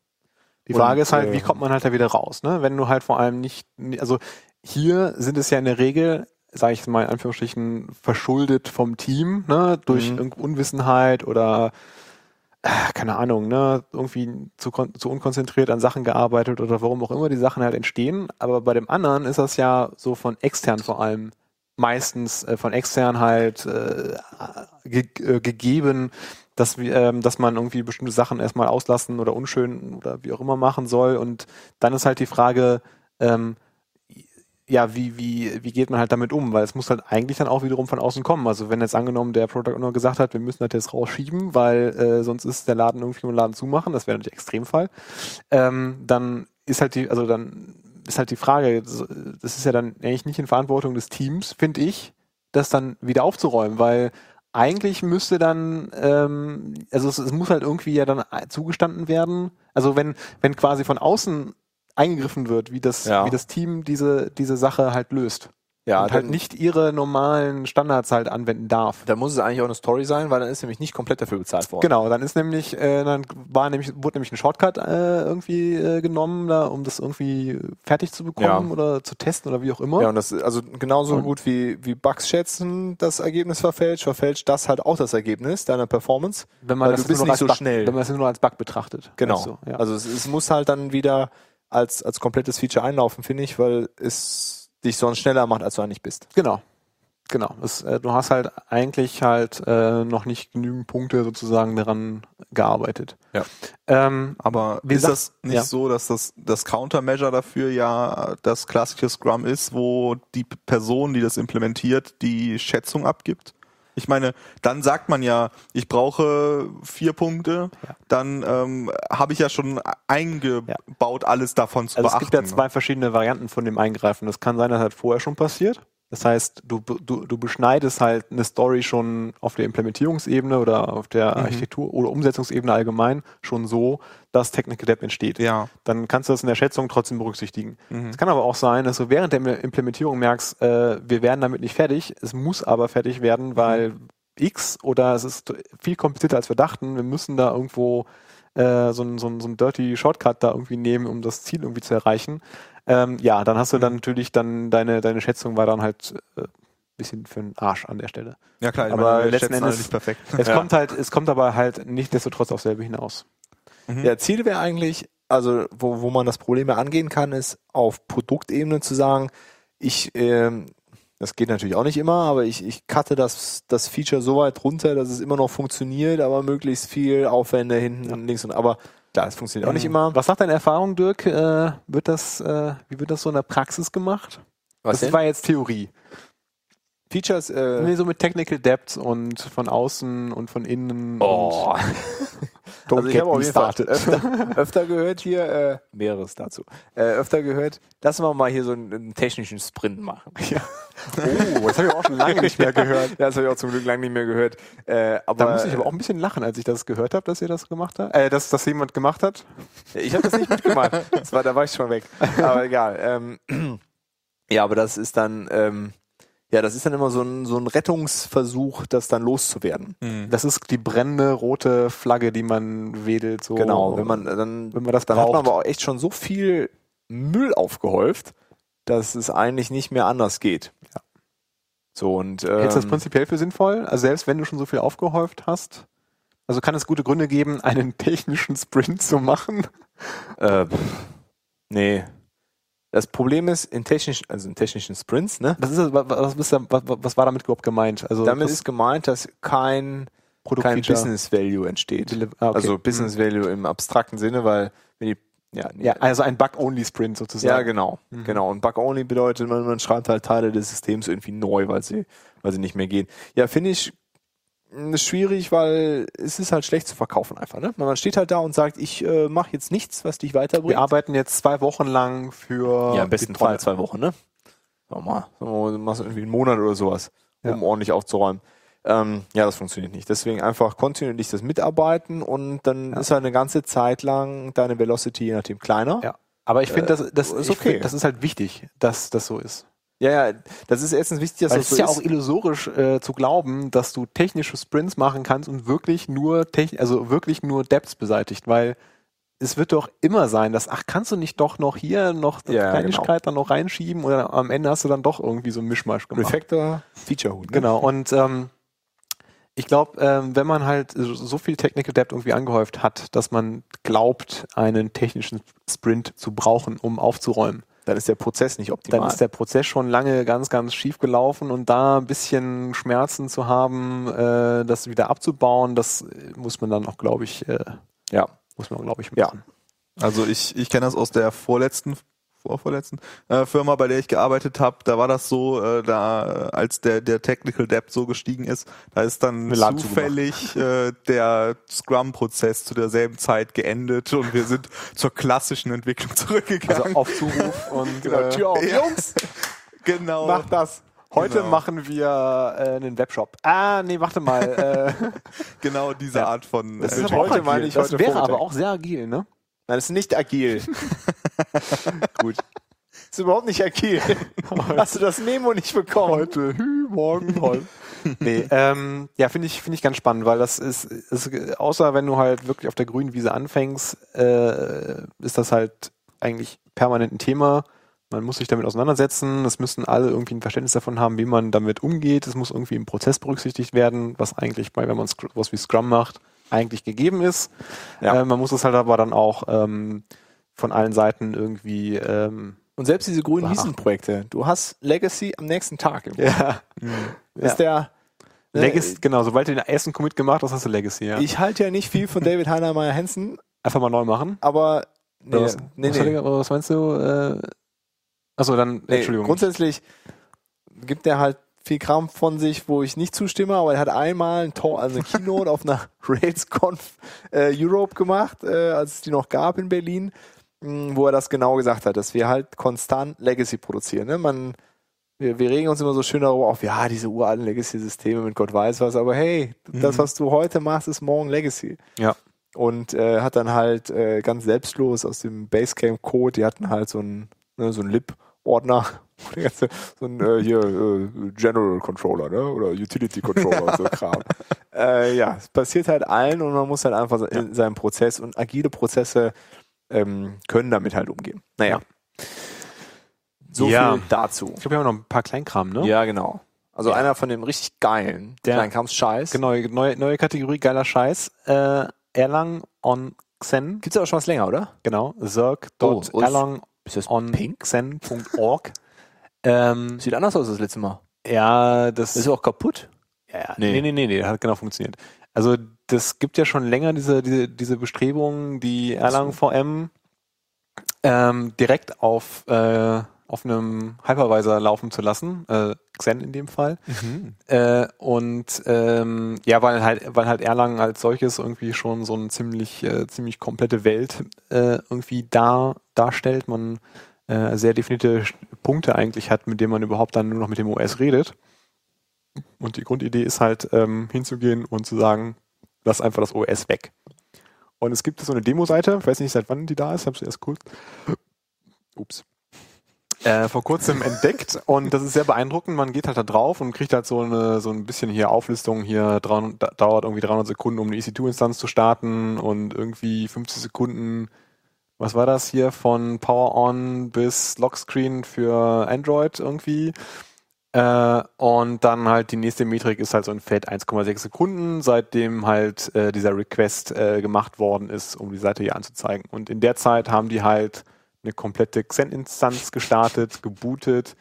[SPEAKER 1] Die
[SPEAKER 2] Und,
[SPEAKER 1] Frage ist halt, wie
[SPEAKER 2] ähm,
[SPEAKER 1] kommt man halt da wieder raus, ne? Wenn du halt vor allem nicht, also hier sind es ja in der Regel, sage ich mal in Anführungsstrichen, verschuldet vom Team, ne? Durch
[SPEAKER 2] Mhm.
[SPEAKER 1] irgend- Unwissenheit oder äh, keine Ahnung, ne? Irgendwie zu, kon- zu unkonzentriert an Sachen gearbeitet oder warum auch immer die Sachen halt entstehen. Aber bei dem anderen ist das ja so von extern vor allem meistens äh, von extern halt äh, ge äh, gegeben, dass, wir, ähm, dass man irgendwie bestimmte Sachen erstmal auslassen oder unschön oder wie auch immer machen soll. Und dann ist halt die Frage, ähm, ja, wie, wie, wie geht man halt damit um? Weil es muss halt eigentlich dann auch wiederum von außen kommen. Also wenn jetzt angenommen der Product Owner gesagt hat, wir müssen das jetzt rausschieben, weil äh, sonst ist der Laden irgendwie im Laden zumachen, das wäre natürlich Extremfall, ähm, dann ist halt die, also dann ist halt die Frage, so, das ist ja dann eigentlich nicht in Verantwortung des Teams, finde ich, das dann wieder aufzuräumen, weil eigentlich müsste dann, ähm, also es, es muss halt irgendwie ja dann zugestanden werden. Also wenn, wenn quasi von außen eingegriffen wird, wie das,
[SPEAKER 2] Ja.
[SPEAKER 1] wie das Team diese, diese Sache halt löst.
[SPEAKER 2] Ja,
[SPEAKER 1] und halt nicht ihre normalen Standards halt anwenden darf.
[SPEAKER 2] Dann muss es eigentlich auch eine Story sein, weil dann ist nämlich nicht komplett dafür bezahlt worden.
[SPEAKER 1] Genau, dann ist nämlich, äh, dann war nämlich, wurde nämlich ein Shortcut äh, irgendwie äh, genommen, da, um das irgendwie fertig zu bekommen
[SPEAKER 2] Ja.
[SPEAKER 1] oder zu testen oder wie auch immer.
[SPEAKER 2] Ja, und das ist also genauso
[SPEAKER 1] Und-
[SPEAKER 2] gut wie, wie Bugs schätzen, das Ergebnis verfälscht, verfälscht das halt auch das Ergebnis deiner Performance.
[SPEAKER 1] wenn man
[SPEAKER 2] weil
[SPEAKER 1] das
[SPEAKER 2] du bist
[SPEAKER 1] nur
[SPEAKER 2] nicht
[SPEAKER 1] als
[SPEAKER 2] so
[SPEAKER 1] Bug,
[SPEAKER 2] schnell.
[SPEAKER 1] Wenn man das nur als Bug betrachtet.
[SPEAKER 2] Genau.
[SPEAKER 1] Also, ja.
[SPEAKER 2] Also es, es muss halt dann wieder als, als komplettes Feature einlaufen, finde ich, weil es dich sonst schneller macht, als du eigentlich bist.
[SPEAKER 1] Genau. Genau. Es, äh, du hast halt eigentlich halt äh, noch nicht genügend Punkte sozusagen daran gearbeitet.
[SPEAKER 2] Ja.
[SPEAKER 1] Ähm,
[SPEAKER 3] Aber
[SPEAKER 1] Wie
[SPEAKER 3] ist
[SPEAKER 1] gesagt,
[SPEAKER 3] das nicht
[SPEAKER 1] ja.
[SPEAKER 3] so, dass das, das Countermeasure dafür ja das klassische Scrum ist, wo die P- Person, die das implementiert, die Schätzung abgibt? Ich meine, dann sagt man ja, ich brauche vier Punkte, dann ähm, habe ich ja schon eingebaut, alles davon zu
[SPEAKER 1] also es
[SPEAKER 3] beachten. ne?
[SPEAKER 1] gibt ja zwei verschiedene Varianten von dem Eingreifen. Das kann sein, dass halt vorher schon passiert. Das heißt, du, be- du, du beschneidest halt eine Story schon auf der Implementierungsebene oder auf der
[SPEAKER 3] Mhm.
[SPEAKER 1] Architektur- oder Umsetzungsebene allgemein schon so, dass Technical Debt entsteht.
[SPEAKER 3] Ja.
[SPEAKER 1] dann kannst du das in der Schätzung trotzdem berücksichtigen. Es kann aber auch sein, dass du während der Im- Implementierung merkst, äh, wir werden damit nicht fertig, es muss aber fertig werden, weil X oder es ist viel komplizierter als wir dachten, wir müssen da irgendwo äh, so einen so ein- so ein dirty Shortcut da irgendwie nehmen, um das Ziel irgendwie zu erreichen. Ähm, ja, dann hast du dann natürlich dann deine, deine Schätzung war dann halt äh, bisschen für den Arsch an der Stelle.
[SPEAKER 3] Ja klar, ich
[SPEAKER 1] aber
[SPEAKER 3] wir
[SPEAKER 1] letzten
[SPEAKER 3] schätzen
[SPEAKER 1] Endes-
[SPEAKER 3] alle nicht perfekt.
[SPEAKER 1] Es kommt halt, es kommt aber halt nicht desto trotz auf selbe hinaus.
[SPEAKER 2] Ja, Ziel wäre eigentlich, also wo, wo man das Problem ja angehen kann, ist auf Produktebene zu sagen, ich ähm, Das geht natürlich auch nicht immer, aber ich, ich cutte das, das Feature so weit runter, dass es immer noch funktioniert, aber möglichst viel Aufwände hinten und links und aber klar, es funktioniert auch nicht immer.
[SPEAKER 1] Was sagt deine Erfahrung, Dirk? Äh, wird das, äh, wie wird das so in der Praxis gemacht? das war jetzt Theorie.
[SPEAKER 2] Features, äh,
[SPEAKER 1] Nee, so mit Technical Debt und von außen und von innen.
[SPEAKER 2] Oh.
[SPEAKER 1] Und
[SPEAKER 2] also ich habe auf jeden Fall
[SPEAKER 1] *laughs*
[SPEAKER 2] öfter, öfter gehört hier, äh, mehreres dazu, äh, öfter gehört, lassen wir mal hier so einen, einen technischen
[SPEAKER 1] *laughs*
[SPEAKER 2] Sprint machen.
[SPEAKER 1] Oh, das habe ich auch schon lange nicht mehr
[SPEAKER 2] *laughs*
[SPEAKER 1] gehört.
[SPEAKER 2] das habe ich auch zum Glück lange nicht mehr gehört. Äh, aber,
[SPEAKER 1] Da musste ich aber auch ein bisschen lachen, als ich das gehört habe, dass ihr das gemacht habt. Äh, dass das jemand gemacht hat.
[SPEAKER 2] Ich habe das nicht mitgemacht. Das war, da war ich schon weg. Aber egal. Ähm, *clears throat* ja, aber das ist dann, ähm, ja, das ist dann immer so ein, so ein Rettungsversuch, das dann loszuwerden.
[SPEAKER 1] Das ist die brennende rote Flagge, die man wedelt. So.
[SPEAKER 2] Genau. Wenn man dann,
[SPEAKER 1] Oh. wenn man das
[SPEAKER 2] dann hat
[SPEAKER 1] braucht.
[SPEAKER 2] man aber auch echt schon so viel Müll aufgehäuft, dass es eigentlich nicht mehr anders geht. Ja. So und ähm,
[SPEAKER 1] Hältst du das prinzipiell für sinnvoll? Also selbst wenn du schon so viel aufgehäuft hast, also kann es gute Gründe geben, einen technischen Sprint zu machen.
[SPEAKER 2] äh, pff, nee. Das Problem ist, in technischen, also in technischen Sprints, ne?
[SPEAKER 1] Das ist, wa- wa- was, ist da, wa- wa- was war damit überhaupt gemeint? Also
[SPEAKER 2] Damit
[SPEAKER 1] das
[SPEAKER 2] ist gemeint, dass kein kein
[SPEAKER 1] Produktfeature-
[SPEAKER 2] Business Value entsteht.
[SPEAKER 1] Deli- ah, okay.
[SPEAKER 2] Also Business Value im abstrakten Sinne, weil wenn die ja, nee.
[SPEAKER 1] ja, also ein Bug-Only-Sprint
[SPEAKER 2] ja
[SPEAKER 1] sozusagen.
[SPEAKER 2] genau,
[SPEAKER 1] Mhm.
[SPEAKER 2] genau. Und Bug Only bedeutet, man, man schreibt halt Teile des Systems irgendwie neu, weil sie, weil sie nicht mehr gehen. Ja, finde ich mh, schwierig, weil es ist halt schlecht zu verkaufen einfach. Ne? Man steht halt da und sagt, ich äh, mache jetzt nichts, was dich weiterbringt.
[SPEAKER 1] Wir arbeiten jetzt zwei Wochen lang für
[SPEAKER 2] Ja, im besten
[SPEAKER 1] die
[SPEAKER 2] Fall
[SPEAKER 1] Tonne.
[SPEAKER 2] zwei Wochen, ne? Sag mal, sag mal, du machst irgendwie einen Monat oder sowas,
[SPEAKER 1] Ja.
[SPEAKER 2] um ordentlich aufzuräumen. Ähm, ja, das funktioniert nicht. Deswegen einfach kontinuierlich das Mitarbeiten und dann ist halt eine ganze Zeit lang deine Velocity je nachdem kleiner.
[SPEAKER 1] Ja. Aber ich finde, das, das,
[SPEAKER 2] Äh, ist
[SPEAKER 1] ich
[SPEAKER 2] okay.
[SPEAKER 1] Find, das ist halt wichtig, dass das so ist.
[SPEAKER 2] ja, ja, das ist erstens wichtig, dass
[SPEAKER 1] Weil
[SPEAKER 2] das
[SPEAKER 1] es ist ja auch illusorisch äh, zu glauben, dass du technische Sprints machen kannst und wirklich nur techn also wirklich nur Depths beseitigt, weil es wird doch immer sein, dass ach kannst du nicht doch noch hier noch eine
[SPEAKER 2] Ja, genau.
[SPEAKER 1] Kleinigkeit dann noch reinschieben oder am Ende hast du dann doch irgendwie so einen Mischmasch gemacht.
[SPEAKER 2] Refactor Feature Hut.
[SPEAKER 1] Genau und ähm, ich glaube, ähm, wenn man halt so- so viel Technical Debt irgendwie angehäuft hat, dass man glaubt, einen technischen Sprint zu brauchen, um aufzuräumen,
[SPEAKER 2] Dann ist der Prozess nicht optimal.
[SPEAKER 1] dann ist der Prozess schon lange ganz, ganz schief gelaufen und da ein bisschen Schmerzen zu haben, äh, das wieder abzubauen, das äh, muss man dann auch, glaube ich, äh,
[SPEAKER 2] ja.
[SPEAKER 1] muss man, glaube ich,
[SPEAKER 2] Ja.
[SPEAKER 1] machen.
[SPEAKER 3] Also ich, ich kenne das aus der vorletzten, vorvorletzten äh, Firma, bei der ich gearbeitet habe. Da war das so, äh, da äh, als der, der Technical Debt so gestiegen ist, da ist dann
[SPEAKER 1] Eine Laden
[SPEAKER 3] zufällig äh, der Scrum-Prozess zu derselben Zeit geendet und wir sind zur klassischen Entwicklung zurückgegangen.
[SPEAKER 1] Also auf *laughs* Zuruf und
[SPEAKER 3] Genau,
[SPEAKER 1] äh,
[SPEAKER 3] Tür auf.
[SPEAKER 1] ja. *laughs*
[SPEAKER 3] Jungs! *laughs* genau.
[SPEAKER 1] macht das. Heute
[SPEAKER 3] Genau.
[SPEAKER 1] machen wir äh, einen Webshop. Ah, nee, warte mal. Äh,
[SPEAKER 3] Genau diese Art
[SPEAKER 1] *laughs*
[SPEAKER 3] von
[SPEAKER 2] Das ist
[SPEAKER 3] äh,
[SPEAKER 2] aber Heute
[SPEAKER 1] agil.
[SPEAKER 2] meine ich
[SPEAKER 1] das
[SPEAKER 2] heute
[SPEAKER 1] wäre
[SPEAKER 2] Vormittag.
[SPEAKER 1] aber auch sehr agil, ne?
[SPEAKER 2] Nein, das ist
[SPEAKER 1] *laughs*
[SPEAKER 2] nicht agil. Gut. Das ist überhaupt nicht agil. Hast du das Memo nicht bekommen?
[SPEAKER 1] Heute, hü, morgen, heute.
[SPEAKER 2] *laughs*
[SPEAKER 1] nee, ähm, ja, finde ich, finde ich ganz spannend, weil das ist, ist, außer wenn du halt wirklich auf der grünen Wiese anfängst, äh, ist das halt eigentlich permanent ein Thema. Man muss sich damit auseinandersetzen. Es müssen alle irgendwie ein Verständnis davon haben, wie man damit umgeht. Es muss irgendwie im Prozess berücksichtigt werden, was eigentlich bei, wenn man Scr- was wie Scrum macht, eigentlich gegeben ist.
[SPEAKER 2] Ja.
[SPEAKER 1] Äh, man muss es halt aber dann auch ähm, von allen Seiten irgendwie ähm,
[SPEAKER 2] Und selbst diese grünen
[SPEAKER 1] Beachten.
[SPEAKER 2] Wiesenprojekte, du hast Legacy am nächsten Tag. Im
[SPEAKER 1] *laughs* ja.
[SPEAKER 2] Ist der ne,
[SPEAKER 1] Legacy, genau, sobald du den ersten Commit gemacht hast, hast du Legacy, ja.
[SPEAKER 2] äh, Ich halte ja nicht
[SPEAKER 1] *laughs*
[SPEAKER 2] viel von David Heinemeier Hansen,
[SPEAKER 1] Einfach mal neu machen.
[SPEAKER 2] aber nee,
[SPEAKER 1] was,
[SPEAKER 2] nee,
[SPEAKER 1] was, hat
[SPEAKER 2] nee,
[SPEAKER 1] er- was meinst du? Äh, achso, dann,
[SPEAKER 2] nee.
[SPEAKER 1] Entschuldigung.
[SPEAKER 2] Grundsätzlich gibt er halt viel Kram von sich, wo ich nicht zustimme, aber er hat einmal ein Tor, also eine Keynote auf einer *laughs* RailsConf äh, Europe gemacht, äh, als es die noch gab in Berlin, mh, wo er das genau gesagt hat, dass wir halt konstant Legacy produzieren. Ne? Man, wir, wir regen uns immer so schön darüber auf, ja, diese uralten Legacy-Systeme mit Gott weiß was, aber hey, das, was du heute machst, ist morgen Legacy.
[SPEAKER 1] ja.
[SPEAKER 2] und äh, hat dann halt äh, ganz selbstlos aus dem Basecamp-Code, die hatten halt so einen, ne, so einen Lib-Ordner, *laughs* wo der ganze- so ein äh, hier, äh, General Controller, ne? Oder Utility Controller *laughs* und so Kram. Äh, ja, es passiert halt allen und man muss halt einfach in seinem Prozess und agile Prozesse ähm, können damit halt umgehen. Naja. So
[SPEAKER 1] Ja.
[SPEAKER 2] viel dazu.
[SPEAKER 1] Ich glaube, wir haben noch ein paar Kleinkram, ne?
[SPEAKER 2] Ja, genau. Also einer von dem richtig geilen
[SPEAKER 1] Der-
[SPEAKER 2] Kleinkrams-Scheiß.
[SPEAKER 1] Genau, neue, neue Kategorie, geiler Scheiß. Äh, Erlang on Xen,
[SPEAKER 2] Gibt's ja auch schon was länger, oder?
[SPEAKER 1] genau.
[SPEAKER 2] Oh,
[SPEAKER 1] Zirk.erlang
[SPEAKER 2] Ist das
[SPEAKER 1] on
[SPEAKER 2] pink?
[SPEAKER 1] *laughs* Xen.org. Ähm,
[SPEAKER 2] Sieht anders aus als das letzte Mal.
[SPEAKER 1] Ja, das.
[SPEAKER 4] Ist er auch kaputt?
[SPEAKER 1] ja, ja.
[SPEAKER 3] Nee.
[SPEAKER 1] Nee. nee, nee, nee, hat genau funktioniert. Also das gibt ja schon länger diese, diese, diese Bestrebungen, die Erlangen VM ähm, direkt auf, äh, auf einem Hypervisor laufen zu lassen, äh, Xen in dem Fall. Äh, und ähm, ja, weil halt, weil halt Erlangen als solches irgendwie schon so eine ziemlich, äh, ziemlich komplette Welt äh, irgendwie da, darstellt. Man äh, sehr definierte Sch- Punkte eigentlich hat, mit denen man überhaupt dann nur noch mit dem OS redet. Und die Grundidee ist halt, ähm, hinzugehen und zu sagen, lass einfach das OS weg. Und es gibt so eine Demo-Seite, ich weiß nicht, seit wann die da ist, hab's erst kurz. Ups. Äh, vor kurzem *laughs* entdeckt und das ist sehr beeindruckend. Man geht halt da drauf und kriegt halt so, eine, so ein bisschen hier Auflistung. Hier 300, da- dauert irgendwie 300 Sekunden, um eine EC2-Instanz zu starten und irgendwie 50 Sekunden, was war das hier, von Power On bis Lockscreen für Android irgendwie. Äh, und dann halt die nächste Metrik ist halt so ein Feld 1,6 Sekunden, seitdem halt äh, dieser Request äh, gemacht worden ist, um die Seite hier anzuzeigen. Und in der Zeit haben die halt eine komplette Xen-Instanz gestartet, gebootet,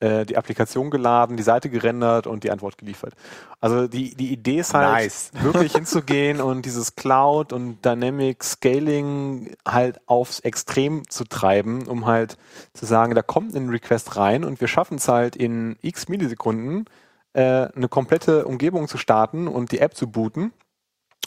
[SPEAKER 1] äh, die Applikation geladen, die Seite gerendert und die Antwort geliefert. Also die, die Idee ist halt
[SPEAKER 2] Nice.
[SPEAKER 1] wirklich hinzugehen und dieses Cloud und Dynamic Scaling halt aufs Extrem zu treiben, um halt zu sagen, da kommt ein Request rein und wir schaffen es halt in x Millisekunden äh, eine komplette Umgebung zu starten und die App zu booten,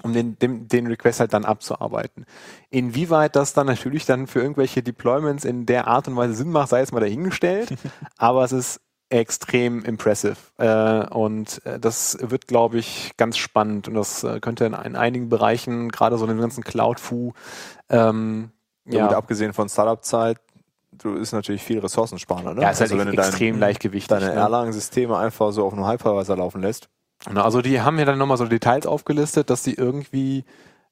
[SPEAKER 1] um den, dem, den Request halt dann abzuarbeiten. Inwieweit das dann natürlich dann für irgendwelche Deployments in der Art und Weise Sinn macht, sei jetzt mal dahingestellt,
[SPEAKER 2] *laughs*
[SPEAKER 1] aber es ist extrem impressive äh, und äh, das wird, glaube ich, ganz spannend und das äh, könnte in, in einigen Bereichen, gerade so in dem ganzen Cloud-Fu, ähm,
[SPEAKER 2] Ja. gut, abgesehen von Startup-Zeit, du ist natürlich viel ressourcensparender, ne?
[SPEAKER 1] Ja, ist halt
[SPEAKER 2] also, wenn du dein,
[SPEAKER 1] extrem leichtgewichtig.
[SPEAKER 2] deine
[SPEAKER 1] ne?
[SPEAKER 2] Erlangen-Systeme einfach so auf einem Hypervisor laufen lässt.
[SPEAKER 1] Na, also die haben ja dann nochmal so Details aufgelistet, dass die irgendwie,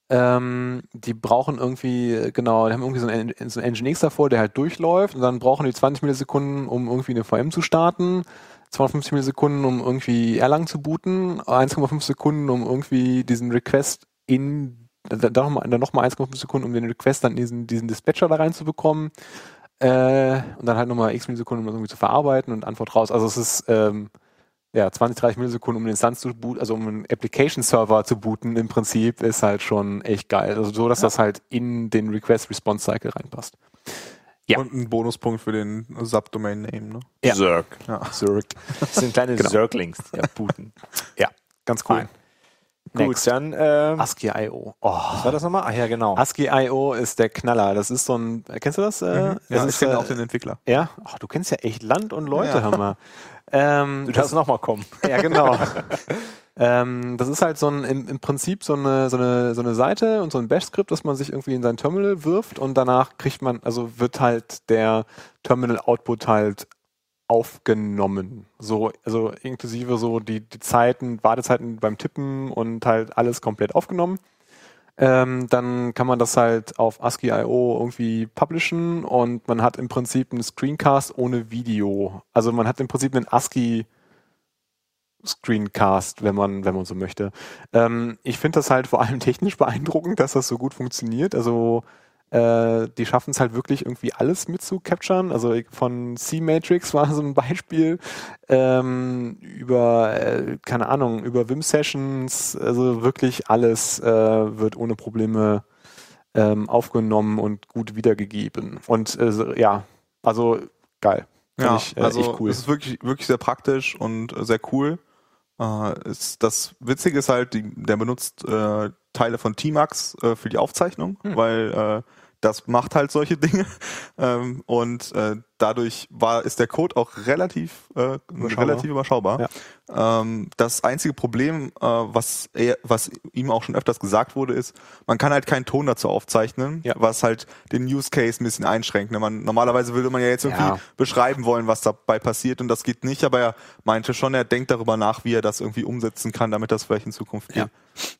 [SPEAKER 1] ähm, die brauchen irgendwie, äh, genau, die haben irgendwie so einen, En- so einen Nginx davor, der halt durchläuft und dann brauchen die 20 Millisekunden, um irgendwie eine VM zu starten, 250 Millisekunden, um irgendwie Erlang zu booten, 1,5 Sekunden, um irgendwie diesen Request in, dann nochmal noch mal 1,5 Sekunden, um den Request dann in diesen, diesen Dispatcher da reinzubekommen. Äh, und dann halt nochmal x Millisekunden, um das irgendwie zu verarbeiten und Antwort raus. Also es ist, ähm, ja, 20, 30 Millisekunden, um eine Instanz zu booten, also um einen Application-Server zu booten, im Prinzip ist halt schon echt geil. Also so, dass das halt in den Request-Response-Cycle reinpasst. Ja.
[SPEAKER 3] Und ein Bonuspunkt für den Subdomain-Name, ne?
[SPEAKER 1] Ja.
[SPEAKER 4] Zerg.
[SPEAKER 2] *laughs*
[SPEAKER 1] Zurück.
[SPEAKER 4] Das sind kleine
[SPEAKER 1] Genau.
[SPEAKER 4] Zerglings, die da booten.
[SPEAKER 1] Ganz cool.
[SPEAKER 2] Fine. Gut,
[SPEAKER 1] Next.
[SPEAKER 2] dann, äh, was
[SPEAKER 1] ASCII.io. Oh.
[SPEAKER 2] war das nochmal? Ach ja, genau.
[SPEAKER 1] ASCII.io ist der Knaller. Das ist so ein, kennst du das? Äh, das
[SPEAKER 3] Mhm. Ja, ich
[SPEAKER 1] ist,
[SPEAKER 3] kenne
[SPEAKER 1] äh,
[SPEAKER 3] auch den Entwickler.
[SPEAKER 1] ja? Ach, du kennst ja echt Land und Leute,
[SPEAKER 3] Ja.
[SPEAKER 1] hör
[SPEAKER 3] *laughs*
[SPEAKER 1] mal. Ähm,
[SPEAKER 2] Du darfst nochmal kommen.
[SPEAKER 1] *laughs* Ja, genau. ähm, das ist halt so ein, im, im Prinzip so eine, so, eine, so eine Seite und so ein Bash-Skript, das man sich irgendwie in sein Terminal wirft und danach kriegt man, also wird halt der Terminal-Output halt aufgenommen. So, also inklusive so die, die Zeiten, Wartezeiten beim Tippen und halt alles komplett aufgenommen. Ähm, dann kann man das halt auf ASCII.io irgendwie publishen und man hat im Prinzip einen Screencast ohne Video. Also man hat im Prinzip einen ASCII Screencast, wenn man, wenn man so möchte. Ähm, ich finde das halt vor allem *laughs* technisch beeindruckend, dass das so gut funktioniert. Also äh, die schaffen es halt wirklich irgendwie alles mit zu capturen. Also ich- von C-Matrix war so ein Beispiel ähm, über, äh, keine Ahnung, über Vim-Sessions, also wirklich alles äh, wird ohne Probleme ähm, aufgenommen und gut wiedergegeben. Und äh, so- ja, also geil. Find ich, äh, echt cool.
[SPEAKER 3] also, es ist wirklich, wirklich sehr praktisch und äh, sehr cool. Äh, ist, das Witzige ist halt, die, der benutzt äh, Teile von T-Max äh, für die Aufzeichnung,
[SPEAKER 1] Hm.
[SPEAKER 3] weil äh, das macht halt solche *laughs* Dinge. ähm, und äh, dadurch war, ist der Code auch relativ, äh,
[SPEAKER 1] Überschaubar.
[SPEAKER 3] relativ überschaubar. Ähm, das einzige Problem, äh, was, er, was ihm auch schon öfters gesagt wurde, ist, man kann halt keinen Ton dazu aufzeichnen,
[SPEAKER 1] Ja.
[SPEAKER 3] was halt den Use Case ein bisschen einschränkt. Ne? Man, normalerweise würde man ja jetzt irgendwie
[SPEAKER 1] Ja.
[SPEAKER 3] beschreiben wollen, was dabei passiert und das geht nicht, aber er meinte schon, er denkt darüber nach, wie er das irgendwie umsetzen kann, damit das vielleicht in Zukunft geht.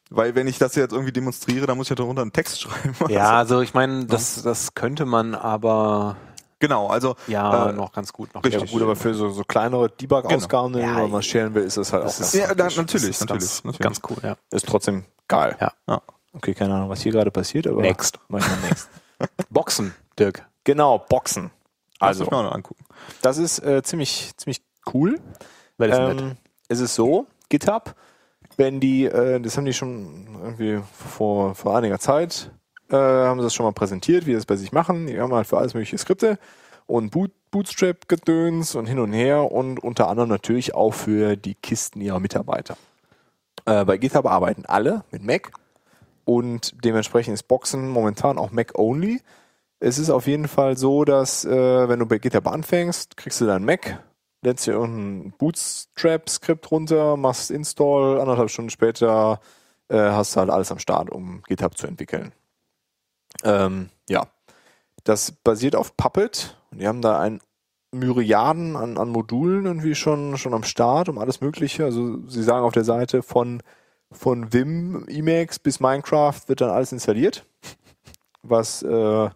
[SPEAKER 3] Weil wenn ich das jetzt irgendwie demonstriere, dann muss ich ja darunter einen Text *laughs* schreiben.
[SPEAKER 1] Ja,
[SPEAKER 3] Also,
[SPEAKER 1] also ich meine, das, das könnte man aber
[SPEAKER 3] genau, also
[SPEAKER 1] ja
[SPEAKER 3] äh,
[SPEAKER 1] noch ganz gut noch.
[SPEAKER 3] richtig.
[SPEAKER 2] Ja, gut, aber für so, so kleinere Debug-Ausgaben,
[SPEAKER 1] Genau.
[SPEAKER 2] wenn
[SPEAKER 1] Ja,
[SPEAKER 2] man mal scheren will, ist das halt
[SPEAKER 1] das
[SPEAKER 2] auch ganz
[SPEAKER 1] ist-
[SPEAKER 3] ja, na,
[SPEAKER 2] praktisch.
[SPEAKER 3] natürlich,
[SPEAKER 2] Das ist
[SPEAKER 3] natürlich,
[SPEAKER 2] ganz-
[SPEAKER 3] natürlich.
[SPEAKER 1] Ganz cool, ja.
[SPEAKER 2] Ist trotzdem geil.
[SPEAKER 1] Ja.
[SPEAKER 3] Ja.
[SPEAKER 2] Okay, keine Ahnung, was hier gerade passiert, aber.
[SPEAKER 1] Next.
[SPEAKER 2] Manchmal next.
[SPEAKER 1] Boxen, Dirk.
[SPEAKER 2] Genau, Boxen. Also,
[SPEAKER 3] also. muss ich mir auch noch angucken.
[SPEAKER 2] das ist äh, ziemlich, ziemlich cool.
[SPEAKER 1] Weil das ist nett.
[SPEAKER 2] ähm, es ist so, GitHub, wenn die, äh, das haben die schon irgendwie vor, vor einiger Zeit, äh, haben sie das schon mal präsentiert, wie sie das bei sich machen. Die haben halt für alles mögliche Skripte und Boot, Bootstrap-Gedöns und hin und her und unter anderem natürlich auch für die Kisten ihrer Mitarbeiter. Äh, bei GitHub arbeiten alle mit Mac und dementsprechend ist Boxen momentan auch Mac-only. Es ist auf jeden Fall so, dass äh, wenn du bei GitHub anfängst, kriegst du deinen Mac, lädst dir irgendein Bootstrap-Skript runter, machst Install, anderthalb Stunden später äh, hast du halt alles am Start, um GitHub zu entwickeln. Ähm, ja. Das basiert auf Puppet und die haben da ein Myriaden an, an Modulen irgendwie schon, schon am Start um alles Mögliche. Also sie sagen auf der Seite von, von Vim, Emacs bis Minecraft wird dann alles installiert. *laughs* Was äh,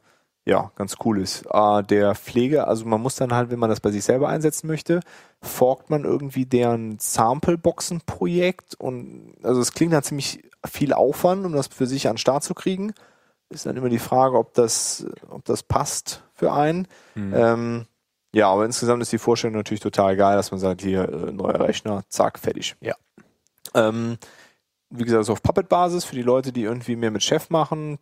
[SPEAKER 2] ja, ganz cool ist. Äh, der Pflege, also man muss dann halt, wenn man das bei sich selber einsetzen möchte, forkt man irgendwie deren Sample-Boxen-Projekt und also es klingt nach ziemlich viel Aufwand, um das für sich an den Start zu kriegen. Ist dann immer die Frage, ob das, ob das passt für einen. Ähm, ja, aber insgesamt ist die Vorstellung natürlich total geil, dass man sagt, hier, äh, neuer Rechner, zack, fertig. Ja. Ähm, wie gesagt, so auf Puppet-Basis für die Leute, die irgendwie mehr mit Chef machen.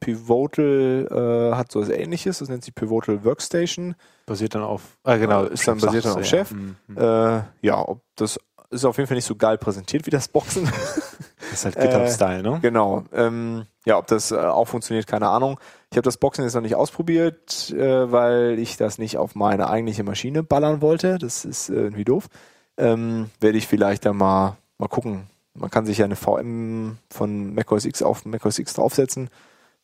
[SPEAKER 2] Pivotal äh, hat sowas ähnliches, das nennt sich Pivotal Workstation.
[SPEAKER 1] Basiert dann auf. Ah, genau.
[SPEAKER 2] Ist dann basiert dann auf Chef.
[SPEAKER 1] Mhm.
[SPEAKER 2] Äh, ja, ob das ist auf jeden Fall nicht so geil präsentiert wie das Boxen.
[SPEAKER 1] Das ist halt GitHub-Style, ne?
[SPEAKER 2] genau. Ähm, ja, ob das äh, auch funktioniert, keine Ahnung. Ich habe das Boxen jetzt noch nicht ausprobiert, äh, weil ich das nicht auf meine eigentliche Maschine ballern wollte. Das ist äh, irgendwie doof. Ähm, Werde ich vielleicht dann mal, mal gucken. Man kann sich ja eine VM von macOS X auf macOS X draufsetzen.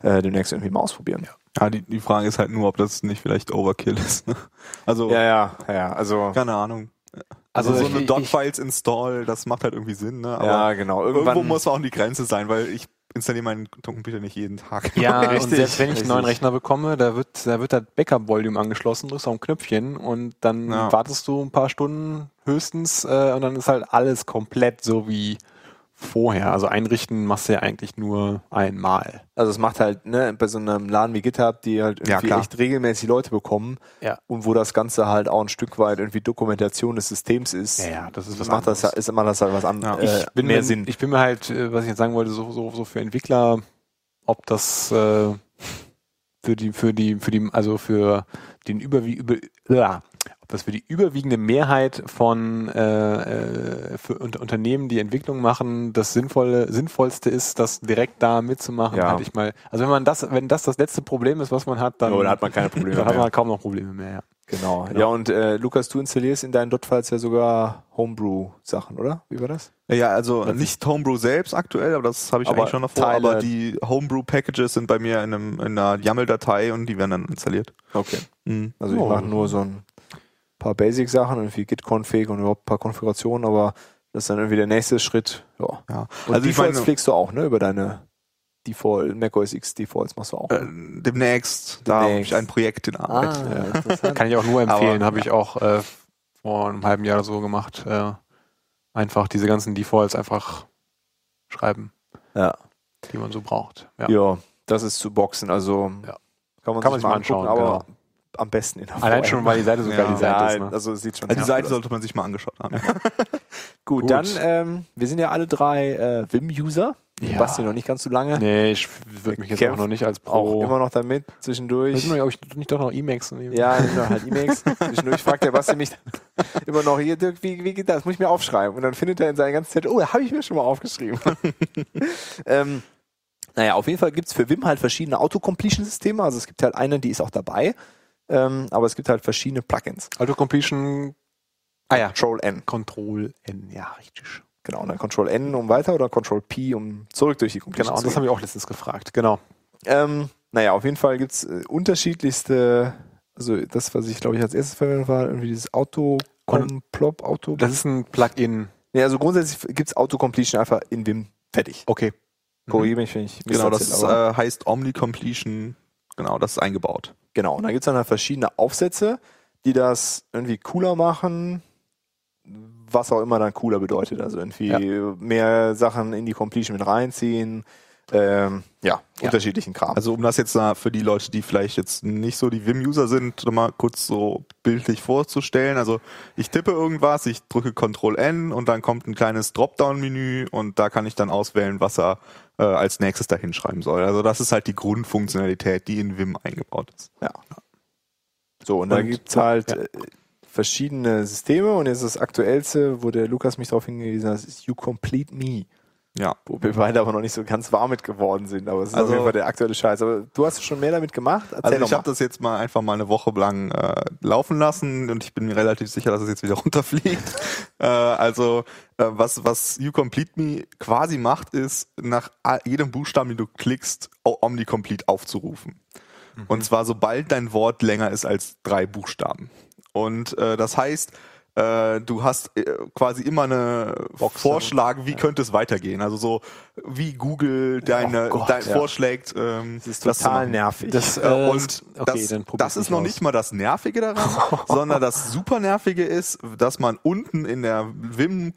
[SPEAKER 2] Äh, demnächst irgendwie mal ausprobieren.
[SPEAKER 3] Ja, die, die Frage ist halt nur, ob das nicht vielleicht Overkill ist. Ne? Also,
[SPEAKER 2] ja, ja. ja also,
[SPEAKER 3] keine Ahnung.
[SPEAKER 1] Also
[SPEAKER 3] Also, so
[SPEAKER 1] ich-
[SPEAKER 3] eine
[SPEAKER 1] ich-
[SPEAKER 3] Dot-Files install, das macht halt irgendwie Sinn, ne? Aber
[SPEAKER 2] ja, genau.
[SPEAKER 3] irgendwo muss auch die Grenze sein, weil ich installiere meinen Computer nicht jeden Tag.
[SPEAKER 2] *laughs*
[SPEAKER 1] Ja,
[SPEAKER 3] *laughs*
[SPEAKER 2] Richtig,
[SPEAKER 1] und selbst wenn ich einen neuen
[SPEAKER 2] richtig.
[SPEAKER 1] Rechner bekomme, da wird, da wird das Backup-Volume angeschlossen, drückst auf ein Knöpfchen und dann
[SPEAKER 3] Ja.
[SPEAKER 1] wartest du ein paar Stunden höchstens äh, und dann ist halt alles komplett so wie vorher. Also einrichten machst du ja eigentlich nur einmal.
[SPEAKER 2] Also es macht halt, ne, bei so einem Laden wie GitHub, die halt
[SPEAKER 3] Ja,
[SPEAKER 2] irgendwie
[SPEAKER 3] klar.
[SPEAKER 2] echt regelmäßig Leute bekommen
[SPEAKER 1] Ja.
[SPEAKER 2] und wo das Ganze halt auch ein Stück weit irgendwie Dokumentation des Systems ist,
[SPEAKER 1] das
[SPEAKER 2] das macht das, ist immer das halt was
[SPEAKER 3] Ja.
[SPEAKER 2] anderes.
[SPEAKER 1] ich, bin mir, ich bin mir halt, äh, was ich jetzt sagen wollte, so, so, so für Entwickler, ob das äh, für die, für die, für die, also für den überwie über, ja, ob das für die überwiegende Mehrheit von äh, äh, für unter Unternehmen, die Entwicklung machen, das sinnvolle, sinnvollste ist, das direkt da mitzumachen,
[SPEAKER 2] Ja.
[SPEAKER 1] hatte ich mal. Also wenn man das, wenn das das letzte Problem ist, was man hat, dann,
[SPEAKER 2] Oder hat man keine
[SPEAKER 1] *laughs*
[SPEAKER 2] Probleme
[SPEAKER 1] dann hat
[SPEAKER 2] mehr.
[SPEAKER 1] man kaum noch Probleme mehr. Ja.
[SPEAKER 2] Genau. Ja, und äh, Lukas, du installierst in deinen Dotfiles ja sogar Homebrew-Sachen, oder? Wie war das?
[SPEAKER 3] Ja, also nicht Homebrew selbst aktuell, aber das habe ich
[SPEAKER 2] Aber
[SPEAKER 3] eigentlich schon davor.
[SPEAKER 2] Teile-
[SPEAKER 3] Aber die Homebrew-Packages sind bei mir in, einem, in einer YAML-Datei und die werden dann installiert.
[SPEAKER 2] Okay.
[SPEAKER 3] Mhm.
[SPEAKER 2] Also ich
[SPEAKER 1] Oh.
[SPEAKER 2] mache nur so ein paar Basic-Sachen, irgendwie Git-Config und überhaupt ein paar Konfigurationen, aber das ist dann irgendwie der nächste Schritt. Ja.
[SPEAKER 3] Ja.
[SPEAKER 2] Und
[SPEAKER 3] Also ich
[SPEAKER 2] Defaults
[SPEAKER 3] meine,
[SPEAKER 2] pflegst du auch, ne? Über deine Default, macOS X Defaults machst du auch.
[SPEAKER 3] äh, ah, demnächst, da habe
[SPEAKER 2] Demnächst. Ah,
[SPEAKER 3] ich ein Projekt in Arbeit.
[SPEAKER 1] Kann ich auch nur empfehlen,
[SPEAKER 3] Aber-
[SPEAKER 1] habe ich auch äh, vor einem halben Jahr oder so gemacht. Äh, einfach diese ganzen Defaults einfach schreiben,
[SPEAKER 2] Ja.
[SPEAKER 1] die man so braucht. Ja.
[SPEAKER 2] Ja, das ist zu boxen. Also
[SPEAKER 1] Ja.
[SPEAKER 2] kann
[SPEAKER 1] Kann man
[SPEAKER 2] man sich
[SPEAKER 1] sich
[SPEAKER 2] mal
[SPEAKER 1] mal
[SPEAKER 2] anschauen,
[SPEAKER 1] anschauen, genau.
[SPEAKER 2] aber am besten in der
[SPEAKER 1] Allein
[SPEAKER 2] VR.
[SPEAKER 1] schon, weil die Seite so
[SPEAKER 3] Ja.
[SPEAKER 1] geil designt
[SPEAKER 2] ja,
[SPEAKER 1] ist. Ne?
[SPEAKER 2] also es sieht schon
[SPEAKER 3] Also die
[SPEAKER 2] ja.
[SPEAKER 3] Seite sollte man sich mal angeschaut haben.
[SPEAKER 2] gut,
[SPEAKER 1] gut.
[SPEAKER 2] Dann, ähm, wir sind ja alle drei äh, Vim-User.
[SPEAKER 1] Ja.
[SPEAKER 2] Basti noch nicht ganz so lange.
[SPEAKER 1] Nee, Oh. ich würde mich jetzt
[SPEAKER 2] Kämpft
[SPEAKER 1] auch noch nicht als
[SPEAKER 2] Auch
[SPEAKER 1] Pro.
[SPEAKER 2] immer noch damit
[SPEAKER 1] ich
[SPEAKER 2] zwischendurch.
[SPEAKER 1] weiß nicht, ob ich nicht doch noch Emacs nehme.
[SPEAKER 2] Ja, immer halt
[SPEAKER 1] *laughs*
[SPEAKER 2] E-Mails. Zwischendurch fragt der Basti mich *laughs* immer noch hier, Dirk, wie, wie geht das? Muss ich mir aufschreiben? Und dann findet er in seiner ganzen Zeit, oh, habe ich mir schon
[SPEAKER 1] *laughs*
[SPEAKER 2] mal aufgeschrieben. ähm, naja, auf jeden Fall gibt's für Wim halt verschiedene Autocompletion-Systeme. Also es gibt halt eine, die ist auch dabei. Ähm, aber es gibt halt verschiedene Plugins.
[SPEAKER 1] Autocompletion Ah ja.
[SPEAKER 2] Control-N.
[SPEAKER 1] Control N, ja, richtig.
[SPEAKER 2] Genau, und dann Control-N um weiter oder Control-P um zurück durch die Completion
[SPEAKER 1] Genau,
[SPEAKER 2] zu
[SPEAKER 1] das habe ich auch letztens gefragt. Genau.
[SPEAKER 2] Ähm, naja, auf jeden Fall gibt's äh, unterschiedlichste, also das, was ich glaube ich als erstes verwendet war, irgendwie dieses Auto-Complop, Auto.
[SPEAKER 1] Das ist ein Plugin.
[SPEAKER 2] Nee, also grundsätzlich gibt's Auto-Completion einfach in Vim. Fertig.
[SPEAKER 1] Okay.
[SPEAKER 2] Korrigiere mich, wenn ich
[SPEAKER 3] Mhm. genau, das
[SPEAKER 2] misserzähle, aber-
[SPEAKER 3] äh, heißt Omni-Completion. Genau, das ist eingebaut.
[SPEAKER 2] Genau, und dann gibt's dann halt verschiedene Aufsätze, die das irgendwie cooler machen, was auch immer dann cooler bedeutet. Also irgendwie mehr Sachen in die Completion mit reinziehen, ähm, ja, unterschiedlichen Kram.
[SPEAKER 3] Also um das jetzt da für die Leute, die vielleicht jetzt nicht so die Vim-User sind, nochmal kurz so bildlich vorzustellen. Also ich tippe irgendwas, ich drücke Ctrl N und dann kommt ein kleines Dropdown-Menü und da kann ich dann auswählen, was er äh, als nächstes da hinschreiben soll. Also das ist halt die Grundfunktionalität, die in Vim eingebaut ist.
[SPEAKER 2] Ja. So, und dann
[SPEAKER 1] Und-
[SPEAKER 2] gibt's halt
[SPEAKER 1] ja.
[SPEAKER 2] äh, verschiedene Systeme und jetzt das aktuellste, wo der Lukas mich darauf hingewiesen hat, ist You Complete Me.
[SPEAKER 3] Ja.
[SPEAKER 2] Wo wir beide aber noch nicht so ganz warm mit geworden sind, aber es ist auf
[SPEAKER 3] Also-
[SPEAKER 2] jeden Fall der aktuelle Scheiß. Aber du hast schon mehr damit gemacht? Erzähl
[SPEAKER 3] Also ich
[SPEAKER 2] doch
[SPEAKER 3] habe das jetzt mal einfach mal eine Woche lang äh, laufen lassen und ich bin mir relativ sicher, dass es jetzt wieder *laughs* runterfliegt. äh, also äh, was was You Complete Me quasi macht, ist nach a- jedem Buchstaben, den du klickst, O- Omnicomplete aufzurufen.
[SPEAKER 2] Mhm.
[SPEAKER 3] Und zwar sobald dein Wort länger ist als drei Buchstaben. Und äh, das heißt, äh, du hast äh, quasi immer eine Vorschlag, wie könnte es weitergehen. Also so wie Google deine
[SPEAKER 2] Oh Gott,
[SPEAKER 3] dein
[SPEAKER 2] ja.
[SPEAKER 3] vorschlägt. Ähm,
[SPEAKER 2] das ist
[SPEAKER 3] das zu
[SPEAKER 2] total
[SPEAKER 3] machen.
[SPEAKER 2] nervig.
[SPEAKER 1] Das, äh,
[SPEAKER 3] Äh, und
[SPEAKER 1] okay,
[SPEAKER 3] das,
[SPEAKER 1] dann probier's
[SPEAKER 3] das ist noch
[SPEAKER 1] aus.
[SPEAKER 3] nicht mal das Nervige
[SPEAKER 1] *laughs*
[SPEAKER 3] daran, sondern das super Nervige ist, dass man unten in der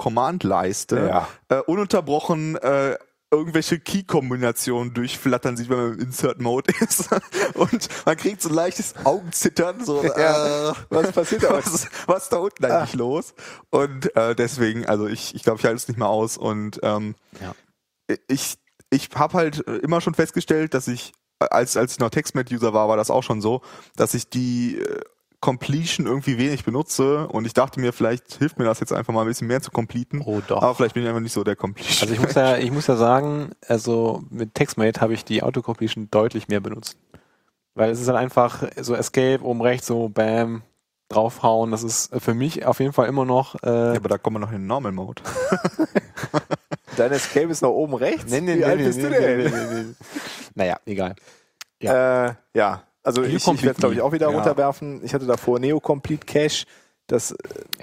[SPEAKER 3] Vim-Command-Leiste
[SPEAKER 2] Ja.
[SPEAKER 3] äh, ununterbrochen äh, irgendwelche Key-Kombinationen durchflattern sieht, wenn man im Insert-Mode ist. *laughs* Und man kriegt so ein leichtes Augenzittern, so
[SPEAKER 2] Ja,
[SPEAKER 3] äh,
[SPEAKER 2] was passiert
[SPEAKER 1] *laughs*
[SPEAKER 2] da?
[SPEAKER 3] was, was da unten
[SPEAKER 1] Ah.
[SPEAKER 3] eigentlich los? Und äh, deswegen, also ich, ich glaube, ich halte es nicht mehr aus und ähm,
[SPEAKER 1] Ja.
[SPEAKER 3] ich, ich habe halt äh, immer schon festgestellt, dass ich, äh, als, als ich noch TextMate-User war, war das auch schon so, dass ich die äh, Completion irgendwie wenig benutze und ich dachte mir, vielleicht hilft mir das jetzt einfach mal ein bisschen mehr zu completen.
[SPEAKER 1] Oh, doch.
[SPEAKER 3] Aber vielleicht bin ich einfach nicht so der Completion.
[SPEAKER 1] Also ich
[SPEAKER 3] *laughs*
[SPEAKER 1] muss ja, ich muss ja sagen, also mit TextMate habe ich die Autocompletion deutlich mehr benutzt. Weil es ist halt einfach so Escape oben rechts, so Bam, draufhauen. Das ist für mich auf jeden Fall immer noch. Äh,
[SPEAKER 3] ja, aber da kommen wir noch in den Normal Mode.
[SPEAKER 2] Dein Escape ist noch oben rechts? Wie alt bist du denn?
[SPEAKER 1] Naja, egal.
[SPEAKER 2] Ja. Äh, ja, also
[SPEAKER 1] You
[SPEAKER 2] ich, ich
[SPEAKER 1] Complete
[SPEAKER 2] werde glaube ich
[SPEAKER 1] Me.
[SPEAKER 2] auch wieder
[SPEAKER 3] Ja.
[SPEAKER 2] runterwerfen. Ich hatte davor Neo Complete Cache. Das äh,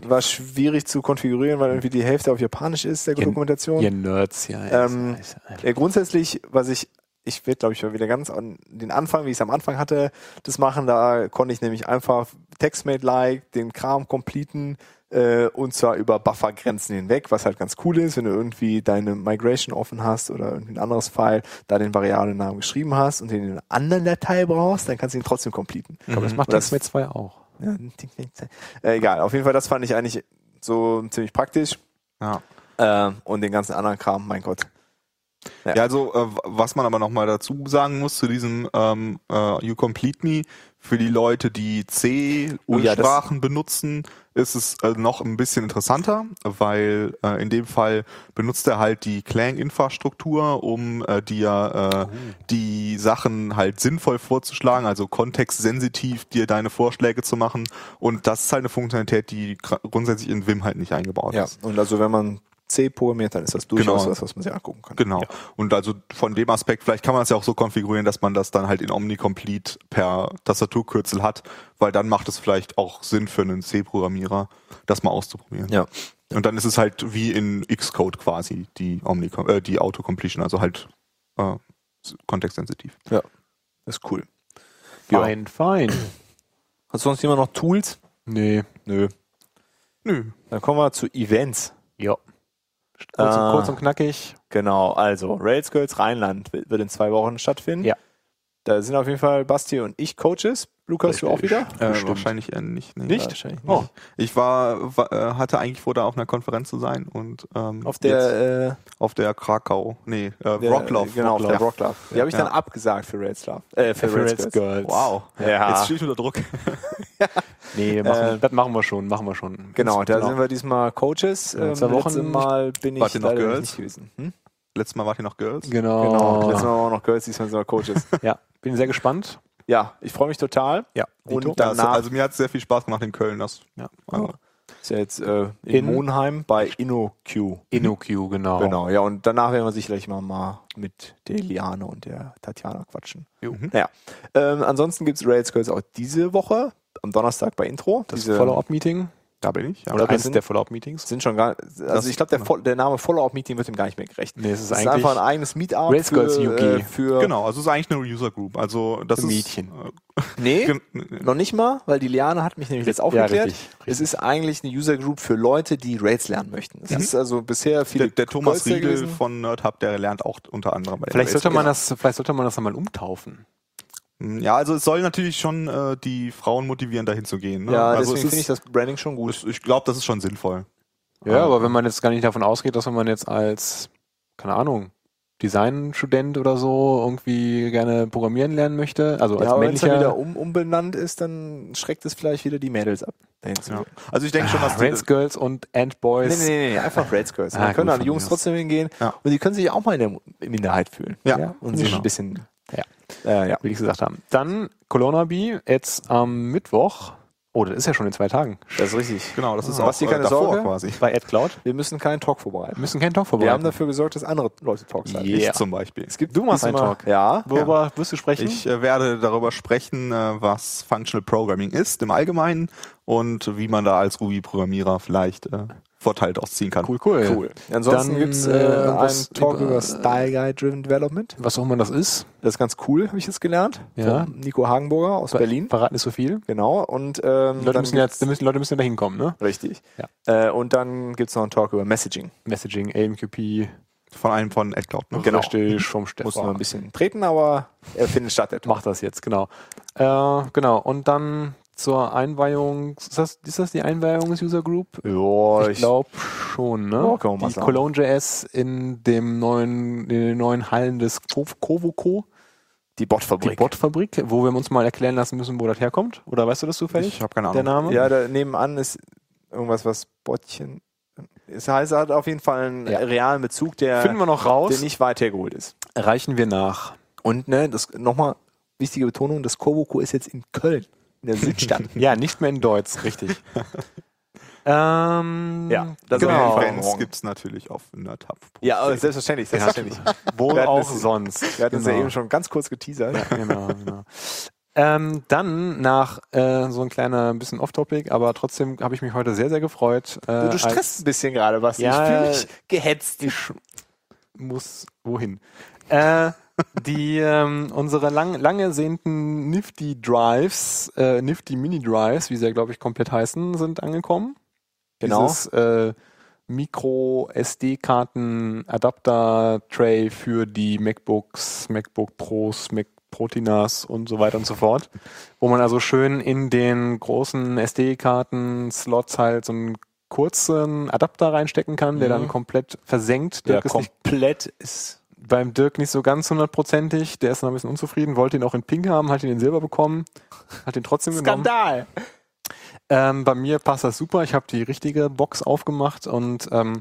[SPEAKER 2] war schwierig zu konfigurieren, weil irgendwie die Hälfte auf Japanisch ist der
[SPEAKER 1] Ihr-
[SPEAKER 2] Dokumentation.
[SPEAKER 1] Ihr Nerds, ja. ja,
[SPEAKER 2] Ähm,
[SPEAKER 1] ich weiß, ja.
[SPEAKER 2] Ja, grundsätzlich, was ich, ich werde, glaube ich, mal wieder ganz an den Anfang, wie ich es am Anfang hatte, das machen. Da konnte ich nämlich einfach Textmate-like, den Kram completen äh, und zwar über Buffergrenzen hinweg, was halt ganz cool ist, wenn du irgendwie deine Migration offen hast oder irgendwie ein anderes File, da den Variablennamen geschrieben hast und den in einer anderen Datei brauchst, dann kannst du ihn trotzdem completen. Mhm.
[SPEAKER 1] Aber das macht
[SPEAKER 2] das-
[SPEAKER 1] TextMate 2 auch.
[SPEAKER 2] Ja, äh, egal, auf jeden Fall, das fand ich eigentlich so ziemlich praktisch.
[SPEAKER 3] Ja.
[SPEAKER 2] Äh, und den ganzen anderen Kram, mein Gott.
[SPEAKER 3] Ja, also äh, was man aber nochmal dazu sagen muss zu diesem ähm, äh, You Complete Me, für die Leute, die
[SPEAKER 2] Oh ja, das-
[SPEAKER 3] C-Sprachen benutzen, ist es äh, noch ein bisschen interessanter, weil äh, in dem Fall benutzt er halt die Clang-Infrastruktur, um äh,
[SPEAKER 2] Oh.
[SPEAKER 3] dir äh, die Sachen halt sinnvoll vorzuschlagen, also kontextsensitiv dir deine Vorschläge zu machen. Und das ist halt eine Funktionalität, die gra- grundsätzlich in Vim halt nicht eingebaut
[SPEAKER 2] Ja,
[SPEAKER 3] ist.
[SPEAKER 2] und also wenn man C programmiert, dann ist das durchaus
[SPEAKER 3] Genau.
[SPEAKER 2] was, was man sich angucken kann.
[SPEAKER 3] Genau. Und also von dem Aspekt, vielleicht kann man es ja auch so konfigurieren, dass man das dann halt in Omnicomplete per Tastaturkürzel hat, weil dann macht es vielleicht auch Sinn für einen C-Programmierer, das mal auszuprobieren.
[SPEAKER 2] Ja.
[SPEAKER 3] Und dann ist es halt wie in Xcode quasi, die Omnicom äh, die Autocompletion, also halt äh, s- kontextsensitiv.
[SPEAKER 2] Ja. Ist cool. Ja.
[SPEAKER 1] Fein, fein.
[SPEAKER 2] Hat sonst jemand noch Tools?
[SPEAKER 1] Nee.
[SPEAKER 2] Nö.
[SPEAKER 3] Nö.
[SPEAKER 2] Dann kommen wir zu Events.
[SPEAKER 1] Ja. Kurz,
[SPEAKER 2] Ah.
[SPEAKER 1] kurz und knackig.
[SPEAKER 2] Genau, also Rails Girls Rheinland wird wird in zwei Wochen stattfinden.
[SPEAKER 1] Ja.
[SPEAKER 2] Da sind auf jeden Fall Basti und ich Coaches. Lukas, du auch wieder?
[SPEAKER 3] Äh, wahrscheinlich eher nicht. Nee.
[SPEAKER 2] Nicht?
[SPEAKER 1] Wahrscheinlich
[SPEAKER 2] Oh,
[SPEAKER 3] Ich war, war äh, hatte eigentlich vor, da auf einer Konferenz zu sein und ähm,
[SPEAKER 2] auf
[SPEAKER 3] jetzt
[SPEAKER 2] der,
[SPEAKER 3] auf der Krakau, nee, äh,
[SPEAKER 2] äh, der
[SPEAKER 3] Rocklauf.
[SPEAKER 2] Genau, auf der
[SPEAKER 3] Ja.
[SPEAKER 2] Rocklauf. Die habe ich
[SPEAKER 3] Ja.
[SPEAKER 2] dann abgesagt für Rails Love. Äh, für, Rails, Girls.
[SPEAKER 1] Wow.
[SPEAKER 2] Ja.
[SPEAKER 3] Jetzt stehe ich unter Druck.
[SPEAKER 1] Nee, machen,
[SPEAKER 2] Äh,
[SPEAKER 1] das machen wir schon, machen wir schon.
[SPEAKER 2] Genau, da sind wir diesmal Coaches.
[SPEAKER 1] Ja, zwei
[SPEAKER 2] Ähm, letztes
[SPEAKER 1] Wochen-
[SPEAKER 2] Mal bin ich
[SPEAKER 3] Wart ihr noch
[SPEAKER 2] leider
[SPEAKER 3] Girls?
[SPEAKER 2] nicht gewesen. Hm?
[SPEAKER 3] Letztes Mal wart ihr noch Girls.
[SPEAKER 1] Genau.
[SPEAKER 2] Genau, letztes Mal waren wir noch Girls, diesmal sind wir Coaches.
[SPEAKER 1] Ja, bin sehr gespannt.
[SPEAKER 2] ja, ich freue mich total.
[SPEAKER 1] Ja.
[SPEAKER 2] Und
[SPEAKER 3] Ja, es-
[SPEAKER 2] danach
[SPEAKER 3] also mir hat es sehr viel Spaß gemacht in Köln. Das,
[SPEAKER 1] Ja. Oh.
[SPEAKER 3] also,
[SPEAKER 2] ist ja jetzt äh, in,
[SPEAKER 1] In-
[SPEAKER 2] Monheim bei InnoQ.
[SPEAKER 1] InnoQ, genau.
[SPEAKER 2] Genau, ja, und danach werden wir sicherlich mal, mal mit der Liane und der Tatjana quatschen.
[SPEAKER 3] mhm.
[SPEAKER 2] Naja, ähm, ansonsten gibt es Rails Girls auch diese Woche, am Donnerstag bei Intro.
[SPEAKER 1] Das
[SPEAKER 2] diese
[SPEAKER 1] Follow-up-Meeting.
[SPEAKER 3] Da bin ich. Ja.
[SPEAKER 4] Oder
[SPEAKER 2] eins
[SPEAKER 4] eines
[SPEAKER 2] der
[SPEAKER 4] der Follow-up-Meetings.
[SPEAKER 2] Sind schon gar, also ich glaube, der, Voll- der Name Follow-up-Meeting wird ihm gar nicht mehr gerecht.
[SPEAKER 4] Nee, es ist
[SPEAKER 2] Das ist
[SPEAKER 4] eigentlich-
[SPEAKER 2] einfach ein eigenes Meetup
[SPEAKER 1] Red Skulls
[SPEAKER 2] für,
[SPEAKER 1] Yugi.
[SPEAKER 2] äh, für
[SPEAKER 3] Genau, also es ist eigentlich eine User Group. Also das
[SPEAKER 4] Für
[SPEAKER 3] ist
[SPEAKER 4] Mädchen.
[SPEAKER 2] Nee,
[SPEAKER 3] Gem-
[SPEAKER 2] noch nicht mal, weil die Liane hat mich nämlich jetzt
[SPEAKER 1] Ja,
[SPEAKER 2] aufgeklärt.
[SPEAKER 1] richtig,
[SPEAKER 2] Es ist eigentlich eine User Group für Leute, die Raids lernen möchten. Das ist also bisher
[SPEAKER 3] Der,
[SPEAKER 2] viele
[SPEAKER 3] der Thomas
[SPEAKER 2] Kreuzer
[SPEAKER 3] Riegel
[SPEAKER 2] gewesen.
[SPEAKER 3] von Nerdhub, der lernt auch unter anderem bei der
[SPEAKER 1] Vielleicht
[SPEAKER 3] Race.
[SPEAKER 1] sollte man das, vielleicht sollte man das einmal umtaufen.
[SPEAKER 3] Ja, also es soll natürlich schon äh, die Frauen motivieren, dahin zu gehen. Ne?
[SPEAKER 2] Ja,
[SPEAKER 3] also
[SPEAKER 2] deswegen finde ich das Branding schon gut.
[SPEAKER 3] das. Ich glaube, das ist schon sinnvoll.
[SPEAKER 1] Ja, aber wenn man jetzt gar nicht davon ausgeht, dass wenn man jetzt als, keine Ahnung, Designstudent oder so irgendwie gerne programmieren lernen möchte, also als
[SPEAKER 2] ja, aber wenn es dann wieder
[SPEAKER 1] männlicher
[SPEAKER 2] um, umbenannt ist, dann schreckt es vielleicht wieder die Mädels ab. dahin zu
[SPEAKER 3] Ja.
[SPEAKER 2] gehen.
[SPEAKER 3] Also ich denke schon,
[SPEAKER 2] Ah,
[SPEAKER 3] dass
[SPEAKER 1] Rance
[SPEAKER 3] die,
[SPEAKER 1] Girls und Ant
[SPEAKER 2] Nee,
[SPEAKER 1] Boys.
[SPEAKER 2] nee, *laughs* nee, nee, einfach Raids Girls.
[SPEAKER 1] Ah,
[SPEAKER 2] Da
[SPEAKER 1] gut,
[SPEAKER 2] können dann
[SPEAKER 1] von
[SPEAKER 2] die
[SPEAKER 1] mir
[SPEAKER 2] Jungs
[SPEAKER 1] aus.
[SPEAKER 2] trotzdem hingehen
[SPEAKER 3] Ja.
[SPEAKER 2] und die können sich auch mal in der Mu- Minderheit fühlen.
[SPEAKER 3] Ja.
[SPEAKER 2] Und sich
[SPEAKER 3] Genau.
[SPEAKER 2] ein bisschen.
[SPEAKER 1] Ja.
[SPEAKER 2] Äh, ja.
[SPEAKER 1] wie ich gesagt habe. Dann Colonna B jetzt am Mittwoch. Oh, das ist ja schon in zwei Tagen.
[SPEAKER 2] Das ist äh, richtig.
[SPEAKER 3] genau, das ist
[SPEAKER 2] Machst dir
[SPEAKER 3] auch
[SPEAKER 2] keine
[SPEAKER 3] davor
[SPEAKER 2] Sorge?
[SPEAKER 3] quasi.
[SPEAKER 1] Bei AdCloud.
[SPEAKER 2] Wir müssen keinen Talk vorbereiten.
[SPEAKER 1] Wir müssen keinen Talk
[SPEAKER 2] Wir haben
[SPEAKER 1] vorbereiten.
[SPEAKER 2] dafür gesorgt, dass andere Leute Talks halten.
[SPEAKER 1] Yeah.
[SPEAKER 3] Ich zum Beispiel.
[SPEAKER 2] Es gibt
[SPEAKER 1] Du machst
[SPEAKER 2] diesmal-
[SPEAKER 1] einen Talk.
[SPEAKER 2] Ja.
[SPEAKER 1] Worüber wirst du sprechen?
[SPEAKER 3] Ich äh, werde darüber sprechen, äh, was Functional Programming ist im Allgemeinen und wie man da als Ruby-Programmierer vielleicht äh, Vorteile ausziehen kann.
[SPEAKER 1] cool, cool.
[SPEAKER 2] Cool. Ansonsten
[SPEAKER 1] Dann,
[SPEAKER 2] gibt es äh,
[SPEAKER 1] äh,
[SPEAKER 2] einen
[SPEAKER 1] was
[SPEAKER 2] Talk
[SPEAKER 1] über-
[SPEAKER 2] über, Style Guide Driven Development.
[SPEAKER 1] Was auch immer das ist.
[SPEAKER 2] Das ist ganz cool, habe ich jetzt gelernt.
[SPEAKER 1] Ja.
[SPEAKER 2] Von Nico Hagenburger aus Berlin.
[SPEAKER 1] Verraten ist so viel.
[SPEAKER 2] Genau. Und ähm,
[SPEAKER 1] Die Leute
[SPEAKER 2] dann
[SPEAKER 1] müssen, jetzt,
[SPEAKER 2] gibt's-
[SPEAKER 1] die müssen, Leute müssen ja da hinkommen, ne?
[SPEAKER 2] richtig. Äh, und dann gibt es noch einen Talk über Messaging.
[SPEAKER 1] Messaging, AMQP,
[SPEAKER 3] Von einem von AdCloud. Ne?
[SPEAKER 2] Genau.
[SPEAKER 1] richtig, vom
[SPEAKER 2] Muss man ein
[SPEAKER 1] Stefan.
[SPEAKER 2] bisschen treten, aber er findet
[SPEAKER 1] *laughs*
[SPEAKER 2] statt. Der Talk.
[SPEAKER 1] Mach das jetzt, genau. Äh, genau. Und dann zur Einweihung. Ist das, ist das die Einweihungs-User Group?
[SPEAKER 2] Ja,
[SPEAKER 1] Ich glaube schon, ne?
[SPEAKER 2] Ja, kann man mal
[SPEAKER 1] die
[SPEAKER 2] sagen.
[SPEAKER 1] Cologne JS in dem neuen, in den neuen Hallen des Ko- Kovoco,
[SPEAKER 2] die
[SPEAKER 1] die
[SPEAKER 2] Botfabrik.
[SPEAKER 1] Botfabrik, wo wir uns mal erklären lassen müssen, wo das herkommt. Oder weißt du das zufällig?
[SPEAKER 3] Ich habe keine
[SPEAKER 1] Der
[SPEAKER 3] Ahnung.
[SPEAKER 1] Name?
[SPEAKER 2] ja, da nebenan ist irgendwas, was Bottchen. Das heißt, er hat auf jeden Fall einen
[SPEAKER 1] Ja.
[SPEAKER 2] realen Bezug, der,
[SPEAKER 1] Finden wir noch raus.
[SPEAKER 2] der nicht weit hergeholt ist.
[SPEAKER 1] Reichen wir nach.
[SPEAKER 2] Und ne, das nochmal wichtige Betonung, das Koboku ist jetzt in Köln, in der
[SPEAKER 1] *laughs*
[SPEAKER 2] Südstadt.
[SPEAKER 1] Ja, nicht mehr in Deutsch,
[SPEAKER 2] *laughs*
[SPEAKER 1] richtig. ähm,
[SPEAKER 2] Ja,
[SPEAKER 1] das
[SPEAKER 2] das
[SPEAKER 3] Also
[SPEAKER 1] genau.
[SPEAKER 2] auf jeden Fall.
[SPEAKER 3] Events gibt es natürlich auf Nerdhub.
[SPEAKER 2] ja, aber selbstverständlich, selbstverständlich.
[SPEAKER 1] Wo
[SPEAKER 2] Wir hatten
[SPEAKER 1] auch
[SPEAKER 2] es-
[SPEAKER 1] sonst.
[SPEAKER 2] Wir hatten uns
[SPEAKER 1] Genau.
[SPEAKER 2] ja eben schon ganz kurz geteasert.
[SPEAKER 1] Ja, genau, genau. Ähm, dann nach äh, so ein kleiner bisschen Off-Topic, aber trotzdem habe ich mich heute sehr, sehr gefreut. Äh,
[SPEAKER 2] Du
[SPEAKER 1] als-
[SPEAKER 2] stresst ein bisschen gerade, was
[SPEAKER 1] Ja,
[SPEAKER 2] ich fühle mich gehetzt.
[SPEAKER 1] ich muss wohin? Äh, die ähm, unsere lang, lange ersehnten Nifty Drives, äh, Nifty Mini Drives, wie sie ja glaube ich komplett heißen, sind angekommen.
[SPEAKER 2] Genau.
[SPEAKER 1] Dieses äh, Micro SD-Karten Adapter Tray für die MacBooks, MacBook Pros, Mac Protinas und so weiter und so fort, wo man also schön in den großen SD-Karten Slots halt so einen kurzen Adapter reinstecken kann, der dann komplett versenkt. Dirk ist nicht,
[SPEAKER 2] komplett ist.
[SPEAKER 1] beim Dirk nicht so ganz hundertprozentig, der ist noch ein bisschen unzufrieden, wollte ihn auch in Pink haben, hat ihn in Silber bekommen, hat ihn trotzdem genommen.
[SPEAKER 2] Skandal!
[SPEAKER 1] Ähm, bei mir passt das super. Ich habe die richtige Box aufgemacht und ähm,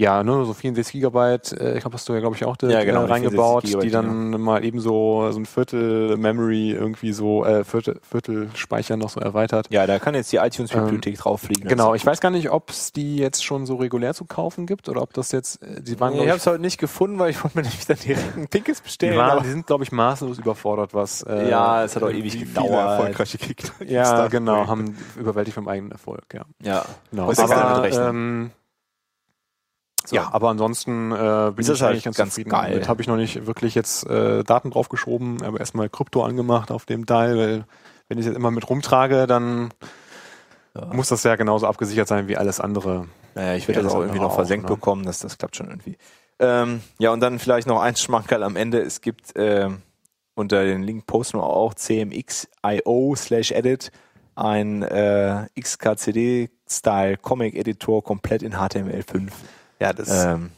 [SPEAKER 1] ja, ne, so 64 Gigabyte, äh, ich glaube, hast du ja, glaube ich, auch direkt
[SPEAKER 2] Ja, genau,
[SPEAKER 1] äh, reingebaut,
[SPEAKER 2] 64
[SPEAKER 1] die dann mal eben so, so ein Viertel Memory irgendwie so, äh, Viertel, Viertel Speicher noch so erweitert.
[SPEAKER 2] Ja, da kann jetzt die iTunes-Bibliothek drauffliegen.
[SPEAKER 1] Genau, ich weiß gar nicht, ob es die jetzt schon so regulär zu kaufen gibt oder ob das jetzt, äh, die waren,
[SPEAKER 2] Nee, ich
[SPEAKER 1] glaub
[SPEAKER 2] habe es heute nicht gefunden, weil ich wollte mir nämlich dann direkt ein pinkes
[SPEAKER 1] ich,
[SPEAKER 2] bestellen.
[SPEAKER 1] die, waren,
[SPEAKER 2] aber-
[SPEAKER 1] die sind, glaube ich, maßlos überfordert, was äh,
[SPEAKER 2] ja, es hat auch
[SPEAKER 3] Wie
[SPEAKER 2] ewig
[SPEAKER 3] viele
[SPEAKER 2] gedauert.
[SPEAKER 3] erfolgreiche Kickstarter.
[SPEAKER 1] ja genau, haben überwältigt vom eigenen Erfolg, ja.
[SPEAKER 2] Ja.
[SPEAKER 1] Genau.
[SPEAKER 2] Muss ich damit
[SPEAKER 1] Aber,
[SPEAKER 2] rechnen.
[SPEAKER 1] ähm,
[SPEAKER 2] So.
[SPEAKER 1] Ja, aber ansonsten äh, bin
[SPEAKER 2] Ist das
[SPEAKER 1] ich
[SPEAKER 2] halt
[SPEAKER 1] eigentlich ganz,
[SPEAKER 2] ganz
[SPEAKER 1] zufrieden.
[SPEAKER 2] geil.
[SPEAKER 1] Damit habe ich noch nicht wirklich jetzt äh, Daten draufgeschoben, aber erstmal Krypto angemacht auf dem Teil, weil wenn ich jetzt immer mit rumtrage, dann muss das ja genauso abgesichert sein wie alles andere.
[SPEAKER 2] Naja, ich werde
[SPEAKER 1] Ja,
[SPEAKER 2] das
[SPEAKER 1] das
[SPEAKER 2] auch
[SPEAKER 1] hat
[SPEAKER 2] irgendwie
[SPEAKER 1] man
[SPEAKER 2] noch
[SPEAKER 1] auch,
[SPEAKER 2] versenkt
[SPEAKER 1] ne?
[SPEAKER 2] bekommen, das, das klappt schon irgendwie. Ähm, ja, und dann vielleicht noch ein Schmankerl am Ende. Es gibt ähm, unter den Link posten wir auch cmx.io slash edit ein äh, XKCD-Style Comic Editor komplett in HTML5.
[SPEAKER 1] Ja, das
[SPEAKER 2] Ähm,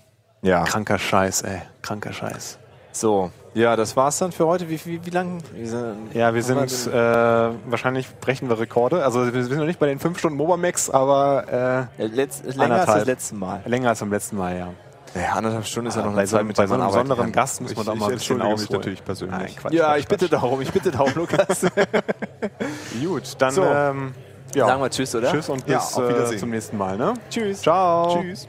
[SPEAKER 2] ja,
[SPEAKER 1] kranker Scheiß, ey. Kranker Scheiß.
[SPEAKER 2] so. Ja, das war's dann für heute. Wie, wie, wie lang? Wir sind-
[SPEAKER 1] Ja, wir
[SPEAKER 2] haben
[SPEAKER 1] sind äh, wahrscheinlich brechen wir Rekorde. Also wir sind noch nicht bei den 5 Stunden Mobamax, aber
[SPEAKER 2] Ja, letzt, länger als das
[SPEAKER 1] anderthalb.
[SPEAKER 2] letzte Mal. Ah,
[SPEAKER 1] äh, länger als beim letzten Mal, ja.
[SPEAKER 2] Ja, anderthalb Stunden ist ja noch
[SPEAKER 1] Ah, bei so, bei so einem besonderen
[SPEAKER 2] besonderen
[SPEAKER 1] Gast muss man da
[SPEAKER 3] Ich,
[SPEAKER 1] mal
[SPEAKER 3] ich
[SPEAKER 1] ein bisschen
[SPEAKER 3] entschuldige mich
[SPEAKER 1] ausholen.
[SPEAKER 3] natürlich persönlich.
[SPEAKER 1] Nein, Quatsch,
[SPEAKER 2] Ja,
[SPEAKER 1] Quatsch,
[SPEAKER 2] ich bitte darum, ich bitte darum, Lukas.
[SPEAKER 1] Quatsch. Gut, dann
[SPEAKER 2] So.
[SPEAKER 1] ähm, ja.
[SPEAKER 2] wir Tschüss, oder?
[SPEAKER 1] Tschüss und
[SPEAKER 3] Ja,
[SPEAKER 1] bis
[SPEAKER 3] auf
[SPEAKER 1] äh,
[SPEAKER 3] Wiedersehen.
[SPEAKER 1] zum nächsten Mal. Ne?
[SPEAKER 2] Tschüss.
[SPEAKER 1] Ciao.
[SPEAKER 3] Tschüss.